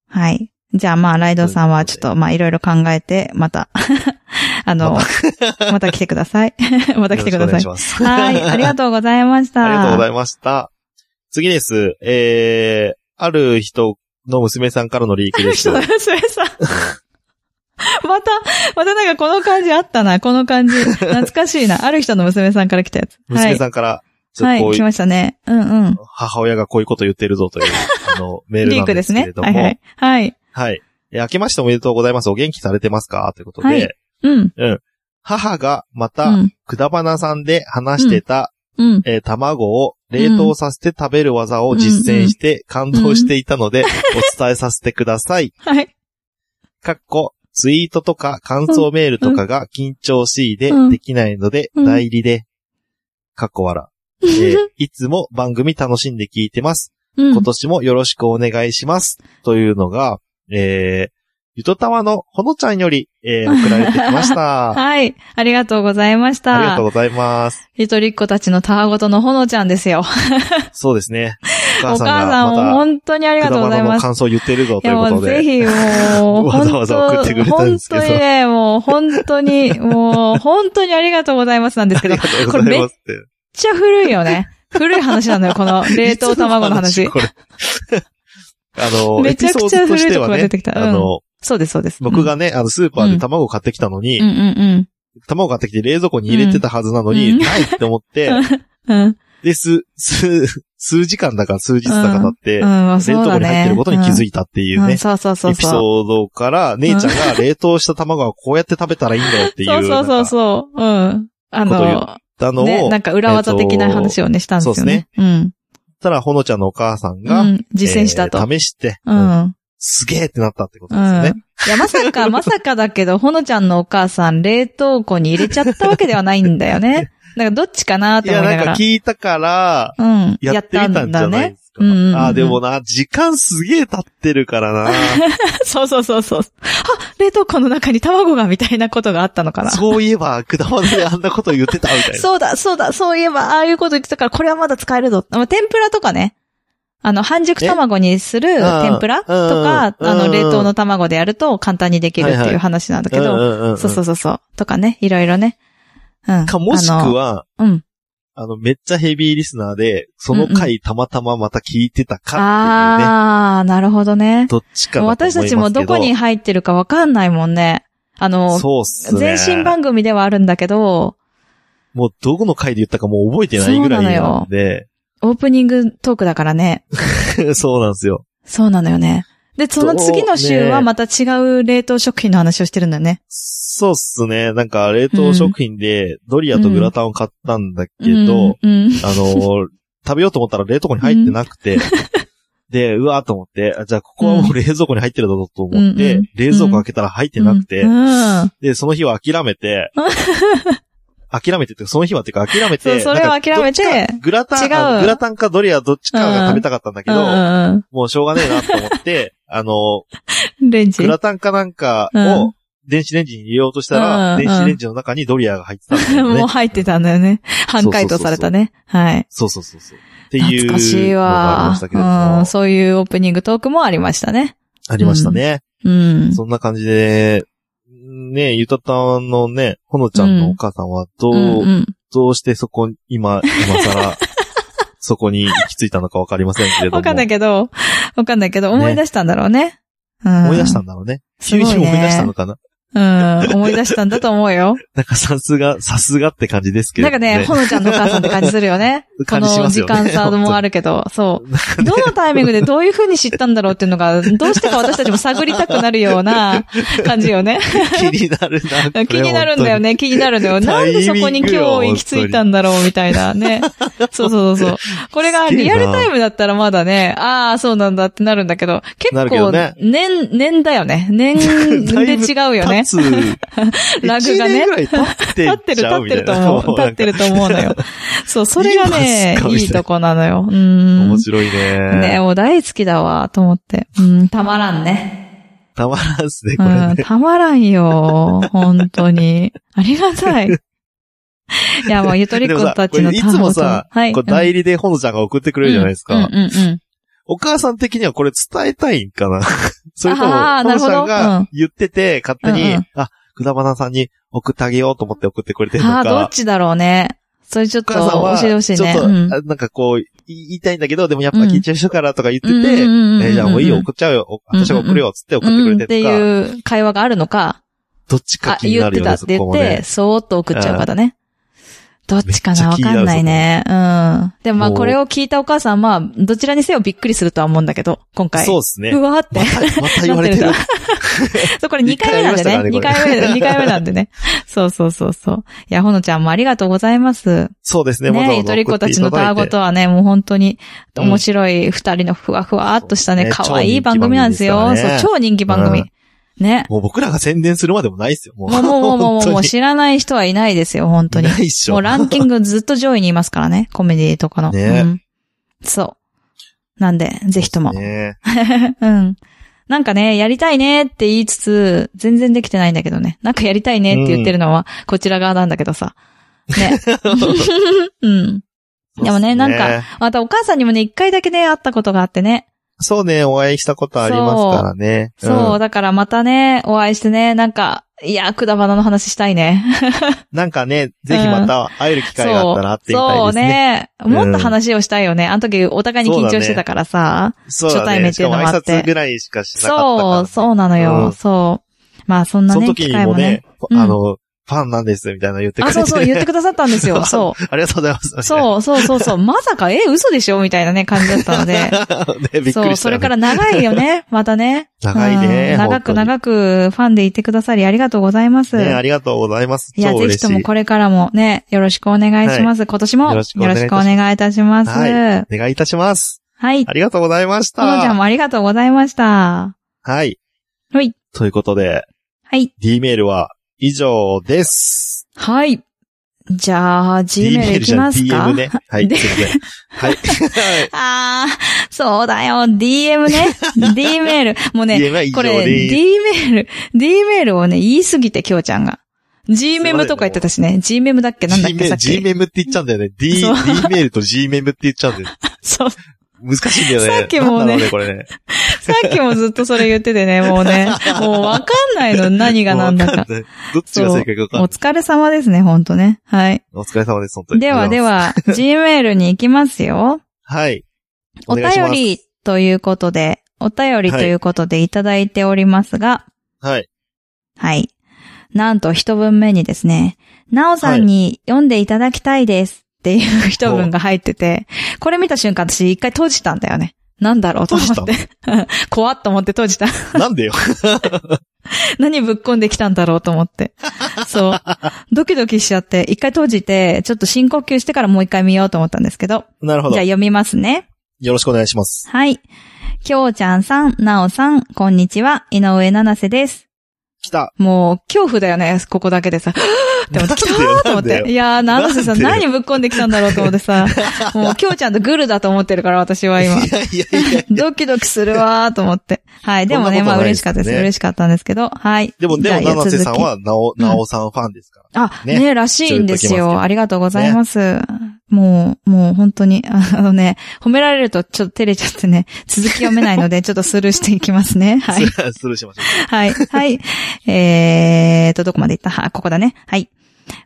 S2: はい。じゃあまあ、ライドさんはちょっと、まあ、いろいろ考えて、また、 *laughs* あの、 *laughs* また来てください。また来てく
S1: よろしくお
S2: ださい。
S1: 願いします。
S2: はい、ありがとうございました。
S1: ありがとうござ
S2: い
S1: いました。次です。えー、ある人の娘さんからのリーク
S2: *laughs*
S1: です。
S2: ました。娘さん。また、またなん *laughs* かこの感じあったな、この感じ。懐かしいな。ある人の娘さんから来たやつ。
S1: 娘
S2: は
S1: さんから、ち
S2: い。
S1: ょ
S2: は
S1: っとこ
S2: い、
S1: うい
S2: 来
S1: う、
S2: ましたね。うんうん。
S1: 母親がこういうこと言ってるぞという、あ
S2: *laughs*
S1: の、メール
S2: リ
S1: な
S2: ー
S1: ん
S2: ク
S1: で
S2: です
S1: すけ
S2: ね
S1: れ。ども。
S2: はいはい。はい。
S1: はい。え明けましておめでとうございます。お元気されてますかということで、
S2: はいうん。
S1: 母がま
S2: う
S1: た、
S2: ん。
S1: くだばなさんで話してた、
S2: うん。
S1: えー卵を冷凍させて食べる技を実践して感動していたので、お伝えさせてください。
S2: はい。
S1: かっこ、ツイートとか感想メールとかが緊張しいで
S2: うん
S1: できないので、
S2: うん
S1: 代理で、かっこ笑。えーいつも番組楽しんで聞いてます。
S2: *laughs* うん
S1: 今年もよろしくお願いします。というのが、えー、ゆとたわのほのちゃんより、えー、送られてきました。あ
S2: はい。 *laughs* ありがとうございました。
S1: りがとうございます。
S2: 一人っ子たちのたわごとのほのちゃんですよ。
S1: そうですね。お母
S2: お母
S1: さん
S2: さんも
S1: がま
S2: 本当にあり
S1: た、
S2: が
S1: く
S2: と
S1: だ
S2: うご
S1: ば
S2: ざい
S1: なの
S2: ます。
S1: 感想を言ってるぞ
S2: い
S1: とい
S2: や
S1: うこ
S2: も
S1: と
S2: うぜ
S1: で。*laughs*
S2: ひもう、
S1: わざわざ送ってくれたんですけど
S2: 本当にね、もう本当に、もう本当にありがとうございますなんです
S1: あ
S2: けど、
S1: り
S2: め
S1: が
S2: っ
S1: とうございますって。
S2: ちゃ古いよね。古い話なのよ、この冷凍卵
S1: い
S2: の話
S1: つ。これあの、
S2: め
S1: エ
S2: ち
S1: ピ
S2: ゃ
S1: ソ
S2: く
S1: ー
S2: ちゃ
S1: ドと
S2: 古
S1: し
S2: い
S1: て
S2: とこ
S1: は
S2: が
S1: ね
S2: 出、てきた。
S1: あ
S2: うん、
S1: の、
S2: そうです、そうです。
S1: 僕がね、あの、スーパーで卵買ってきたの
S2: うん、う
S1: に、
S2: んうん
S1: 卵買ってきて冷蔵庫に入れてたはずなのに、
S2: うん
S1: ないって思って、
S2: うん。うん。
S1: で、す、す、数時間だか数日だか経って、
S2: うん、
S1: 冷
S2: まあ
S1: 凍
S2: そう
S1: 庫
S2: だ
S1: に入っ
S2: ね。
S1: てることに気づ
S2: い
S1: いたってい
S2: て
S1: うね、
S2: そうそうそう
S1: エピ
S2: そう。
S1: ソードから、姉ちゃんが冷凍した卵はこうやって食べたらいいんだよっていう、
S2: そうそうそうそう。うん。あ
S1: ことを言
S2: の、
S1: だのを、
S2: ね、なんか裏技的な話をね、したんですよね。うん。
S1: たら、ほのちゃんのお母さん
S2: う
S1: が、
S2: ん。実践したと。
S1: えー試して、
S2: う
S1: うん
S2: ん。
S1: すげえってなったってこと
S2: う
S1: ですよ
S2: ん。
S1: ね。
S2: いや、まさ
S1: *laughs*
S2: か、まさかだけど、ほのちゃんのお母さん、冷凍庫に入れちゃったわけではないんだ
S1: *laughs*
S2: よね。なんか、どっちかなーっ
S1: い
S2: て
S1: や、
S2: 思いな
S1: な
S2: が。
S1: んから聞いたから、
S2: うん。
S1: やってみたんじゃないですか。
S2: やったんだねうんうんうん
S1: あー、でもな、時間すげえ経ってるからな。
S2: *laughs* そうそうそうそう。あ、冷凍庫の中に卵が、みたいなことがあったのかな。
S1: そういえば、果物であんなこと言ってたみたいな。
S2: そうだ、そうだ、そういえば、ああいうこと言ってたから、これはまだ使えるぞ。まあ、天ぷらとかね。あの、半熟卵にする
S1: えああ
S2: 天ぷらと
S1: うん
S2: か、
S1: うん
S2: あ
S1: うん
S2: の、冷凍の卵でやると簡単にできるっ
S1: は
S2: て
S1: い
S2: い
S1: は
S2: う
S1: い
S2: 話なんだけ
S1: うん
S2: ど、
S1: うんうんうん
S2: そうそうそうそう、とかね、いろいろね。うん。
S1: か、もしく
S2: あの、
S1: は、
S2: うん。
S1: あの、めっちゃヘビーリスナーで、その回たまたままた聞いてたかっていうね。
S2: ああ、なるほどね。
S1: どっちかだと思います
S2: 私
S1: けど
S2: たちもどこに入ってるかわかんないもんね。あの、
S1: そうっすね。
S2: 前身番組ではあるんだけど、
S1: もうどこの回で言ったかもう覚えてないぐらいなんで。
S2: オープニングトークだからね。
S1: *laughs* そうなんですよ。
S2: そうなのよね。で、その次の週
S1: どうね
S2: はまた違う冷凍食品の話をしてるんだよね。
S1: そうっすね。なんか冷凍食品でドリアとグラタンを買ったんだけど、
S2: うん。うん
S1: あのー食べようと思ったら冷凍庫に入ってな
S2: *laughs*
S1: くて、で、うわーと思って、あじゃあここはもう冷蔵庫に入ってるだろうと思って、
S2: うんうん
S1: 冷蔵庫開けたら入ってなくて、
S2: うんうん
S1: で、その日は諦め
S2: *laughs*
S1: て、諦めてって、その日はっていうか諦めて、
S2: そうそれを
S1: なんか
S2: 諦めて
S1: どっちかグラタン、
S2: 違う
S1: あのグラタンかドリアどっちかが食べたかったんだけ
S2: う
S1: ど、
S2: ん
S1: もうしょうがねえなと思って、あの、
S2: うん。レンジ。
S1: グラタンかなんか
S2: う
S1: を電子レンジに入れようとしたら、
S2: うんうん
S1: 電子レンジの中にドリアが入ってたんだよね
S2: *laughs* もう。入ってたんだよね。半解凍されたね。はい。
S1: そうそうそうそう。っていう
S2: 懐かしい
S1: のがあり
S2: わ
S1: ましたけれども。
S2: うん。そういうオープニングトークもありましたね。
S1: ありましたね。
S2: うん。
S1: そんな感じで、ねゆたたのね、ほのちゃんのお母さんはどう、
S2: うんうん
S1: どうしてそこ、今、今
S2: *laughs*
S1: 更、そこに行き着いたのかわかりませんけれども。
S2: わかんないけど、わかんないけど、
S1: ね
S2: 思い出したんだろうね。うん
S1: 思い出したんだろうね。
S2: す
S1: 急
S2: ごい
S1: に
S2: ね
S1: 思い出したのかな、
S2: うん、思い出したんだと思うよ。
S1: なんかさすが、さすがって感じですけ
S2: な
S1: ど、。
S2: んかね、ほのちゃんのお母さんって感じするよねこ
S1: *laughs* 感じし
S2: の
S1: ます
S2: 時
S1: よね
S2: 間差もあるけど、そう。どのタイミングでどういう風に知ったんだろうっていうのが、どうしてか私たちも探りたくなるような感じよ
S1: *laughs*
S2: ね。
S1: 気になるな。これ
S2: 気になるんだよね、気になるんだよ。
S1: タ
S2: な
S1: イミン
S2: ん
S1: グ
S2: で
S1: よ
S2: そこに今日行き着いたんだろうみたいなね。そうそうそうそう。これが
S1: すげえ
S2: リ
S1: な
S2: アルタイムだったらまだね、ああ、そうなんだってなるんだけど、結
S1: なるけど
S2: 構、
S1: ね
S2: 年、年だよね。年
S1: *laughs* だ
S2: で
S1: いぶ
S2: 違うよ
S1: 本
S2: ね。 *laughs*
S1: 当に立つ
S2: ラグが
S1: 一年
S2: ね
S1: ぐらい経って
S2: 立っ
S1: ん
S2: て
S1: ち
S2: る、
S1: ゃ
S2: 立っ
S1: みたい
S2: てると
S1: な *laughs*
S2: 思う。立ってると思うのよ。そう、それがね
S1: 今すか、みたいない
S2: いとこなのよ。うん
S1: 面。白いね。
S2: ねもう大好きだわ、と思って。うん、たまらんね。
S1: たまらんっすね、これ
S2: うん、
S1: ね。
S2: たまら
S1: *laughs*
S2: んよ。本当に。ありがたい。いや、もうゆとりくんたちの
S1: でもさこれいつもさ
S2: 単語とはい。
S1: これ代理でほのちゃんが送ってく
S2: うん
S1: れるじゃないですか。
S2: うんうんうん。
S1: お母さん的にはこれ伝えたいんかな *laughs* それとも、
S2: あ
S1: ほのちゃ
S2: ー
S1: ん
S2: なるほどう
S1: が
S2: ん
S1: 言ってて、勝手に、
S2: うんうん
S1: あ、くだばなさんに送ってあげようと思って送ってくれてるの
S2: ああー、どっ
S1: か、
S2: ちだろうね。それちょっ
S1: お
S2: と
S1: 母さんは、
S2: 教えてほしい
S1: ちょ
S2: ね
S1: っ。と、
S2: うん
S1: あなんかこう、い言いたいんだけど、でもやっぱ緊張しちゃうからとか言ってて、
S2: うんうんうんうんうん
S1: えーじゃあもういいよ、送っちゃうよ、お私が送るよ、つって送って
S2: う
S1: く
S2: ん
S1: れ
S2: って
S1: るとか、
S2: いう会話があるのか、
S1: どっちか
S2: あ、
S1: 気に
S2: 言
S1: な
S2: っ
S1: る
S2: て
S1: よ
S2: た
S1: ね、
S2: っ
S1: そ
S2: て言
S1: こ
S2: っ
S1: も
S2: て、
S1: ね。
S2: そーっと送っちゃう方ね。どっちかな
S1: め
S2: わ
S1: っちゃ
S2: か
S1: 気にな
S2: んない
S1: る
S2: ね。うん。でもまあ
S1: もう
S2: これを聞いたお母さんは、まあ、どちらにせよびっくりするとは思うんだけど、今回。
S1: そうですね
S2: う。わーって
S1: ま。た、また言われてる
S2: なっ。そう、これ2回目なんでね。2
S1: 一回
S2: 回目、2回目なん
S1: *laughs*
S2: でね。そうそうそうそう。いや、ほのちゃんもありがとうございます。
S1: そうですね、
S2: ね
S1: わざわざ
S2: ゆとり
S1: 送
S2: 子
S1: ってい
S2: たち
S1: た
S2: の
S1: だ
S2: タ
S1: い
S2: ー
S1: て
S2: ごとはね、もう本当に
S1: うん
S2: 面白い二人のふわふわっとしたね、
S1: そうですね
S2: 可愛い番組なんですよ。
S1: 超人気番組ですからね
S2: そう、超人気番組。
S1: う
S2: ね。
S1: もう僕らが宣伝するまでもないですよ、もう。
S2: もう、もう、もう、もう、もう、
S1: 本当
S2: もう
S1: に
S2: 知らない人はいないですよ、本当に
S1: い。ないっしょ。
S2: もうランキングずっと上位にいますから
S1: *laughs*
S2: ね、コメディとかの。
S1: ね
S2: うんそう。なんで、ぜひとも。
S1: ね
S2: *laughs* うん。なんかね、やりたいねって言いつつ、全然できてないんだけどね。なんかやりたいねって言ってるのは、こちら側なんだけどさ。ね。うん。でもねなんか。またお母さんにもね、一回だけね、会ったことがあってね。
S1: そうね、お会いしたことありますからね。
S2: そう、
S1: うん
S2: だからまたね、お会いしてね、なんか、いや、くだばなの話したいね。
S1: なんかね、ぜひまた会える機会があったら会ってみたい
S2: そ
S1: で
S2: う
S1: すね。
S2: ね。もっと話をしたいよね。あの時お互いに緊張してたからさ。
S1: そう
S2: 初対面っていうのもあって
S1: しかも挨拶ぐらいしかしなかったから
S2: そ
S1: ね
S2: う、そうなのよ。
S1: うん
S2: そう。まあ、そんな
S1: その
S2: ね、
S1: 時
S2: 機
S1: に
S2: 会
S1: も
S2: もね
S1: ね。、
S2: うん
S1: あの、ファンなんです、みたいなの言ってく
S2: あ、
S1: れて。
S2: そうそう、言ってくださったんで
S1: *laughs*
S2: すよ。そう。
S1: ありがとうございます。
S2: そうそうそうそう。まさか、え、嘘でしょみたいなね、感じだった
S1: *laughs*
S2: ので。
S1: う。ね、びっくりした、
S2: そう、それから長いよね、またね。
S1: 長いね
S2: うん長く長くファンでいてくださりありがとうございます。
S1: ね、ありがとうございます。
S2: いや、
S1: 超
S2: ぜ
S1: 嬉
S2: ひ
S1: しい。
S2: ともこれからもね、よろしくお願いします。今年も
S1: よ
S2: よ
S1: ろ
S2: ろ
S1: し
S2: し
S1: くお
S2: く
S1: 願いいたします
S2: お願いいたします。
S1: は
S2: はいい。
S1: お願いいたします。ありがとうございました。
S2: ほのちゃんもありがとうございました。
S1: はい。
S2: はい。
S1: ということで、
S2: はい。
S1: D メールは以上です。
S2: はい。じゃあ、G メールいきますか
S1: DM ね。はい、す
S2: で
S1: いません。はい。
S2: あー、そうだよ、
S1: *laughs*
S2: DM ね。D メール。もう *laughs* ね、
S1: DM は以
S2: こ
S1: 上
S2: れ、
S1: です。
S2: D メール、D メールをね、言いすぎて、きょうちゃんが。G メムとか言ってたしね。G メムだっけなんだっけさっ
S1: G
S2: き。
S1: メムって言っちゃうんだよね。D、D
S2: そう
S1: メールと G メムって言っちゃうんだよ。
S2: そう。
S1: 難しいんだよね。
S2: *laughs* さっき
S1: な
S2: もね
S1: んだろうね、これね。
S2: さっきもずっとそれ言っててね、もう
S1: *laughs*
S2: ね。もうわかんないの、何がなんだ
S1: もうわ
S2: か。
S1: んないどっちが正解かわかん
S2: お
S1: ない。
S2: 疲れ様ですね、ほんとね。はい。
S1: お疲れ様です、本当に。
S2: ではで。は、G メールに行きますよ。
S1: はい。
S2: お
S1: 願いしま
S2: 便
S1: す。
S2: りということで、お便りということでいただいておりますが、
S1: はい。
S2: はい。なんと一文目にですね、なおさんに読んでいただきたいですっていう一文が入ってて、これ見た瞬間私一回閉じたんだよね。なんだろうと思
S1: 閉
S2: って。 *laughs* 怖っと思って閉じた。 *laughs*
S1: なんでよ。 *laughs*
S2: 何ぶっこんできたんだろうと思って。そう。ドキドキしちゃって、一回閉じて、ちょっと深呼吸してからもう一回見ようと思ったんですけど。
S1: なるほ
S2: じ
S1: ど
S2: ゃあ。読みますね。
S1: よろしくお願いします。
S2: はい。きょうちゃんさん、なおさん、こんにちは。井上七瀬です。
S1: 来た。
S2: もう、恐怖だよね、ここだけでさ。 *gasps* でも、来たーと思
S1: な
S2: っ
S1: んだよ
S2: て。いやー、七瀬
S1: な
S2: さん
S1: んだ
S2: 何ぶっこんできたんだろうと思っ
S1: *laughs*
S2: てさ。もう、きょうちゃんとグルだと思ってるから、私はい
S1: や *laughs*
S2: 今
S1: い。やいや。
S2: ドキドキするわーと思って。はい。でもね、
S1: そんな
S2: ま
S1: こ
S2: あ
S1: とないで
S2: 嬉し
S1: す
S2: か
S1: よね
S2: ったです。嬉しかったんですけど。はい。
S1: でも、でも、
S2: じゃあ
S1: 七瀬さん。
S2: 続き
S1: は、なお、なおさんファンですから。
S2: あ、
S1: ね
S2: ねらしいんで
S1: ちょっと言っときますけ
S2: す
S1: ど
S2: よ。ありがとうございます。もう、もう本当に、あのね、褒められるとちょっと照れちゃってね、続き読めないので、ちょっとスルーしていきま
S1: *laughs*
S2: すね。はい。
S1: スルーしましょ
S2: *laughs* はい。はい。えーと、どこまで行ったは、ここだね。はい。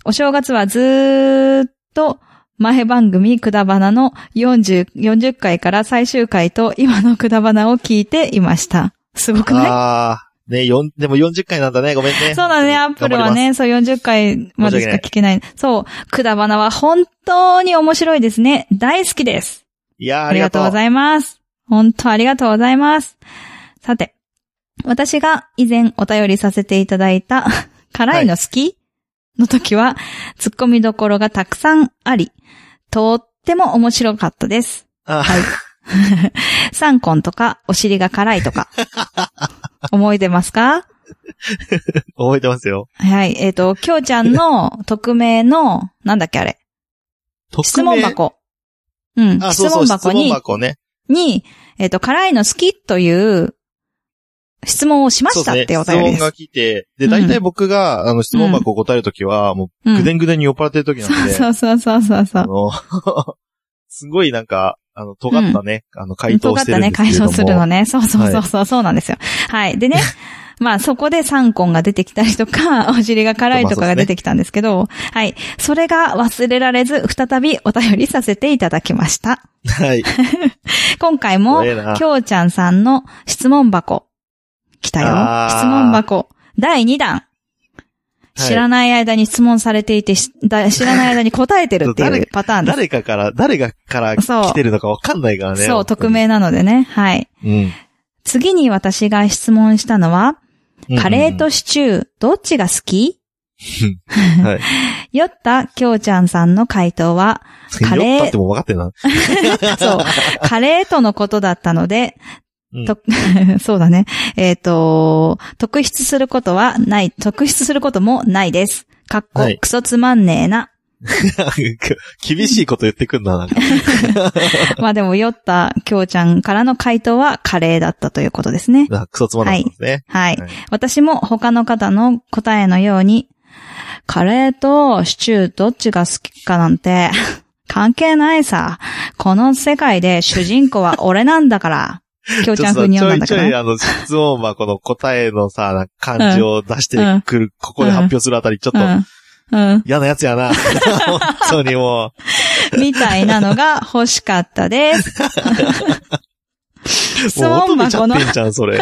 S2: お正月はずーっと、前番組、くだばなの40、40回から最終回と今のくだばなを聞いていました。すごく
S1: う。
S2: ない
S1: あー、ね、四でも40回なんだね。ごめんね。
S2: そうだね、アップルはね、そう40回までしか聞けない。そう、くだばなは本当に面白いですね。大好きです。
S1: いやーあ
S2: あ
S1: り
S2: り
S1: が
S2: が
S1: と
S2: と
S1: う
S2: う
S1: ご
S2: ご
S1: ざい
S2: ざいます。本当ありがとうございます。さて、私が以前お便りさせていただいた、 *laughs* 辛いの好き、の時は、突っ込みどころがたくさんあり、とっても面白かったです。
S1: ます。
S2: はい。 *laughs* 三コンとか、お尻が辛いとか。 *laughs* 思い出ますか
S1: あ覚えてますよ。
S2: はい。えっ、と、きょうちゃんの匿名の、なんだっけあれ、 *laughs* 質問箱。うん、
S1: あ、
S2: 質
S1: そうそう
S2: 問箱
S1: 質問
S2: に
S1: 箱ね。
S2: に、えっ、と、辛いの好きという、質問をしま
S1: そう
S2: したっ
S1: です
S2: て
S1: ね。
S2: お
S1: 質
S2: 便り
S1: 問
S2: です。
S1: が来て、で、
S2: うん
S1: 大体僕が、あの、質問箱を答えるときは、も
S2: う
S1: う、
S2: ん
S1: ぐでんぐでんに酔っ払ってるときなんで、
S2: そうそうそうそうそ
S1: あ
S2: う。
S1: の、 *laughs* すごいなんか、あの、尖ったね、あの、回答してるんですけれ
S2: 尖
S1: ど
S2: ったね、解
S1: も。
S2: 消するのね。そうそうそうそう、そうなんですよ。はい。でね、
S1: *laughs*
S2: まあそこで三根が出てきたりとか、お尻が辛いとかが出てきたんですけど、はい。それが忘れられず、再びお便りさせていただきました。
S1: *laughs* はい。
S2: 今回も
S1: 怖、えな
S2: きょうちゃんさんの質問箱。来たよ。
S1: あー
S2: 質問箱。第2弾。
S1: はい
S2: 知らない間に質問されていて、しだ知らない間に答えてるっていうパターンです。
S1: 誰かから、誰がから
S2: そう
S1: 来てるのかわかんないからね。
S2: そう、
S1: 本当
S2: 匿
S1: に。
S2: 名なのでね。はい。
S1: うん。
S2: 次に私が質問したのは、
S1: うん
S2: カレーと、シチュー、どっちが好き
S1: はい。
S2: *laughs* 酔ったきょうちゃんさんの回答は、カレー
S1: 酔ったってもう分かってんな。 *laughs*
S2: *laughs* そう、カレーとのことだったので、
S1: うん
S2: と *laughs* そうだね。えっ、と、特筆することはない、特筆することもないです。かっこ
S1: はい、
S2: クソつまんね
S1: *laughs*
S2: えな。
S1: 厳しいこと言ってくんな、なんか。
S2: まあでも酔ったきょうちゃんからの回答はカレーだったということですね。
S1: あクソつまんないですね。
S2: はい。
S1: はい
S2: 私も他の方の答えのように、カレーとシチューどっちが好きかなんて、 *laughs* 関係ないさ。この世界で主人公は俺なんだから。きょ
S1: *laughs*
S2: う
S1: ち
S2: ち
S1: ょ
S2: ゃ
S1: っとさ
S2: ん風に
S1: ちょ
S2: 読んだん
S1: い
S2: だ
S1: ち
S2: け
S1: ょ
S2: ど、
S1: い
S2: ね。
S1: あの、質問箱の答えのさ、感じを出してくる、ここで発表するあたり、ちょっ
S2: う
S1: と
S2: ん。うん。
S1: 嫌なやつやな。 *laughs* 本当にも
S2: みたいなのが欲しかった
S1: *laughs*
S2: です。
S1: う。
S2: *laughs* 質
S1: もう求
S2: 問
S1: めちゃ
S2: 箱
S1: っ
S2: の、
S1: てんじゃん、それ。。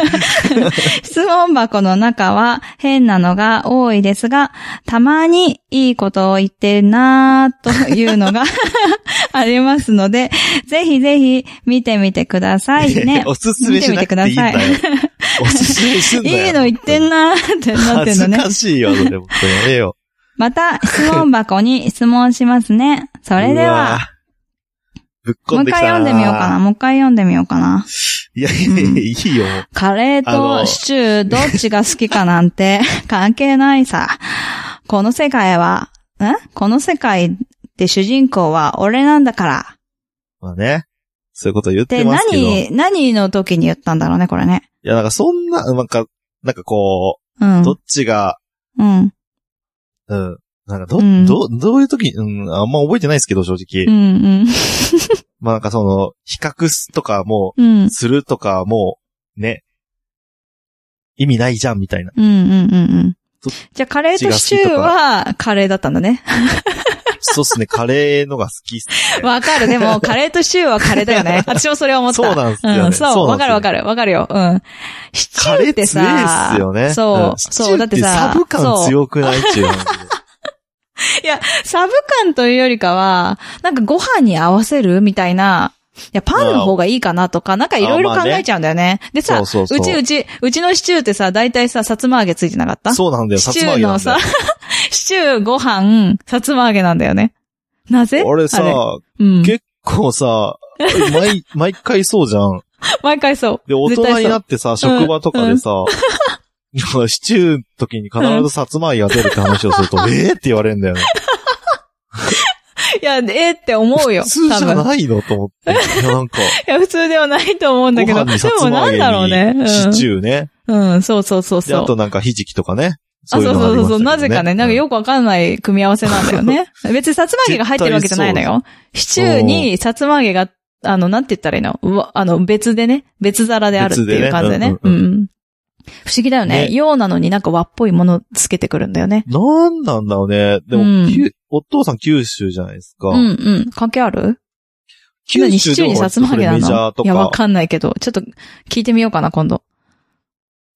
S2: 質問箱の中は変なのが多いですが、たまにいいことを言ってるなぁというのが *laughs* ありますので、ぜひぜひ見てみてくださいね
S1: *laughs* おすすめしなくていいんだよ
S2: 見て。
S1: おすすめすんだよ。
S2: *laughs* いいの言ってんなーってなって
S1: *laughs* 恥
S2: んの
S1: ず
S2: ね。
S1: かしいよ、それ。本当やめよ。
S2: また質問箱に質問しますね。そうれで
S1: うわ
S2: は、。
S1: ぶっ
S2: も
S1: こ
S2: うん一
S1: でき
S2: 回
S1: た
S2: 読んでみようかな。。もう一回読んでみようかな。
S1: いやいやいや、い
S2: *laughs*
S1: いよ。
S2: カレー
S1: あ
S2: と
S1: の
S2: シチューどっちが好きかな
S1: *laughs*
S2: んて関係ないさ。この世界は、んこの世界で主人公は俺なんだから。
S1: まあね。そういうこと言っ
S2: で
S1: てますけど。い
S2: 何、何の時に言ったんだろうね、これね。
S1: や、なんかそんな、なんか、なんかこ
S2: う
S1: う、
S2: ん
S1: ど。っちが、
S2: うん。
S1: うん。なんかど、
S2: うん
S1: ど、どういう時に、うん、あんま覚えてないですけど、正直。
S2: うん、うん。
S1: まあなんかその、比較すとかも
S2: うん
S1: う、。するとかもう、ね。意味ないじゃん、みたいな。
S2: うん、うん、うんうん
S1: ど。
S2: じゃあ、カレーとシチューは、カレーだったんだね。
S1: そうっすね、カレーのが好きっすね。
S2: *laughs* わかる。
S1: *laughs*
S2: でも、カレーとシチューはカレーだよね。私もそれは思った。
S1: そうなんですよね。
S2: うん、そう。わかるわ
S1: る。
S2: かる。わかるよ。うん。シチ
S1: カ
S2: ュ
S1: レ
S2: ー
S1: ー
S2: って
S1: 強い
S2: さ
S1: っ、すよね。
S2: そ
S1: ん
S2: う、そう、だっ
S1: シ
S2: てさ、
S1: チューサブ感
S2: そう
S1: 強くないっていう話で。
S2: サブ感というよりかは、なんかご飯に合わせるみたいな、いや、パンの方がいいかなとか、なんかいろいろ
S1: あまあ
S2: 考
S1: ね
S2: えちゃうんだよね。でさ、
S1: そうそうそう
S2: ちうち、うちのシチューってさ、大体さ、さつま揚げついてなかった
S1: そうなんだよ、
S2: シ
S1: さ
S2: チ
S1: つ
S2: ュ
S1: ま
S2: ー
S1: 揚げな
S2: の
S1: んだよ
S2: さ、 *laughs* シチュー、ご飯、さつま揚げなんだよね。なぜ
S1: 俺
S2: あれ
S1: さ、
S2: うん。
S1: 結構さ、
S2: *laughs*
S1: 毎、毎回そうじゃん。
S2: 毎回そう。
S1: で、大
S2: 絶
S1: 人
S2: 対
S1: に
S2: そう
S1: なってさ、職場とかでさ、 *laughs* シチューの時に必ずさつま揚げが出るって話をすると、ええって言われるんだよね。
S2: いや、ええって思うよ。
S1: 普通じゃ
S2: 多分
S1: ないのと思って。いや、なんか、
S2: いや、普通ではないと思うん
S1: ご
S2: だけ
S1: 飯
S2: ど。で
S1: にさつま
S2: もなんだろう
S1: 揚
S2: ね。
S1: げ
S2: う
S1: に
S2: ん
S1: シチューね。
S2: うん、そうそうそう
S1: で、
S2: そ
S1: あ
S2: う。
S1: となんかひじきとかね。
S2: あ、
S1: い
S2: そう
S1: のが
S2: そうそうそう、な
S1: ありましたけど
S2: ぜかね、なんかよくわかんない組み合わせなんだよね。 *laughs* 別にさつま揚げが入ってるわけじゃないのよ。シチューにさつま揚げが、あの、なんて言ったらいいのうわ、あの、別でね、別皿であるっていう感じでね。
S1: 別でねうんうん
S2: うん不思議だよね。
S1: ね
S2: 洋なのになんか和っぽいものつけてくるんだよね。
S1: なんなんだろうね。でも、
S2: うん
S1: きゅお父さん九州じゃないですか。
S2: うんうん。関係ある
S1: 九
S2: 何シ
S1: 州
S2: チ
S1: で
S2: ュー
S1: も
S2: にさつま揚げな
S1: メジャー
S2: の
S1: と
S2: いや、わ
S1: か
S2: かんないけど、ちょっと聞いてみようかな、今度。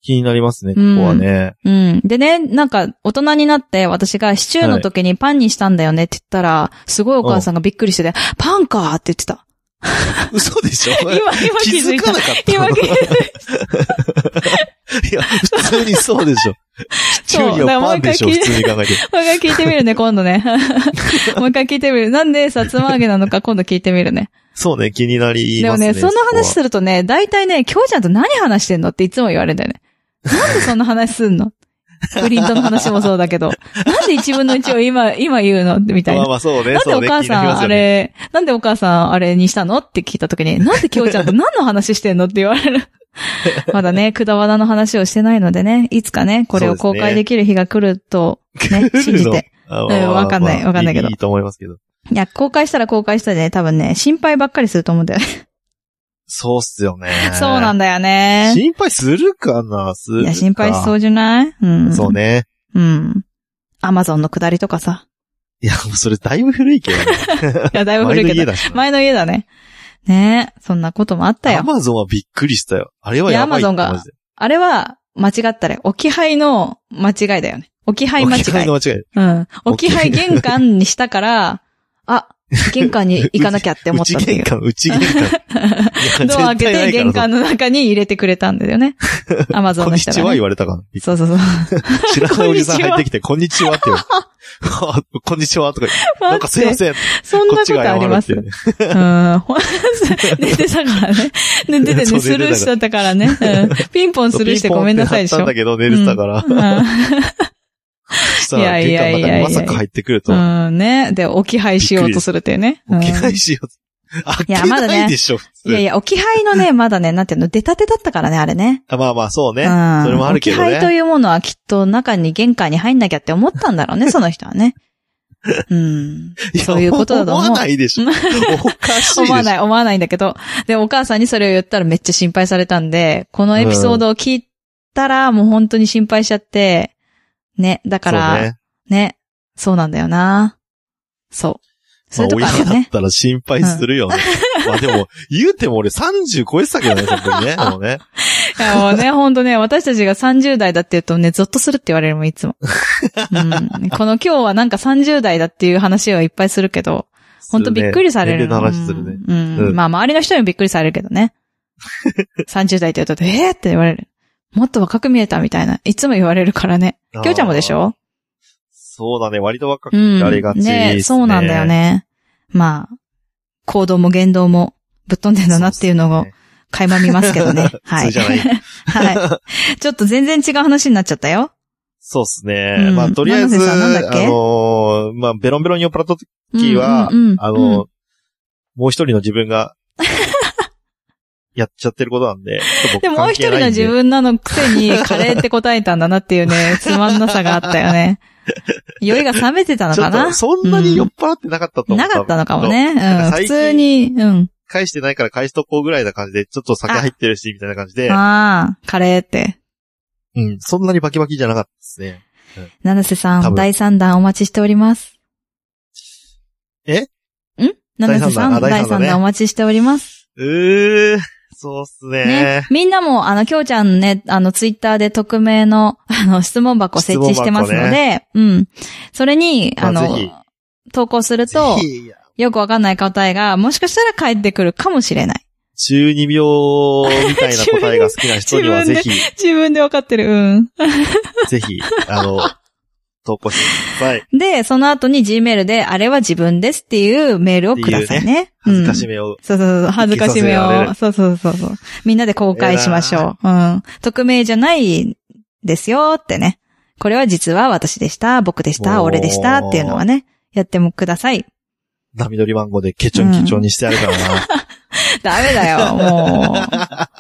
S1: 気になりますね、ここはね。
S2: うん。でね、なんか、大人になって、私がシチューの時にパンにしたんだよねって言ったら、すごいお母さんがびっくりしてて、パンかーって言ってた。
S1: *laughs* 嘘でしょ
S2: *laughs* 今、今
S1: 気
S2: 気づ
S1: づ
S2: い
S1: か
S2: た
S1: な。かった。
S2: 今気づい
S1: いや、普通にそうでしょ。
S2: *laughs*
S1: シチューにはパンでしょ、
S2: だ
S1: 普
S2: から
S1: 通に考えて。
S2: た。もう一回聞いてみるね、今
S1: *laughs*
S2: 度ね。もう一回聞いてみる。なんで、さつま揚げなのか今度聞いてみるね。
S1: そうね、気になり
S2: で
S1: ま
S2: も
S1: すね。
S2: ね、その話
S1: こ
S2: するとね、大体ね、今日ちゃんと何話してんのっていつも言われるんだよね。なんでそんな話すんのプリントの話もそうだけど。なんで一分の一を今、今言うのみた
S1: は。
S2: い
S1: ま
S2: な
S1: あ。まあそうね、
S2: なんで
S1: そ
S2: お
S1: うね、
S2: 母
S1: 気にな
S2: さ
S1: りま
S2: ん
S1: す
S2: あ
S1: よね。 *laughs*
S2: れ、なんでお母さんあれにしたのって聞いたときに、なんできょうちゃんと何の話してんのって言われる。まだね、くだばなの話をしてないのでね、いつかね、これを公開できる日が来ると、ね、信じて。
S1: あ
S2: うんわかんない
S1: まあ
S2: わかんないけど
S1: いいと思いますけど。
S2: いや、公開したら公開したでね、多分ね、心配ばっかりすると思うんだよね。。
S1: そうっすよね
S2: そうなん
S1: だ。
S2: だよね。
S1: 心配するかなする
S2: いや、心配しそう
S1: う。
S2: じゃないうん。
S1: そうね。
S2: うん。アマゾンの下りとかさ。
S1: いや、もうそれだいぶ古いけどね。
S2: いや、だいぶ古いけ
S1: 前の家
S2: ど。
S1: だしな。
S2: 前の家だね。ねえ、そんなこともあった
S1: ア
S2: よ。
S1: マゾンはびっくりしたよ。あれはやばいって。
S2: いや Amazon が
S1: マジで
S2: あれは、間違ったね。置き配の間違いだよね。置き配間違
S1: 置き配
S2: い。
S1: の間違い。
S2: うん。置き配玄関にしたから、あ、玄関に行かなきゃって思っ
S1: 内
S2: たってい
S1: 玄
S2: う。
S1: 関、内玄関。
S2: *laughs* ドア開けて玄関
S1: の
S2: の中に入れてくれたんだ
S1: *laughs*
S2: よね。アマゾ
S1: こ
S2: ン
S1: ん
S2: の
S1: に
S2: 人
S1: ち
S2: が、
S1: は
S2: ね
S1: 言。われたかな。
S2: そうそうそう。
S1: 知らないおじさん入ってきて、こんにちはって言われて *laughs* こんにちはとか言って、なんかすいません。こ
S2: *laughs* そんな
S1: っ
S2: こ
S1: ち
S2: と
S1: が
S2: あり
S1: 謝る
S2: ま
S1: って
S2: す。。
S1: いううんね。
S2: ほん寝てたからね。寝てて
S1: そう
S2: ね、スルーしちゃったからね。うんピンポンスルーしてごめんなさいでし
S1: ピンポ
S2: ょ
S1: ンって。貼ったんだけど、寝れてたから。
S2: う
S1: そした
S2: いや
S1: ら、
S2: い
S1: 玄
S2: や
S1: 関
S2: いやい
S1: の中
S2: や
S1: にまさか入ってくると。
S2: ん。うん、ね。で、置き配しようとするっていうね。うん
S1: 開けないしよう。開
S2: や
S1: け
S2: まだね
S1: ないでしょ、普
S2: いやい
S1: 通。
S2: や、置き配のね、まだね、なんていうの、出たてだったからね、あれね。
S1: あまあまあ、そうね。
S2: うん
S1: それもあるけど
S2: 置き配と
S1: ね。
S2: いうものはきっと中に玄関に入んなきゃって思ったんだろうね、その人はね。
S1: *laughs*
S2: うん。そういうことだと思う
S1: 思わないでしょ。おかしいでし
S2: 思わ
S1: ょ
S2: ない、思わないんだけど。で、お母さんにそれを言ったらめっちゃ心配されたんで、このエピソードを聞いたらもう本当に心配しちゃって、ね、だか
S1: そう
S2: ら、
S1: ね
S2: ね、そうなんだよな。そう。そういうとこ
S1: ま
S2: あ
S1: あ、
S2: る
S1: 親
S2: よ
S1: だっ
S2: ね。
S1: たら心配するよね。 *laughs* まあでも、言うても俺30超えてたけどね、その時
S2: *laughs*
S1: ね。もうね。
S2: いやもう
S1: *laughs*
S2: ね、ほんとね、私たちが30代だって言うとね、ゾッとするって言われるもん、いつも。うん、この今日はなんか30代だっていう話をいっぱいするけど、ほんとびっくりされる
S1: 年
S2: の。
S1: 齢の話するね。
S2: うん。うん
S1: うん
S2: まあ、周りの人にもびっくりされるけど
S1: *laughs*
S2: ね。30代って言うと、えー、って言われる。もっと若く見えたみたいな。いつも言われるからね。きょうちゃんもでし
S1: あー
S2: ょ
S1: そうだね、割と若く
S2: う
S1: 見
S2: ん。
S1: られがちです、ね
S2: ねそうなんだよ。ね。まあ、行動も言動もぶっ飛んでんだなっていうのを垣間見ますけど
S1: *laughs*
S2: ね。は
S1: 普通
S2: い。
S1: じゃない
S2: *laughs* はい。ちょっと全然違う話になっちゃっ
S1: *laughs*
S2: たよ。
S1: そうっすね。
S2: うん
S1: まあ、とりあえず、
S2: マナフェさんなん
S1: あ
S2: だっけ
S1: のーまあ、ベロンベロンに酔っ払った時は、
S2: うんうんうん
S1: あのーもう一人の自分が、やっちゃってることなんで、ちょっと
S2: で
S1: 僕
S2: も、もう
S1: 関
S2: 一
S1: 係
S2: 人
S1: ないん
S2: の
S1: で
S2: 自分なのくせに、カレーって答えたんだなっていう
S1: *laughs*
S2: ね、つまんなさがあったよね。酔いが冷めてたの
S1: ちょ
S2: か
S1: っ
S2: な
S1: と、そんなに酔っ払ってなかったと思う。
S2: なかったのかも
S1: 多分。
S2: ね。
S1: な
S2: うんん。
S1: か最
S2: 普
S1: 近
S2: 通に、うん。
S1: 返してないから返しとこうぐらいな感じで、ちょっと酒入ってるし、みたいな感じで、
S2: ああ、カレーって。
S1: うん、そんなにバキバキじゃなかったですね。
S2: 七瀬
S1: 多
S2: さん、
S1: 分
S2: 第3弾お待ちしております。
S1: え
S2: ん七瀬さ
S1: 第三弾あ
S2: ん、第
S1: 第三弾
S2: 3
S1: ね
S2: 弾お待ちしております。
S1: うー、そうっすね
S2: ね。。みんなも、あの、きょうちゃんね、あの、ツイッターで匿名の、 *laughs* あの、質問箱設置してますので、
S1: 質問箱
S2: うん。それに、
S1: まあ
S2: あの
S1: ぜひ、
S2: 投稿する
S1: ぜ
S2: と、
S1: ひ
S2: よくわかんない答えが、もしかしたら返ってくるかもしれない。
S1: 12秒みたいな答えが好きな人には
S2: *laughs* 自
S1: ぜ
S2: 分
S1: ひ、
S2: 自分でわかってる。うん。
S1: ぜひ、あの、投稿してください。
S2: で、その後に Gmail で、あれは自分ですっていうメールをくださいね。
S1: 恥ずかし
S2: うん
S1: めを。
S2: そうそうそう、恥ずか
S1: 生きさ
S2: しめ
S1: せられ
S2: を。
S1: る
S2: そうそうそうそう。みんなで公開しましょう。うん。匿名じゃないですよってね。これは実は私でした、僕でした、
S1: おー
S2: 俺でしたっていうのはね、やってもください。
S1: 波乗り番号でケチョンケチョンにしてやるからな。
S2: ダメだよ、
S1: *laughs*
S2: もう。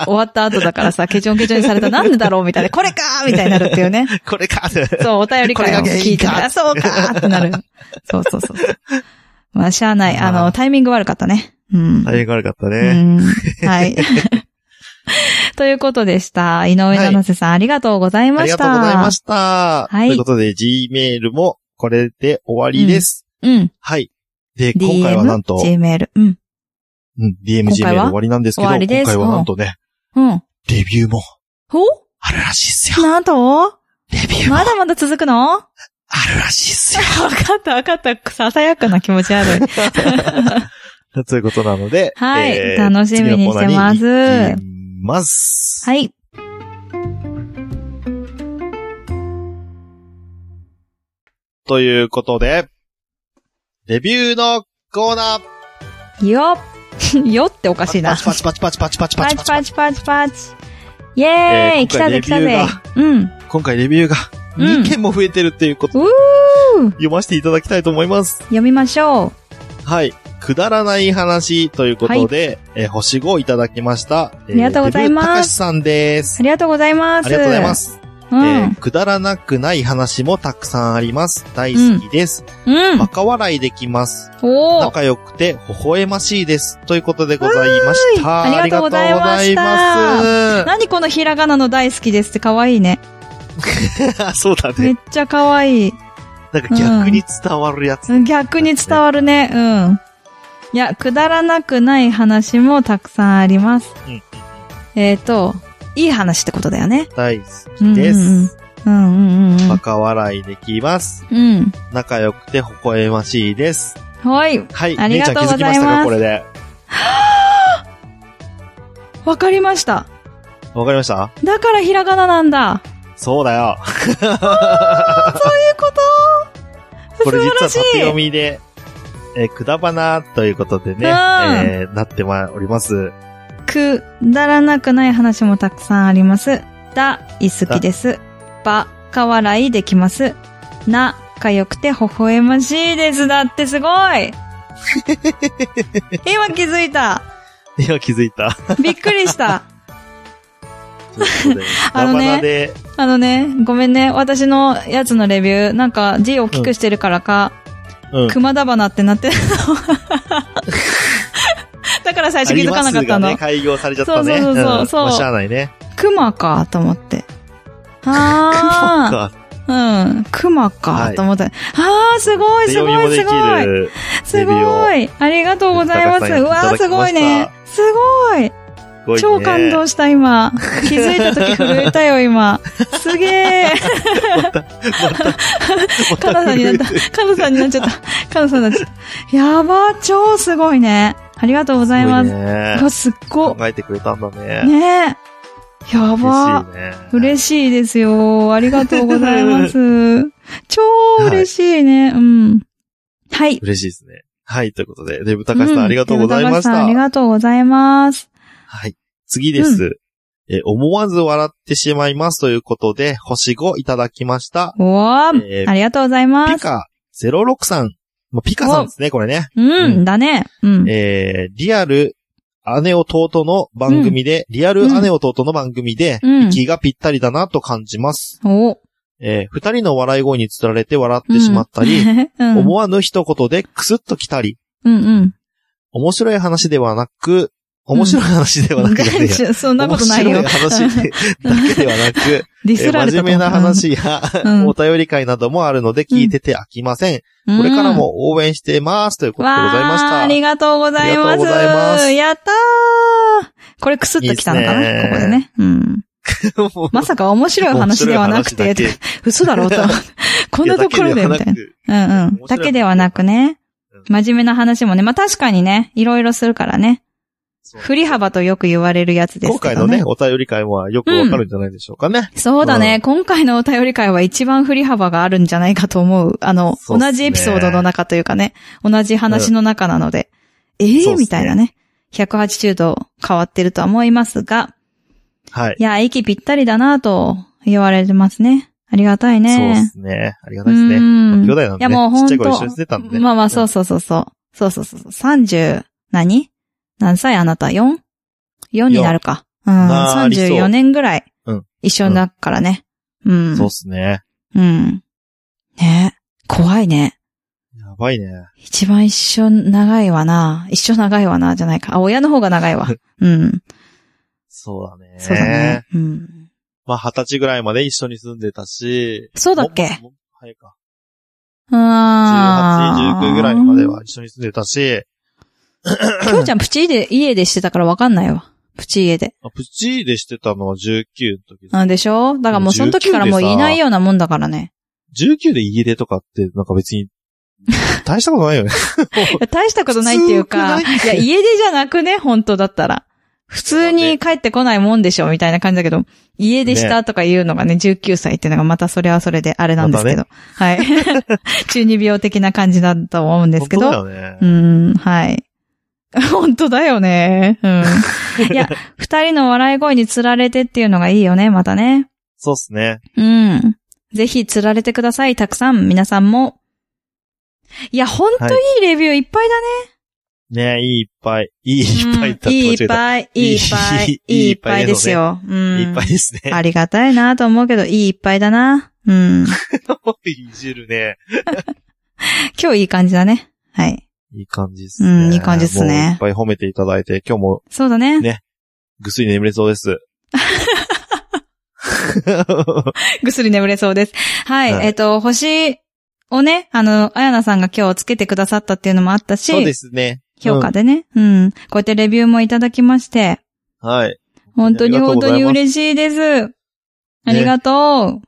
S2: 終わった後だからさ、ケチョンケチョンにされたらなんでだろうみたいな、これかーみたいになるっていうね。 *laughs*
S1: これかって。
S2: そう、お便り会を聞いて
S1: これが原因か
S2: あ、そうかってなる。そうそうそうそう。まあ、しゃあない。あ
S1: あ
S2: の、
S1: ー
S2: タイミング悪かったね。うん。
S1: 大変悪かった
S2: う
S1: ね。
S2: ん。
S1: *laughs*
S2: はい。ということでした。井上七瀬さん、ありがとうござい
S1: あ
S2: ま
S1: り
S2: し
S1: が
S2: た。
S1: とうございました。
S2: はい
S1: ということで、Gmail もこれで終わりです。
S2: うん。
S1: はい。で、今回はなん
S2: DM
S1: と、、
S2: Gmail。うん。
S1: うん、DM、
S2: 今
S1: Gmail
S2: 回は
S1: 終わりなんですけど、
S2: 終わりです
S1: 今回はなんとね、
S2: うん。
S1: レビューも *laughs*
S2: ほ
S1: あるらしいっ
S2: *laughs*
S1: すよ。
S2: なんと
S1: レビューも
S2: まだまだ続くのわ
S1: あるらしいっ
S2: *laughs*
S1: すよ。
S2: かったわかった。ささやかな気持ち
S1: *laughs*
S2: ある。
S1: ということなので、
S2: はい楽しみにしてます
S1: 次のコーナーに行きます。
S2: はい。
S1: ということで、レビューのコーナー
S2: よっ。 *laughs* よっておか
S1: パ
S2: し
S1: チ
S2: いな
S1: パ。チパチパチパチパチパチ
S2: パ
S1: パチ
S2: チ
S1: パチ
S2: パチパチパチ。イェー
S1: え
S2: イ
S1: ー
S2: 来たぜ来た
S1: 今回レ
S2: ぜ
S1: ビュー
S2: うん。
S1: 今回レビューが
S2: うん
S1: 2件も増えてるっていうこと、
S2: うー
S1: 読ませていただきたいと思います。
S2: 読みましょう。
S1: はい。くだらない話ということで、えー星5いただきました。あ
S2: りがとうございます
S1: たかしさんです。
S2: ありがとうございます。
S1: ありがとうございま。す。
S2: う
S1: えー
S2: ん。
S1: くだらなくない話もたくさんあります。大好きです。
S2: うん
S1: バ。カ笑いできます。
S2: おー。
S1: 仲良くて微笑ましいです。ということでございました。
S2: うーいありがとうございました
S1: ありがとうございま
S2: *laughs* 何このひらがなの大好きですって可愛いね。
S1: す。 *laughs* そうだ
S2: め
S1: ね
S2: っ。ちゃ可愛い。
S1: なんか逆に伝わるやつ。
S2: 逆に伝わるね。うん。いや、くだらなくない話もたくさんあります。
S1: うん
S2: えっ、と、いい話ってことだよね。
S1: 大好きです。
S2: うんうんうんうんう
S1: バ
S2: ん。
S1: カ笑いできます。
S2: うん。
S1: 仲良くて微笑ましいです。
S2: はい。
S1: はい。
S2: あり
S1: 姉
S2: が
S1: ちゃ
S2: と
S1: ん
S2: う
S1: 気
S2: ござい
S1: づ
S2: ます
S1: きましたかこれで。
S2: わかりました。
S1: わかりました
S2: だからひらがななんだ。
S1: そうだよ。
S2: ということ
S1: これ実は縦
S2: *laughs* 素晴ら
S1: 読
S2: しい。
S1: みで、えーくだばなということでね、
S2: うん
S1: えーなってまおります。
S2: くだらなくない話もたくさんあります。だ、い好きです。ば、か笑いできます。な、かよくて微笑ましいです。だってすごい今気づいた。
S1: 今気づいた。
S2: びっくりした。
S1: ということで
S2: *laughs* あのね
S1: くだばなで、
S2: あのね、ごめんね。私のやつのレビュー、なんか字大きくしてるからか、
S1: うん。
S2: 熊田花ってなって
S1: *laughs*
S2: るのだから最初気づかなかった
S1: あります。が
S2: の
S1: ね、開業されちゃったね。
S2: そうそうそうそうん
S1: まあしゃあないね。
S2: 熊かと思って。あ
S1: か
S2: あ。うん。熊かと思って。ああ、すごい、
S1: 縦
S2: す
S1: 読み
S2: ご
S1: も
S2: い、
S1: でき
S2: すごい。
S1: る。
S2: すごい。ありがとうございます。
S1: 高橋さん
S2: うわー、すごい
S1: いただ
S2: ね
S1: き。
S2: すごい。
S1: すごいね
S2: 超感動し
S1: *laughs*
S2: た、今。気づいた時震えたよ、今。すげえ。カナさんになった。カナさんになっちゃった。カナさんになっちゃった。やば、超すごいね。ありがとうございます。
S1: ご
S2: う
S1: いね
S2: わ、すっご。
S1: 考えてくれたんだね。
S2: ねえ。や
S1: 嬉
S2: ば。
S1: しいね。
S2: 嬉しいですよ。ありがとうございます。超嬉しいね。うん。はい。
S1: 嬉しいですね。はい、ということで、デブ高橋さんありがとうござい
S2: う
S1: ま
S2: ん高橋
S1: し
S2: さん
S1: た
S2: あり。がとうございます。
S1: はい。次です。えー、思わず笑ってしまいますということで、星5いただきました。
S2: おー、
S1: えー
S2: ありがとうございま
S1: ピ
S2: す。
S1: カ06さん。まあピカさんですね、これね。
S2: う
S1: うん
S2: ん、だね。うん。
S1: えー、リアル姉弟の番組で、リアル姉弟の番組で、
S2: うん。
S1: 気がぴったりだなと感じます。
S2: お。
S1: えー、二人の笑い声につられて笑ってしまったり、
S2: うん、
S1: 思わぬ一言でクスッと来たり、
S2: うん、うん。
S1: 面白い話ではなく、面白い話ではなく、いやいや
S2: *laughs* そんなことないよ
S1: 面。白い
S2: *laughs*
S1: 話でだけではなく、
S2: ディ
S1: え
S2: ス
S1: ー
S2: られ
S1: 真面
S2: たと
S1: 目な話や、
S2: うん
S1: お便り会などもあるので聞いてて飽きません。
S2: うん
S1: これからも応援してます。ということでございました。
S2: わーありがとうございます。
S1: ありがとうございます
S2: やったーこれクスッときたのか
S1: いい
S2: な
S1: っすね
S2: ここでね。うん。
S1: もう *laughs*
S2: まさか面白い話ではなく
S1: 面
S2: て
S1: 白い話だ、
S2: 嘘だろうと思って。こんなところで、みたい
S1: いやだけではく
S2: な。うんうん。だけではなくね
S1: うん。
S2: 真面目な話もね。まあ、確かにね、いろいろするからね。
S1: そう
S2: 振り幅とよく言われるやつです
S1: 今
S2: け
S1: 回
S2: ど
S1: のね、
S2: ね。
S1: お便り会はよくわかるんじゃないでしょうかね。
S2: そうだ
S1: うん
S2: ね。今回のお便り会は一番振り幅があるんじゃないかと思う。あの、
S1: そうっすね
S2: 同じエピソードの中というかね、同じ話の中なので、ええ
S1: そうっすね
S2: みたいなね。180度変わってるとは思いますが、
S1: はい。
S2: いや、息ぴったりだなと言われてますね。ありがたい
S1: そうで
S2: ね。
S1: すね。ありが
S2: う
S1: たいですね。
S2: ん
S1: 兄弟なん
S2: い
S1: でね
S2: や、もう。
S1: ちっちゃ
S2: 本当
S1: い頃一緒にしてたんでね。
S2: まあまあ、そうそうそうそう。そうそうそうそう。30、何何歳あなた ?4?4 になるか。うん。
S1: まあありそう
S2: 34年ぐらい
S1: うん。
S2: 一緒だからね。うん。
S1: そうっすね。
S2: うん。ね怖いね。
S1: やばいね。
S2: 一番一緒長いわな。一緒長いわな、じゃないか。あ、親の方が長
S1: *laughs*
S2: いわ。うん。
S1: そうだね。
S2: そうだね。うん。
S1: まあ、二十歳ぐらいまで一緒に住んでたし。
S2: そうだっけ
S1: もも早いか。
S2: うーん。
S1: 18、19ぐらいまでは。一緒に住んでたし。
S2: きょうちゃんプチで、家でしてたからわかんないわ。プチ家で。
S1: あプチーでしてたのは19の時
S2: なんでしょだからもうその時からもういないようなもんだからね。
S1: 19で家出とかって、なんか別に、大したことないよね。
S2: いや大したことないっていうか、
S1: 普
S2: いや、家出じゃなくね、本当だったら。普通に帰ってこないもんでしょ、みたいな感じだけど、家出したとか言うのがね、19歳っていうのがまたそれはそれであれなんですけど。はい。 *laughs* 中二病的な感じだと思うん *laughs* ですけど。
S1: 本当だよ
S2: う
S1: ね。
S2: ん、はい。 *laughs* 本当だよね。うん。
S1: *laughs*
S2: いや、二人の笑い声につられてっていうのがいいよね、またね。
S1: そうっすね。
S2: うん。ぜひ釣られてください。たくさん、皆さんも。いや、ほんといいレビューいっぱいだね。
S1: ねいいいっぱい。いい *laughs* いっぱいだった。
S2: うんいいっ
S1: 間違
S2: ぱい、いいいっぱ
S1: い
S2: い、い
S1: い
S2: い
S1: い
S2: い
S1: っ
S2: っ
S1: ぱ
S2: ぱ
S1: い
S2: い
S1: で
S2: ですす
S1: よ
S2: よ。
S1: えた
S2: う
S1: いっ
S2: ん
S1: ぱい。ですね。 *laughs*
S2: ありがたいなと思うけど、いいいっぱいだな。うん。
S1: いじるね。
S2: 今日いい感じだね。はい。
S1: いい感じっすね。
S2: うんいい感じっすね
S1: もういっぱい褒めていただいて、今日も
S2: そうだね。
S1: ねぐっすり眠れそう
S2: *laughs*
S1: です。
S2: ぐっすり眠れそうです。はい。
S1: はい
S2: えっ、と、星をね、あの、あやなさんが今日つけてくださったっていうのもあったし、
S1: *laughs* そうですね。
S2: 評価でね、うん。こうやってレビューもいただきまして、
S1: はい。
S2: 本当に
S1: ありがとうご
S2: 本
S1: ざ
S2: 当
S1: います
S2: に嬉しいです。ありがと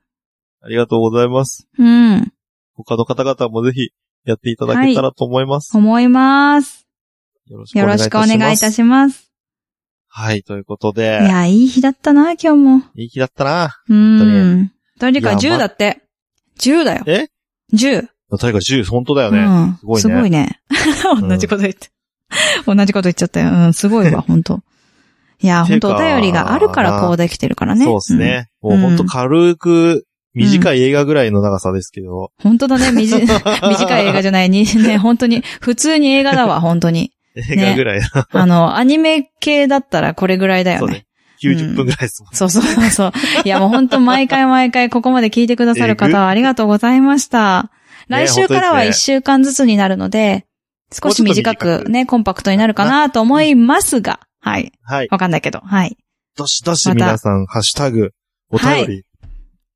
S1: ありがとうございます。
S2: う。うん。
S1: 他の方々もぜひやっていただけたらと思います。
S2: 思います。
S1: よろしくお
S2: よ
S1: 願いいた
S2: ろし
S1: し
S2: くお
S1: ます。
S2: 願いいたします。
S1: はい、ということ
S2: い
S1: で、
S2: や、いい日だったな、今日も。
S1: いい日だったな。
S2: うん。とに
S1: い
S2: か
S1: や
S2: く10だって。10だよ。
S1: え
S2: ?10。
S1: とにかく10、本当だよ
S2: う
S1: ね。
S2: ん
S1: すごいね
S2: すごいね。
S1: ん
S2: *laughs* 同じこと言って。同じこと言っちゃったよ。うん、すご
S1: *laughs*
S2: いわ、本当いや、
S1: てい
S2: 本
S1: うか
S2: 当お便りがあるからこうできてるからね。
S1: そうですね。もう本当軽く、短い映画ぐらいの長さですけど。
S2: うん。本当だね、みじ *laughs* 短い映画じゃないに、ね、本当に、普通に映画だわ、本当に。
S1: 映画ぐらい。
S2: あの、アニメ系だったらこれぐらいだ
S1: そう
S2: よね
S1: ね。。90分ぐらいですもん
S2: そうそうそうそう。いや、もう本当毎回毎回ここまで聞いてくださる方はありがとうございました。
S1: えぐ
S2: 来週か
S1: ね本
S2: ら
S1: 当
S2: は
S1: ですね
S2: 1週間ずつになるので、少し短
S1: もうちょっと短
S2: く
S1: く
S2: ね、コンパクトになるかなと思いますが、はい。
S1: はい。
S2: わかんないけど、はい。
S1: どしどし皆さん、ハッシュタグ、お便り、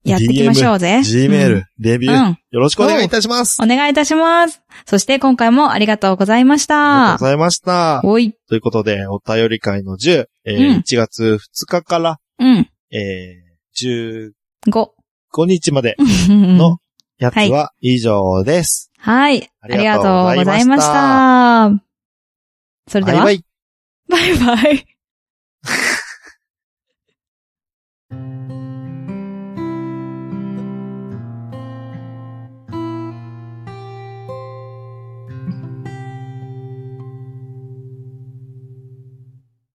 S2: やっていきましょうぜ。
S1: G メール、レビ
S2: う
S1: ュ
S2: ん。
S1: ー、
S2: うん。
S1: よろしくお願いいたします。
S2: お願いいたします。そして今回もありがとうございまし
S1: ありが
S2: た
S1: とう。ございました。
S2: おい。
S1: ということで、お便り会の10、えー
S2: うん
S1: 1月2日から、
S2: うん。
S1: えー
S2: ご。
S1: 15日までの
S2: の。
S1: やつは以上です。
S2: *laughs* はい。ありがとうございまし
S1: あ
S2: た。それで
S1: バイ
S2: は、
S1: バ
S2: バ
S1: イ
S2: イバイ。